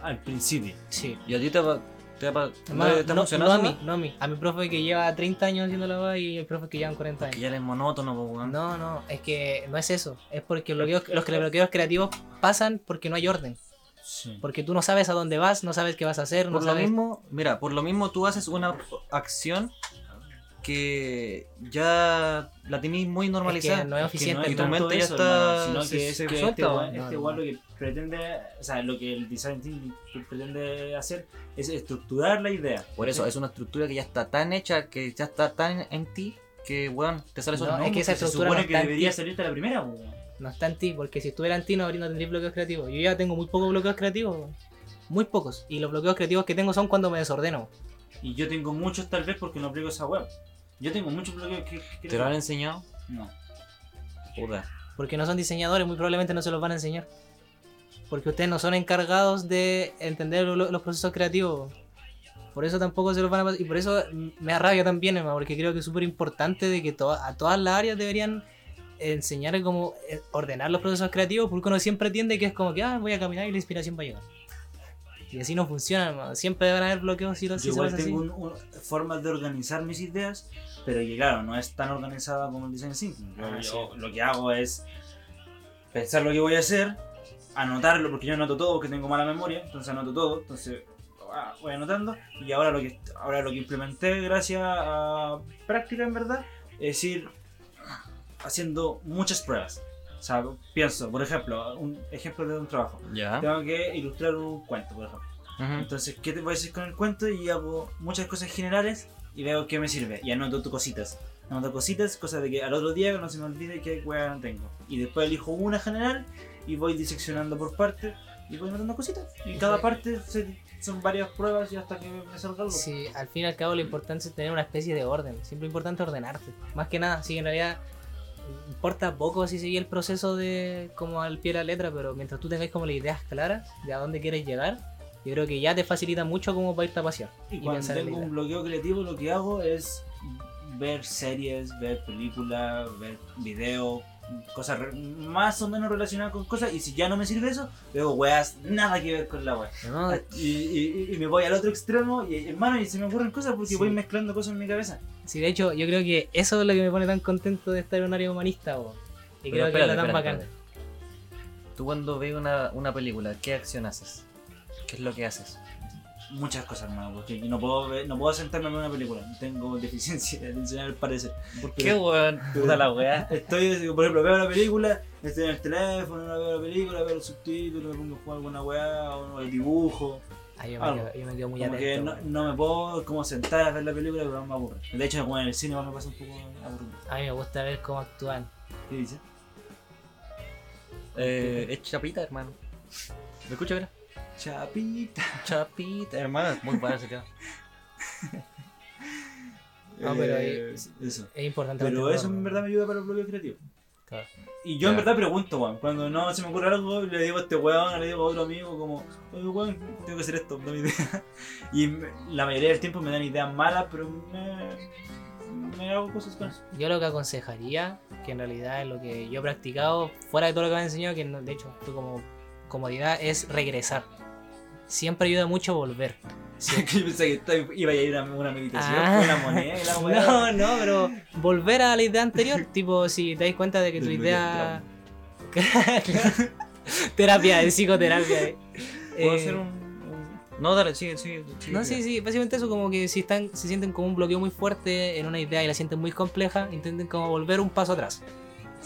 C: al principio.
D: Sí.
B: ¿Y a ti te va, te va,
D: Hermano,
B: te
D: no,
B: funciona
D: no a
B: esa
D: mí,
B: weá?
D: no a mí. A mi profe que lleva 30 años haciendo la weá y el profe que llevan 40
B: Que
D: años.
B: ya eres monótono, po, weón.
D: No, no, es que no es eso. Es porque bloqueos- los cre- bloqueos creativos pasan porque no hay orden.
C: Sí.
D: Porque tú no sabes a dónde vas, no sabes qué vas a hacer, no
B: Por lo
D: sabes.
B: mismo, mira, por lo mismo tú haces una acción que ya la tenéis muy
D: es que
B: normalizada.
D: no es
C: Que no
D: eficiente.
C: es
B: Y tu
C: tanto
B: mente ya
C: eso,
B: está-
C: hermano, sino
B: se-
C: que es
B: se
C: que
B: suelta,
C: este weón
D: weón.
C: este weón lo que pretende, o sea, lo que el design team pretende hacer es estructurar la idea.
B: Por eso,
C: Sí.
B: es una estructura que ya está tan hecha, que ya está tan en ti, que, weón, te sale eso.
D: No, es que esa
C: porque se
D: estructura
C: supone
D: no
C: que
D: está en
C: debería
D: ti.
C: salirte a la primera, weón.
D: No está en ti, porque si estuviera en ti no, habría- no tendría bloqueos creativos. Yo ya tengo muy pocos bloqueos creativos. weón. Muy pocos. Y los bloqueos creativos que tengo son cuando me desordeno.
C: Y yo tengo muchos tal vez porque no aplico esa web. Yo tengo muchos bloqueos que... que-
B: ¿Te lo han enseñado?
C: No.
B: Puta.
D: Porque no son diseñadores, muy probablemente no se los van a enseñar. Porque ustedes no son encargados de entender lo- los procesos creativos. Por eso tampoco se los van a pas- Y por eso mm, me da rabia también, hermano, porque creo que es súper importante de que to- a todas las áreas deberían enseñar cómo eh, ordenar los procesos creativos, porque uno siempre tiende que es como que, ah, voy a caminar y la inspiración va a llegar. Y así no funciona, hermano. Siempre van a haber bloqueos si lo si
C: Yo
D: se
C: igual
D: pasa así.
C: tengo un- un- formas de organizar mis ideas, pero que, claro, no es tan organizada como el design thinking. Yo,
D: Ah,
C: yo lo que hago es pensar lo que voy a hacer, anotarlo, porque yo anoto todo, porque tengo mala memoria, entonces anoto todo, entonces ah, voy anotando, y ahora lo que ahora lo que implementé gracias a práctica en verdad, es ir haciendo muchas pruebas. O sea, pienso, por ejemplo, un ejemplo de un trabajo.
D: Ah.
B: Ya.
C: Tengo que ilustrar un cuento, por ejemplo.
B: Ujú.
C: Entonces, ¿qué te voy a decir con el cuento? Y hago muchas cosas generales y veo qué me sirve. Y anoto tu cositas. Anoto cositas, cosas de que al otro día no se me olvide qué weá tengo. Y después elijo una general y voy diseccionando por partes y voy anotando cositas. Y cada parte se- son varias pruebas y hasta que me salga algo.
D: Sí, al fin y al cabo lo importante es tener una especie de orden. Siempre es importante ordenarte. Más que nada, sí, en realidad importa poco si seguís el proceso de como al pie de la letra, pero mientras tú tengas como las ideas claras de a dónde quieres llegar, yo creo que ya te facilita mucho como para irte a pasear.
C: Y
D: Y
C: cuando
D: pensar en
C: tengo
D: la
C: un
D: idea.
C: bloqueo creativo, lo que hago es ver series, ver películas, ver videos, cosas re- más o menos relacionadas con cosas. Y si ya no me sirve eso, veo weas, nada que ver con la wea.
D: ¿no?
C: Y, y- y me voy al otro extremo, y hermano, y se me ocurren cosas porque
D: Sí.
C: voy mezclando cosas en mi cabeza.
D: Sí, de hecho, yo creo que eso es lo que me pone tan contento de estar en un área humanista.
B: Pero
D: bo. Y creo que es lo
B: espérate,
D: tan bacán.
B: espérate, espérate. Tú cuando ves una, una película, ¿qué acción haces? ¿Qué es lo que haces?
C: Muchas cosas, hermano, porque yo no puedo, ver- no puedo sentarme a ver una película. Tengo deficiencia de atención al parecer.
B: ¿Qué weón? Puta la weá.
C: Estoy, así, por ejemplo, veo la película, estoy en el teléfono, no veo la película, veo los subtítulos, me pongo a jugar alguna weá, o el dibujo.
D: Ah, yo, me
C: Algo.
D: quedo, yo me quedo muy
C: como que
D: atento.
C: no,
D: bo.
C: no me puedo como sentar a ver la película, pero me aburre. De hecho, como en el cine igual me pasa un poco aburrido.
D: A mí me gusta ver cómo actúan.
C: ¿Qué dices?
B: Eh, es chapita, hermano. ¿Me escuchas, mira?
C: Chapita.
B: Chapita, hermano. Muy buena
C: *laughs*
B: ese tema.
D: No, Ah, pero
C: Eh,
D: ahí-
C: eso.
D: Es importante.
C: Pero
D: mantener
C: eso en
D: orden.
C: verdad me ayuda para el bloqueo creativo.
D: Claro.
C: Y yo en
B: Ya.
C: verdad pregunto, weón. Cuando no se me ocurre algo, le digo a este weón, le digo a otro amigo, como, oye, weón, tengo que hacer esto, dame idea. *laughs* Y me- la mayoría del tiempo me dan ideas malas, pero me, me hago cosas con eso.
D: Yo lo que aconsejaría, que en realidad es lo que yo he practicado, fuera de todo lo que me han enseñado, que no- de hecho tú como comodidad, es regresar. Siempre ayuda mucho volver.
C: que yo pensé que estaba- iba a ir a una meditación,
D: Ah.
C: una moneda, y
B: *laughs*
C: la weá.
D: No, no, pero volver a la idea anterior, *laughs* tipo si te das cuenta de que tu
C: Desbloquea
D: idea... *laughs* terapia, de psicoterapia. eh.
B: ¿Puedo
D: Eh,
B: hacer un, un- No, dale, sigue, sigue. sigue.
D: No, sí, sí, básicamente eso, como que si están, se sienten como un bloqueo muy fuerte en una idea y la sienten muy compleja, intenten como volver un paso atrás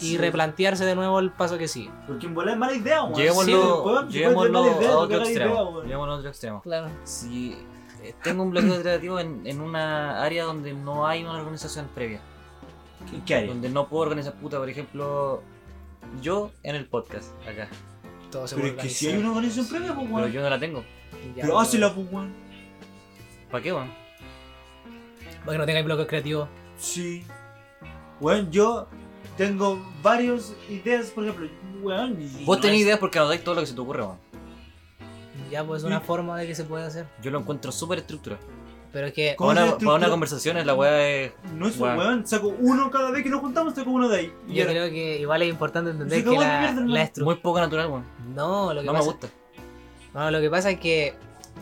D: y
C: Sí.
D: replantearse de nuevo el paso que sigue.
C: Porque en volar es mala idea, weón. Sí,
B: Llevémoslo,
C: weón, si puedes tener
B: llevémoslo
C: mala idea,
B: a
C: no
B: otro
C: cagar idea,
B: extremo.
C: weón.
B: Llevémoslo a otro extremo.
D: Claro.
B: Si eh, tengo un bloqueo creativo en, en una área donde no hay una organización previa,
C: ¿Qué- ¿Qué haría?
B: donde no puedo organizar puta, por ejemplo, yo en el podcast acá,
D: Todo se
C: Pero es
D: vuelve
C: que
D: a
C: si hay una organización previa, pues
B: pero
C: weón.
B: yo no la tengo.
D: Ya,
C: Pero hazla, pues weón.
B: ¿Para qué, weón?
D: Para que no tengáis bloques creativos.
C: Sí. Weón, yo tengo varias ideas, por ejemplo, weón. y
B: Vos
C: no
B: tenés
C: es-
B: ideas porque anotáis todo lo que se te ocurre, weón.
D: Ya, pues es una
C: Y-
D: forma de que se pueda hacer.
B: Yo lo encuentro súper estructurado.
D: Pero es que.
C: ¿Cómo
B: Para
C: se
B: una, para una
C: estructura?
B: conversación es la weá es...
C: No es
B: Weón.
C: weón. saco uno cada vez que nos juntamos, saco uno de ahí. Y
D: Yo
C: ahora-
D: creo que igual es importante entender
C: Se
D: que
C: acabó de
D: la,
C: mierda, hermano.
D: la estru-
B: muy poco natural, weón.
D: No, lo que
B: No me
D: pasa.
B: gusta.
D: no, lo que pasa es que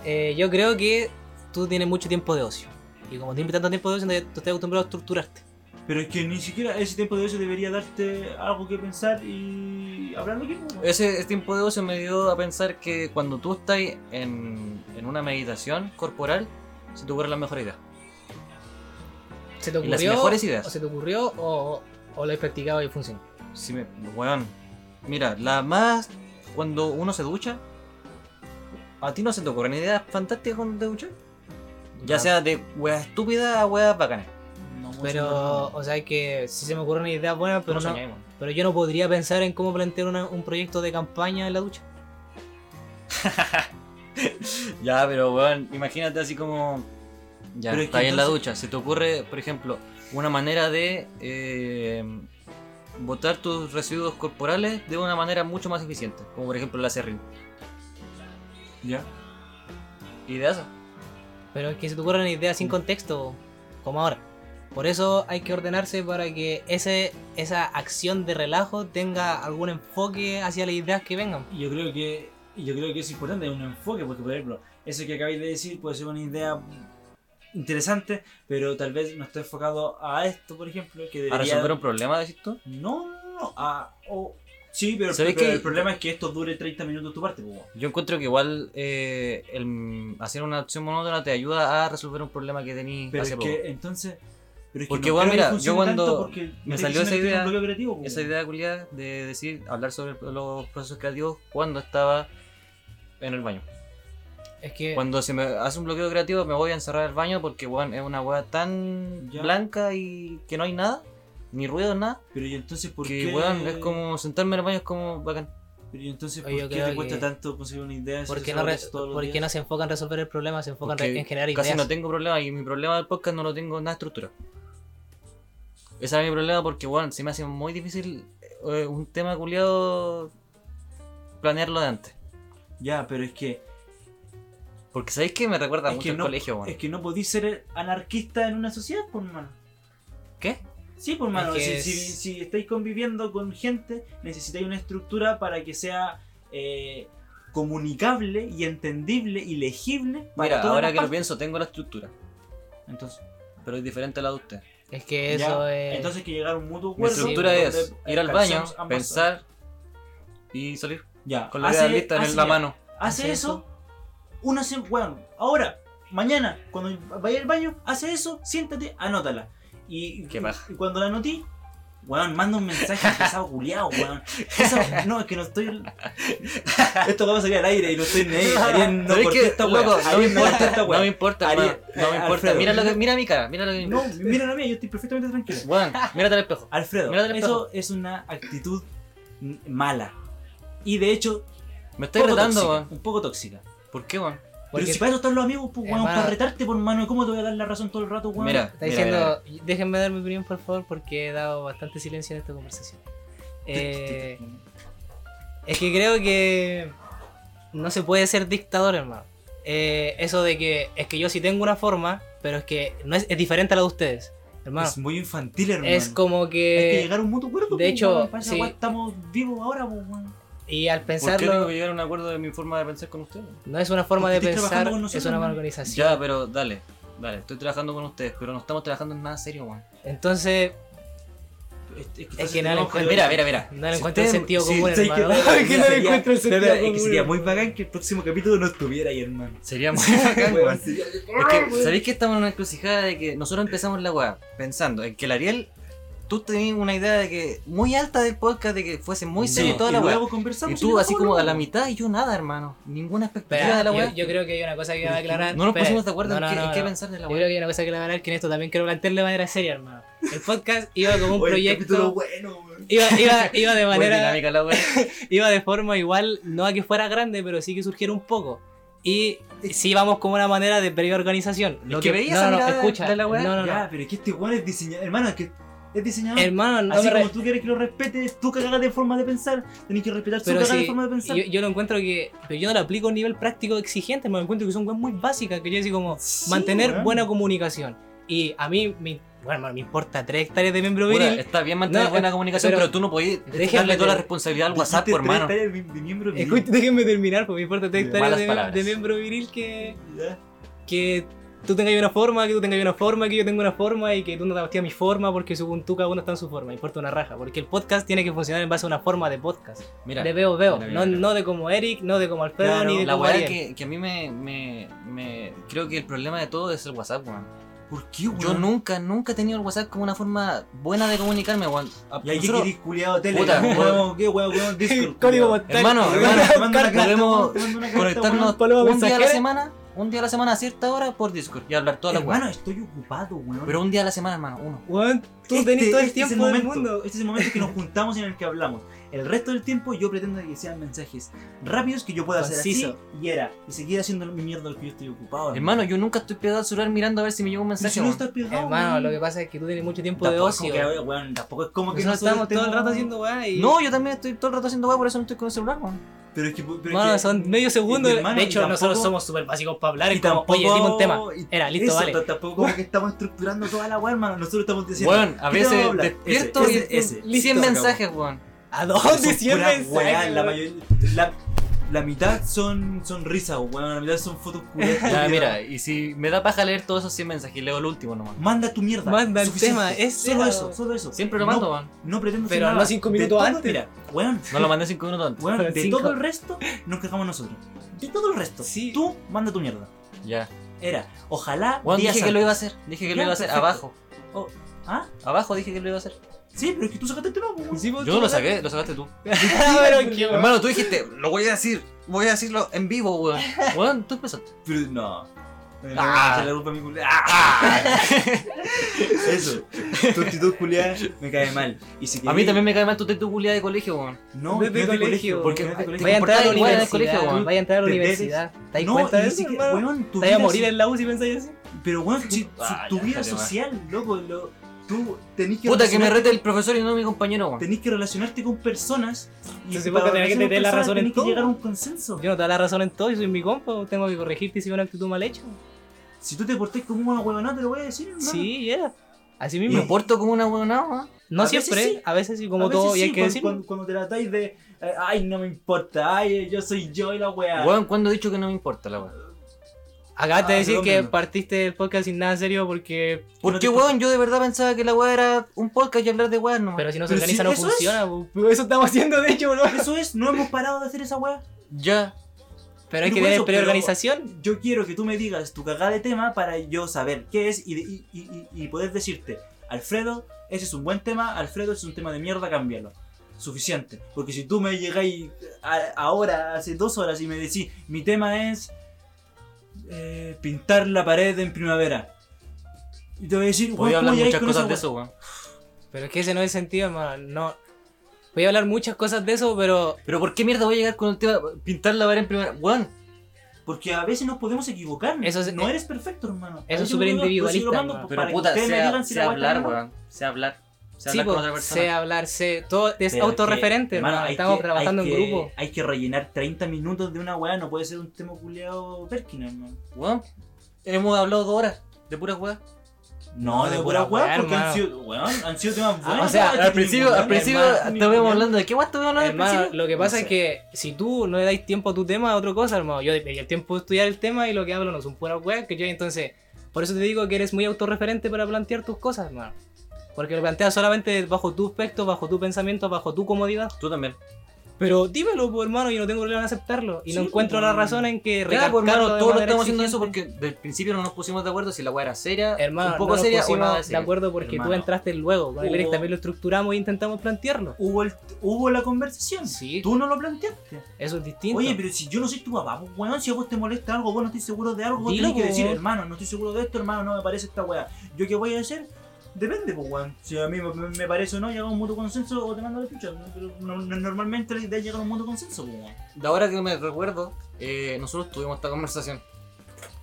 D: eh, yo creo que tú tienes mucho tiempo de ocio. Y como tienes tanto tiempo de ocio, tú estás acostumbrado a estructurarte.
C: Pero es que ni siquiera ese tiempo de eso debería darte algo que pensar y hablar de aquí, pues, weón.
B: Ese, ese tiempo de ocio me dio a pensar que cuando tú estás en, en una meditación corporal, se te ocurren las mejores ideas.
D: ¿Se te
B: Y
D: ocurrió?
B: las mejores
D: ¿O
B: ideas.
D: se te ocurrió o, o lo has practicado y funcionó?
B: Si me, weón, mira, la más cuando uno se ducha, a ti no se te ocurren ideas fantásticas cuando te duchas. Ya sea de weas estúpidas a weas bacanas.
C: No,
D: Pero, o sea que si se me ocurre una idea buena, pero,
B: Pero
D: no, pero yo no podría pensar en cómo plantear una- un proyecto de campaña en la ducha.
B: Ya, pero weón, imagínate así como. Ya,
C: Pero es
B: está
C: que
B: ahí en la
C: entonces-
B: ducha. Se te ocurre, por ejemplo, una manera de eh, botar tus residuos corporales de una manera mucho más eficiente. Como por ejemplo el acerrín.
C: Ya.
B: Y de eso.
D: Pero es que se te ocurre una idea sin contexto, como ahora. Por eso hay que ordenarse para que ese, esa acción de relajo tenga algún enfoque hacia las ideas que vengan.
C: Y Yo creo que yo creo que es importante un enfoque, porque por ejemplo, eso que acabáis de decir puede ser una idea interesante, pero tal vez no está enfocado a esto, por ejemplo, que debería...
B: ¿A resolver un problema, decís tú?
C: No, no, no, a... o- Sí, pero,
B: ¿Sabéis
C: pero
B: que-
C: el problema es que esto dure 30 minutos tu parte, pues, weón.
B: Yo encuentro que igual eh, el hacer una acción monótona te ayuda a resolver un problema que tenías
C: Pero
B: hace
C: es
B: poco.
C: que entonces... Pero es que
B: Porque,
C: no
B: weón,
C: creo que
B: mira, yo
C: funcione
B: cuando
C: tanto porque
B: me
C: estoy
B: salió esa
C: diciendo que tiene un
B: idea-
C: bloqueo creativo, pues,
B: Esa
C: weón.
B: idea culiada de decir, hablar sobre los procesos creativos cuando estaba en el baño.
D: Es que
B: Cuando se me hace un bloqueo creativo me voy a encerrar al baño porque weón, es una weá tan
C: Ya.
B: blanca y que no hay nada, ni ruido, nada.
C: Pero y entonces, ¿por
B: Que
C: qué...?
B: weón, es como sentarme en el baño es como bacán.
C: Pero y entonces, ¿por
D: Oye, yo
C: qué
D: creo
C: te cuesta
D: que-
C: tanto conseguir una idea? si
D: porque
C: eso
D: no,
C: lo
D: re-
C: haces todos los
D: porque
C: días?
D: no se enfocan en resolver el problema, se
C: Pues
D: enfocan
B: Porque
D: re- en generar
B: casi
D: ideas.
B: no tengo problema y mi problema del podcast no lo tengo nada de estructura. Ese es mi problema porque weón, se me hace muy difícil eh, un tema culiado planearlo de antes.
C: Ya, pero es que...
B: Porque sabéis que me recuerda
C: Es
B: mucho
C: que
B: al
C: no-
B: colegio, weón.
C: Es que no podís ser anarquista en una sociedad, por mano.
B: ¿Qué?
C: Sí, por mano.
D: que
C: Si,
D: es-
C: si- si estáis conviviendo con gente, necesitáis una estructura para que sea eh, comunicable y entendible y legible. Para
B: Mira,
C: todas
B: ahora
C: las
B: que lo
C: partes.
B: pienso, tengo la estructura,
C: Entonces,
B: pero es diferente a la de usted.
D: Es que
C: ya,
D: eso es...
C: entonces que llegar a un mutuo
B: Mi
C: acuerdo.
B: estructura
C: donde,
B: es
C: eh,
B: ir al baño,
C: calcemos ambas-
B: pensar y salir
C: ah, Ya,
B: con la
C: hace-
B: idea lista
C: hace-
B: en la mano.
C: Hace
D: Hace
C: eso, una semana, bueno, ahora, mañana, cuando vaya al baño, hace eso, siéntate, anótala. Y,
B: Qué paja.
C: y cuando la anotí, weón, manda un mensaje pesado culiado, weón. Esa- no, es que no estoy. Esto va a salir al aire y no estoy
B: *laughs*
C: ni ahí. Ariel no
B: ¿Sabes
C: cortó
B: qué,
C: esta
B: loco?
C: weá.
B: no me
C: Ariel no cortó
B: importa,
C: esta
B: no me
C: weá.
B: importa,
C: Ariel-
B: hermano, no me
C: eh,
B: importa.
C: Alfredo.
B: Mira, lo que, mira mi cara, mira lo que me
C: No,
B: importa.
C: mira la mía, yo estoy perfectamente tranquilo.
B: Bueno, mírate al espejo.
C: Alfredo,
B: Mírate al
C: eso es una actitud n- mala. Y de hecho,
B: Me estoy
C: poco
B: retando,
C: tóxica,
B: weón.
C: un poco tóxica.
B: ¿Por qué, weón?
D: porque
C: Pero si para eso están los amigos, pues, weón,
D: Hermano.
C: para retarte, por mano, ¿cómo te voy a dar la razón todo el rato, weón?
B: Mira,
D: está
B: mira,
D: diciendo...
B: mira,
D: Déjenme dar mi opinión, por favor, porque he dado bastante silencio en esta conversación. Eh, Es que creo que no se puede ser dictador, hermano. Eh, eso de que es que yo sí tengo una forma, pero es que no es, es diferente a la de ustedes, hermano.
C: es muy infantil, hermano.
D: Es, como
C: Hay que
D: que,
C: llegar a un mutuo acuerdo.
D: de
C: pues,
D: hecho,
C: weón, para esa
D: sí.
C: weá estamos vivos ahora, pues, weón.
D: y al
B: ¿Por qué tengo
D: pensarlo
B: que llegar a un acuerdo de mi forma de pensar con usted? weón?
D: no es una forma
C: Porque
D: de
C: estáis
D: pensar,
C: trabajando con
D: es
C: nosotros,
D: una
C: hermano.
D: organización.
B: Ya, pero dale, dale, estoy trabajando con ustedes, pero no estamos trabajando en nada serio, weón.
D: Entonces
C: Es, es
D: Es que no le encuentro-
B: Mira, mira, mira.
D: no le
B: Si
D: encuentro el
B: ustedes-
D: sentido
C: sí,
D: común,
C: sí,
D: hermano.
C: que-
D: Ay, que no le
C: sería-
D: encuentro el
C: Espera,
D: sentido
C: es que
D: común,
C: sería
D: hermano.
C: muy bacán que el próximo capítulo no estuviera ahí, hermano.
B: *laughs* Sería muy bacán,
C: *laughs* Weón,
B: weón.
C: sería-
B: Es
D: *laughs*
B: que, ¿sabéis que estamos en una encrucijada de que nosotros empezamos la weá pensando en que el Ariel, tú tenías una idea de que muy alta del podcast, de que fuese muy serio
C: No,
B: y toda la
C: y
B: weá.
C: luego conversamos.
B: Y
C: y
B: tú
C: luego
B: así como a la
C: hablamos.
B: mitad y yo nada, hermano. Ninguna expectativa
D: Espera,
B: de la
D: yo-
B: weá.
D: yo, creo que hay una cosa que voy a aclarar.
B: No nos
D: Espera,
B: pusimos de acuerdo
D: no,
B: en,
D: no,
B: qué,
D: no,
B: en qué
D: no.
B: pensar de la
D: Yo creo
B: weá.
D: que hay una cosa que voy a aclarar, que en esto también quiero plantearlo de manera seria, hermano. El podcast
C: *laughs*
D: iba como un
C: Oye, el capítulo
D: proyecto...
C: bueno, weón.
D: Iba, iba, iba
C: *laughs*
D: de
B: Muy
D: manera...
B: dinámica la
D: *laughs*
B: weá.
D: iba de forma igual, no a que fuera grande, pero sí que surgiera un poco. Y sí vamos como una manera de previa organización.
B: Es que veía
D: no,
B: esa
D: no,
B: mirada
D: escucha,
B: de la weá.
D: No, no, no.
C: Ya, pero es que este weón es diseñador. Hermano, es que es diseñador.
D: Hermano, no
C: Así
D: me re-
C: como tú quieres que lo respetes, tú cagada de forma de pensar, tenés que respetar su
D: pero
C: cagada de
D: sí,
C: forma de pensar.
D: yo, yo lo encuentro que. Pero yo no lo aplico a un nivel práctico exigente, me encuentro que son cosas muy básicas. Quería decir como
C: Sí,
D: mantener
C: weón.
D: buena comunicación. Y a mí, me, bueno, hermano, me importa tres hectáreas de miembro
B: Puta,
D: viril.
B: está bien mantener
D: No,
B: buena
D: eh,
B: comunicación, pero,
D: pero-
B: tú no podías
D: Déjenme
B: darle toda la
D: de-
B: responsabilidad al
C: Dijiste
B: WhatsApp,
C: tres
B: por hermano.
C: tallas de, de miembro viril.
D: Escucha, déjenme terminar, pues me importa tres
C: Ya.
D: hectáreas
B: Malas
D: de,
B: palabras.
D: de miembro viril que.
C: Ya.
D: que tú tengas una forma, que tú tengas una forma, que yo tenga una forma y que tú no te adaptes a mi forma porque según tú cada uno está en su forma, importa una raja, porque el podcast tiene que funcionar en base a una forma de podcast.
B: Mira,
D: de veo, veo,
B: mira, mira,
D: no,
B: mira.
D: no de como Eric, no de como Alfredo,
C: Claro,
D: ni de
B: la
D: como
B: weá
D: Ariel.
B: que, que a mí me, me, me- Creo que el problema de todo es el WhatsApp, weón.
C: ¿Por qué, weón?
B: Yo nunca, nunca he tenido el WhatsApp como una forma buena de comunicarme,
D: *laughs*
B: weón. A-
C: Y hay que
B: nosotros-
C: querer culiado
B: Puta,
C: Telegram. Ah, Weón, qué weón, weón, Discord.
D: *laughs* Código
C: culiao.
D: postal.
B: Hermano,
C: Weón,
B: hermano, podemos
C: te mando una carta, weón, te mando una carta,
B: conectarnos
C: weón.
D: Este Paloma
B: un día a la
D: mensajera.
B: semana un día a la semana a cierta hora por Discord y hablar toda la
C: Hermano,
B: weá.
C: estoy ocupado, weón.
B: Pero un día a la semana, hermano, uno.
D: Weón, tú
C: Este-
D: tenés todo el
C: este es
D: tiempo del
C: momento,
D: mundo.
C: Este es el momento que nos juntamos y en el que hablamos. El resto del tiempo yo pretendo que sean mensajes rápidos que yo pueda hacer así
D: Conciso.
C: y era. Y seguir haciendo mi mierda lo que yo estoy ocupado.
B: Hermano, yo nunca estoy pegado al celular mirando a ver si me llega un
C: Pero
B: mensaje.
C: si no
B: weón.
C: estás pegado,
D: Hermano,
C: weón.
D: lo que pasa es que tú tienes mucho tiempo
C: Tampoco
D: de
C: es como
D: ocio.
C: que, oye, weón, tampoco es como que
D: Nosotros estamos todo el rato haciendo weá y.
B: No, yo también estoy todo el rato haciendo weá, por eso no estoy con el celular, weón.
C: Pero es que, pero es
D: Mano,
C: que-
D: son medio segundos.
C: y- y hermano,
D: de
C: y
D: hecho,
C: tampoco-
D: nosotros somos súper básicos para hablar.
C: y
D: Y como,
C: tampoco-
D: oye, dime un tema.
C: y-
D: Era, listo,
C: eso,
D: vale.
C: t- Tampoco como que estamos estructurando toda la weá, hermano. Nosotros estamos diciendo.
B: Weón, a
C: ¿qué te vamos a
B: veces
C: hablar?
B: despierto
C: Ese,
B: y
C: ese, ese.
B: 100
D: Listo, se acabó.
B: mensajes, weón.
D: ¿A
C: Son
D: dónde
C: pura
D: siempre
C: weá, la, mayor- la, la mitad son, son risas, weón. La mitad son fotos
D: *laughs*
C: culeras.
B: Ya, mira, y si me da paja leer todos esos 100 mensajes, leo el último nomás.
C: Manda tu mierda.
D: Manda el
C: Suficiente.
D: tema, es-
C: solo
D: era-
C: eso, solo eso.
B: Siempre lo mando,
C: No,
B: weón.
C: no pretendo
D: Pero
C: hacer
D: no
C: nada.
D: cinco
C: De
D: minutos
C: todo-
D: antes.
C: Mira, weón,
B: No lo mandé 5 minutos antes.
C: weón, de
D: Cinco.
C: todo el resto nos cagamos nosotros. De todo el resto.
D: Sí.
C: Tú manda tu mierda.
B: Ya.
C: Era, ojalá
B: Weón,
C: días
B: dije que lo
C: antes.
B: iba a hacer. Dije que lo
C: Ya,
B: iba a hacer.
C: perfecto.
B: Abajo.
C: Oh, ¿Ah?
B: Abajo dije que lo iba a hacer.
C: Sí, pero es que tú sacaste el tema, pues, weón.
B: Yo no lo saqué, lo sacaste tú.
D: Ah, Pero qué weá.
B: Hermano, tú dijiste, lo voy a decir. Voy a decirlo en vivo, weón. Weón, tú empezaste.
C: Pero no. No,
B: Ah.
C: se la culpa a mi culiá.
D: *laughs*
C: Ah. Eso. Tu actitud culiá me cae mal. Y si
B: A mí
C: queréis-
B: también me cae mal tu culiada de colegio, weón.
D: Desde
C: No, no es de
D: colegio.
C: colegio.
B: Porque-
C: no es de colegio.
D: Vaya a entrar a la
B: Portada igual en el
D: universidad.
B: colegio, weón.
D: Vaya a entrar a la
C: Te debes-
D: universidad. ¿Te das
C: No,
D: cuenta
C: y
D: de
C: ni
D: eso,
C: siquiera-
D: hermano?
C: weón, tu
D: Te vas a
C: vida
D: morir
C: so-
D: en la UCI, pensáis así.
C: Pero weón, si- si
B: Ah,
C: tu
B: ya,
C: vida
B: déjate,
C: social, loco, lo- tú tenés que
B: Puta, que me
C: relacionarte-
B: rete el profesor y no mi compañero, weón.
C: tenés que relacionarte con personas y
D: Entonces,
C: para
D: vos tenés que
C: relacionarte
D: tener la
C: con personas
D: razón en
C: tenés que
D: todo.
C: llegar a un consenso.
D: Yo no te da la razón en todo, yo soy mi compa, tengo que corregirte si veo una actitud mal hecha.
C: Si tú te portás como una huevonada, te lo voy a decir, hermano.
D: Sí, yeah. Así
B: Me
D: mismo.
B: porto como una weonada,
D: No
C: a veces
D: siempre,
C: sí.
D: a veces sí, como
C: A veces
D: todo, y
C: sí,
D: hay que
C: cuando-
D: decirlo.
C: Cuando, cuando te tratáis de, eh, ay, no me importa, ay, yo soy yo y la wea.
B: weón. ¿cuándo he dicho que no me importa la weón?
D: Acabas de
C: Ah,
D: decir
C: perdón,
D: que
C: perdón.
D: partiste del podcast sin nada serio porque.
B: ¿Por qué, weón? Yo de verdad pensaba que la weón era un podcast y hablar de weón, no.
D: Pero si no se
C: Pero
D: organiza,
C: si
D: no
C: eso es.
D: funciona. po. Eso estamos haciendo, de hecho, bro.
C: *laughs* Eso es, no hemos parado de hacer esa wea.
B: Ya.
D: Pero hay
C: Pero
D: que tener
C: eso, pero-
D: preorganización.
C: Yo quiero que tú me digas tu cagada de tema para yo saber qué es y, de- y, y- y- y poder decirte, Alfredo, ese es un buen tema, Alfredo, ese es un tema de mierda, cámbialo. Suficiente. Porque si tú me llegáis eh, a- ahora, hace dos horas, y me decís, mi tema es eh, pintar la pared en primavera. Y te voy a decir,
B: Voy a
C: "Weón, ¿cómo
B: hablar
C: llegáis
B: muchas
C: con
B: cosas
C: esa
B: de
C: wea?".
B: eso, weón.
D: Pero es que ese no es sentido, hermano. No. Voy a hablar muchas cosas de eso, pero.
B: Pero ¿por qué mierda voy a llegar con el tema pintar la pared en primera? Weón,
C: Porque a veces nos podemos equivocar.
D: Eso es- eh,
C: no eres perfecto, hermano.
D: eso es
C: A veces me equivoco,
D: superindividualista,
C: pero si lo mando,
D: hermano.
C: pues, para
B: pero
C: que
B: puta,
C: ustedes me
B: sé,
C: digan si
B: sé
C: la wea está
B: hablar,
C: mal.
B: weón. Sé hablar. Sé
D: Sí,
B: hablar
D: po,
B: con otra persona.
D: sé hablar, sé. Todo es
C: Pero
D: autorreferente,
C: que,
D: hermano.
C: hay
D: Estamos
C: que-
D: trabajando
C: hay
D: en
C: que-
D: grupo.
C: Hay que rellenar 30 minutos de una weá, no puede ser un tema culeado Perkin, hermano.
B: Weón, hemos hablado dos horas de puras weas.
C: No,
D: de
C: de
D: pura weá,
C: pura weá, porque
D: hermano.
C: han sido, weón, han sido temas buenos.
D: Ah, o sea,
C: weón,
B: Al
C: que
B: principio,
C: ningún-
B: al principio
C: hermano,
B: estábamos
C: ningún-
B: hablando de qué weá estábamos hablando al
D: Hermano,
B: principio.
D: lo que
C: No
D: pasa
C: sé.
D: es que si tú no le dais tiempo a tu tema, a otra cosa, hermano. Yo le pedí el tiempo de estudiar el tema y lo que hablo no son puras weas que yo. Entonces, por eso te digo que eres muy autorreferente para plantear tus cosas, hermano. Porque lo planteas solamente bajo tu aspecto, bajo tu pensamiento, bajo tu comodidad.
B: Tú también.
D: Pero dímelo, pues, hermano, yo no tengo problema en aceptarlo. Y no
C: Sí,
D: encuentro
C: pues,
D: la
C: hermano.
D: razón en que
B: mm. Claro,
D: recalcarlo
B: pues, hermano,
D: de
B: todos lo
D: manera
B: estamos haciendo eso
D: exigente.
B: porque del principio no nos pusimos de acuerdo si la weá era seria,
D: Hermano,
B: un poco
D: no
B: seria
D: nos
B: o
D: pusimos
B: nada
D: de
B: seria.
D: acuerdo porque tú
C: Hermano.
D: entraste luego.
B: Oh.
D: pues, Con el Eric
C: Hubo-
D: también lo estructuramos e intentamos plantearlo.
C: Hubo, el- hubo la conversación.
D: Sí,
C: Tú no lo planteaste.
D: eso es distinto.
C: Oye, pero si yo no soy tu papá, pues, weón, si a vos te molesta algo, vos no estoy seguro de algo, vos
D: Dilo,
C: tenés que
D: po.
C: decir, hermano, no estoy seguro de esto, hermano, no me parece esta weá. ¿Yo qué voy a hacer? Depende, pues, weón. Si a mí me, me- me parece o no, llegamos a un mutuo consenso o te mando la chucha. Pero no- no- normalmente la idea es llegar a un mutuo consenso, pues, weón.
B: De ahora que me recuerdo, eh, nosotros tuvimos esta conversación.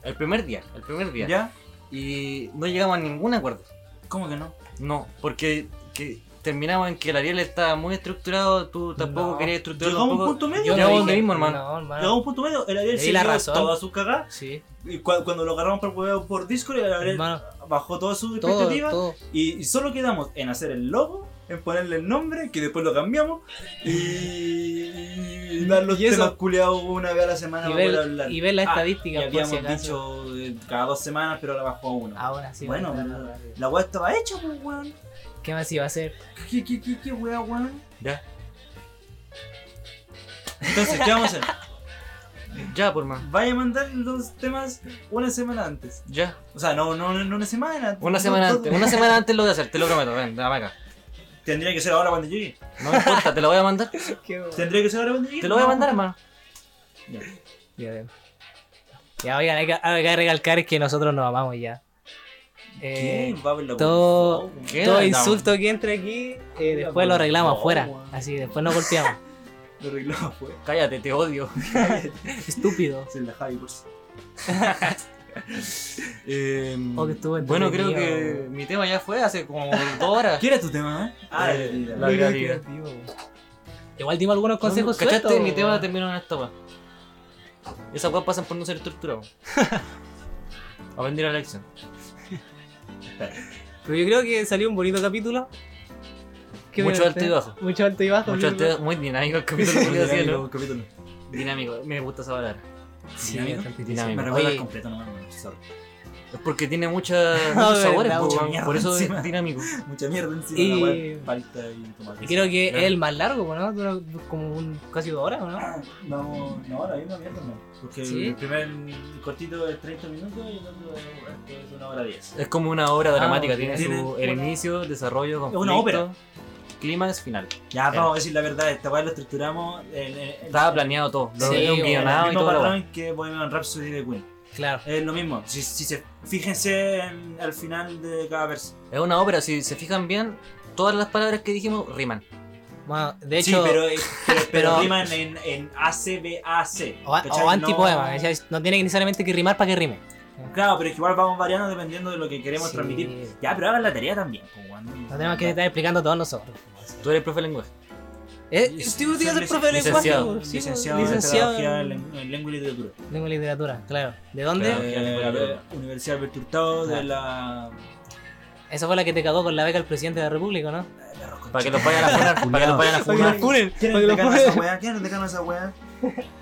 B: El primer día, el primer día.
C: ¿Ya?
B: Y no llegamos a ningún acuerdo.
C: ¿Cómo que no?
B: No, porque que terminamos en que el Ariel estaba muy estructurado, tú tampoco
D: No.
B: querías estructurarlo.
C: Llegamos a un
B: tampoco.
C: punto
D: yo
C: medio.
B: Llegamos
D: no
B: donde
D: dije-
B: mismo, hermano.
D: No, hermano.
C: Llegamos a un punto medio. El Ariel
D: Le di
C: se
D: la
C: llevó
D: razón.
C: todas sus cagadas.
D: Sí,
C: Y cua- cuando lo agarramos para el huevo por Discord, el Ariel
D: hermano.
C: bajó todas sus
D: Todo,
C: expectativas.
D: todo.
C: Y, y solo quedamos en hacer el logo, en ponerle el nombre, que después lo cambiamos, y,
D: *laughs*
C: y dar los
D: Y eso-
C: temas culeados una vez a la semana
D: Y
C: para poder
D: ver,
C: hablar.
D: y ver la
C: Ah,
D: estadística,
C: y
D: por si
C: habíamos
D: acaso.
C: dicho eh, cada dos semanas, pero ahora bajó a uno.
D: Ahora sí.
C: Bueno,
D: va a
C: bro.
D: entrar.
C: La weá estaba hecha, pues, weón.
D: ¿Qué más iba a hacer?
B: *laughs*
C: ¿Qué, qué, qué, qué weá, weón?
B: Ya,
C: Entonces, ¿qué vamos
D: *laughs*
C: a hacer?
B: ya, por más.
C: Vaya a mandar los temas una semana antes.
B: Ya.
C: O sea, no, no, no una semana.
B: Una
C: No,
B: semana
C: todo-
B: antes, una semana antes lo voy a hacer, te lo prometo. Ven, dame acá.
C: Tendría que ser ahora cuando llegue.
B: No me importa, te lo voy a mandar.
D: Qué
C: Tendría que ser ahora cuando llegue.
B: Te lo voy a
C: No.
B: mandar, hermano.
D: Ya, Ya, oigan, hay que, hay que recalcar que nosotros nos amamos ya. Eh,
C: ¿Quién va a ver la
D: todo-
C: Boom, Boom?
B: ¿Qué?
D: todo
B: Andamos.
D: insulto que entre aquí, eh, después lo arreglamos afuera. Así, después nos golpeamos.
C: Lo arreglamos, fue.
B: Cállate, te odio.
D: Estúpido.
C: Es el de Javi, pues. por si.
B: Em,
D: Oh, que estuvo
B: bueno, creo
D: entretenido.
B: que mi tema ya fue hace como dos horas.
C: ¿Qué era tu tema, eh? Ah,
B: Eh,
C: el-
B: la viralidad.
D: Igual dimos algunos consejos
B: ¿Cachaste?
D: sueltos,
B: Mi tema
D: weón.
B: terminó en esta weá. Esas weas pasan por no ser
C: *laughs*
B: estructurados. Aprendí la lección.
D: Pero yo creo que salió un bonito capítulo.
B: Mucho
D: opinas
B: alto
D: tú?
B: y bajo.
D: Mucho alto y bajo.
B: Mucho
D: bien,
B: arte- muy dinámico el capítulo.
C: Muy
B: porque así,
C: Ah, *laughs*
B: ¿no?
C: dinámico, buen capítulo.
B: Dinámico, me gusta esa palabra.
D: Sí,
C: Dinámico.
D: bastante
B: Dinámico.
D: interesante.
C: Me recuerda al
D: Oye,
C: completo, no me sorry. *laughs*
B: Es porque tiene mucha-
D: verdad,
B: muchos sabores, po,
D: mucha
B: weón.
C: mierda
B: por eso
C: encima.
B: es dinámico.
C: Mucha mierda encima
D: Y-
C: la web, palta y tomate.
D: y creo que
B: Ya.
D: es el más largo, ¿no? Dura como un, casi dos horas, ¿o ¿no?
C: No, no, la misma mierda no. Porque
D: ¿Sí?
C: el primer cortito es 30 minutos y el otro es- es una hora 10.
B: Es como una obra dramática,
D: ok.
B: tiene,
C: Ah, Tiene
B: su, el
C: una-
B: inicio, desarrollo, conflicto,
C: una ópera.
B: clímax, final.
C: Ya,
B: Eh.
C: vamos a decir la verdad, esta weá lo estructuramos en, en-
B: Estaba planeado todo, lo
D: Sí,
B: había un
D: bueno,
B: guionado
C: el
B: y
C: mismo
B: todo lo
C: patrón que Bohemian Rhapsody de Queen.
D: Claro.
C: Es lo mismo. Si, si se, fíjense en- al final de cada verso.
B: Es una ópera, si se fijan bien, todas las palabras que dijimos riman.
D: Bueno, de
C: sí,
D: hecho,
C: pero, eh,
D: *laughs*
C: pero,
D: pero-
C: pero riman en, en A, C, B, A, C.
D: o, a-
C: ¿cachai?
D: o
C: No-
D: antipoema, ¿cachai? no tiene necesariamente que rimar para que rime.
C: Claro, pero es que igual vamos variando dependiendo de lo que queremos
D: Sí.
C: transmitir. Ya, pero hagan la tarea también. pues, weón.
D: No tenemos que Eh, estar explicando todos nosotros.
B: Tú eres el profe de lenguaje.
D: Eh,
C: Lic-
D: sí, pues, tiene que ser
C: lic-
D: profe de lenguaje.
B: licenciado.
D: pues, sí, Eh, pues,
C: licenciado, en pedagogía, en len- en lengua y literatura.
D: Lengua y literatura, claro. ¿De dónde?
B: Claro.
C: Pedagogía, lengua y literatura. Universidad Alberto Hurtado de la...
D: Esa fue la que te cagó con la beca al presidente de la República, ¿no?
B: Para que los vayan a funar, para que los vayan a funar.
D: funen,
C: ¿Quién es el decano de esa weá? ¿Quién es el decano de esa weá?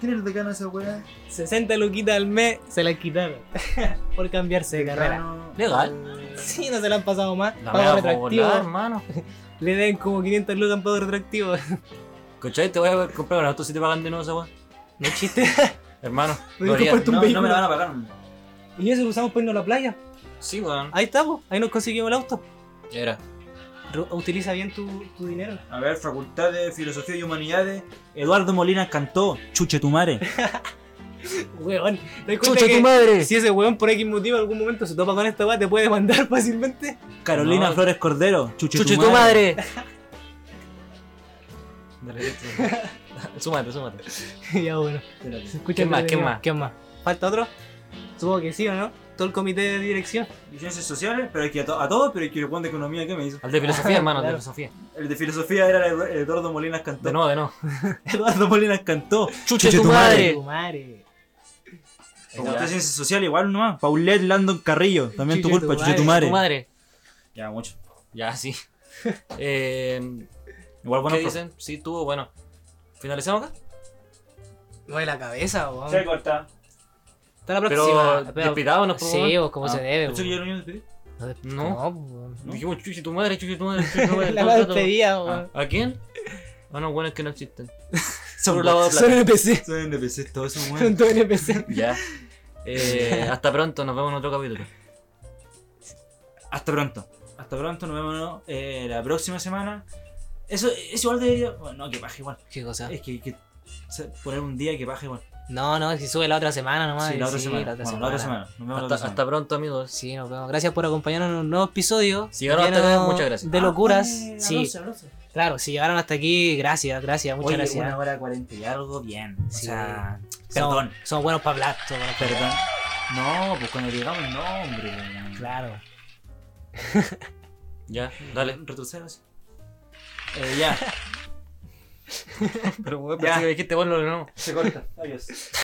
C: ¿Quién es el decano de esa weá?
D: 60 luquitas al mes se las quitaron *laughs* por cambiarse de carrera.
C: Decano-
B: Legal.
D: Sí, no se la han pasado más.
B: La
D: pago
B: voy a volar,
D: retroactivo.
B: hermano.
D: Le den como 500 lucas en pago retroactivo. *laughs*
B: ¿Cachai? Te voy a comprar un auto si te pagan de nuevo esa weá.
D: No es chiste.
B: Hermano,
D: Voy a
B: lo haría.
D: comprarte un
C: No, no
D: vehículo.
C: me la van a pagar.
D: Y eso lo usamos para irnos a la playa.
B: Sí, weón.
D: Ahí estamos, ahí nos conseguimos el auto.
B: Era.
D: Ru- Utiliza bien tu, tu dinero. *laughs*
C: A ver, Facultad de Filosofía y Humanidades. Eduardo Molina cantó Chuche tu madre.
D: Weón, ¿te das cuenta
B: ¡Chucha
D: que
B: tu madre!
D: Si ese weón por X motivo en algún momento se topa con esta weá, te puede mandar fácilmente. *laughs*
C: Carolina
B: No.
C: Flores Cordero. Chuche,
B: ¡Chuche
C: tu madre.
B: *laughs* Dale, tú. súmate, súmate.
D: ya bueno. Se
B: ¿Qué
D: escucha
B: más,
D: entretenido.
B: qué más?
D: ¿Qué más? ¿Falta otro? Supongo que sí o no. Todo el comité de dirección.
C: Y Ciencias sociales, pero aquí a, to- a todos, pero aquí el Juan de economía, ¿qué me hizo?
B: Al de filosofía, hermano, al de
D: Claro.
B: filosofía.
C: El de filosofía era el Edu- Eduardo Molina cantó.
B: De nuevo, de nuevo.
C: *laughs* Eduardo Molina cantó.
B: ¡Chuche tu madre!
D: Tu madre.
C: Facultad de Ciencias Sociales, igual nomás. Paulette Landon Carrillo, también tu
D: Chuche
C: culpa,
D: tu
C: chuche tu
B: ¡Chuche
C: madre.
B: tu madre!
C: Ya, mucho.
B: Ya, sí. Eh,
C: Igual bueno,
B: ¿Qué dicen? Sí, tuvo, bueno. ¿Finalizamos acá?
D: No de la cabeza, weón.
C: Se corta.
D: Hasta la
B: Pero,
D: próxima. Pero-
B: despidámonos, por favor.
D: Sí, vos, como
C: Ah,
D: se
B: Eh,
D: debe.
C: ¿Esto que ya
D: weón.
C: lo mismo despedí?
D: No, desp-
B: No.
D: no, weón.
C: ¿No?
B: Dijimos, chuche tu madre, chuche tu madre, chuche tu madre.
D: *laughs* La
B: todo
D: weá
B: el rato.
D: despedida,
B: Ah, *laughs*
D: weón.
B: ¿A quién? A unos buenos que no existen.
C: Son
B: un lavado de plata.
D: Son NPC.
C: Son NPCs, todos
B: *laughs*
C: son
D: Son
C: buenos.
D: todos NPC.
B: Ya. Eh, hasta pronto, nos vemos en otro capítulo.
C: Hasta pronto. Hasta pronto, nos vemos eh, la próxima semana. Eso, eso igual debería. Bueno, no, que baje igual.
D: ¿Qué cosa?
C: Es que, que se- poner un día que baje igual.
D: No, no, si sube la otra semana nomás.
C: sí, la otra
D: Sí,
C: semana.
D: la otra
C: Bueno, la otra
D: semana.
C: semana. Nos vemos la
B: Hasta,
C: otra semana.
B: hasta pronto, amigos.
D: Sí, nos vemos. Gracias por acompañarnos en un nuevo episodio.
B: Si llegaron hasta acá,
D: lleno
B: muchas gracias.
D: De locuras.
C: Ah, eh,
D: sí,
C: abrazo, abrazo.
D: claro, si llegaron hasta aquí, gracias, gracias, muchas
C: Oye,
D: gracias.
C: Una hora cuarenta y algo, bien. O
D: Sí.
C: sea,
D: Somos,
C: perdón.
D: somos buenos para hablar, somos buenos pa' hablar.
C: Perdón. No, pues cuando digamos el nombre.
D: Claro.
B: Ya,
C: Dale,
B: dale.
C: retrocedas. Eh, ya.
B: Pero,
C: pero
B: ya.
C: si
D: *laughs*
B: dijiste, bueno, no.
C: Se corta. *laughs* Adiós.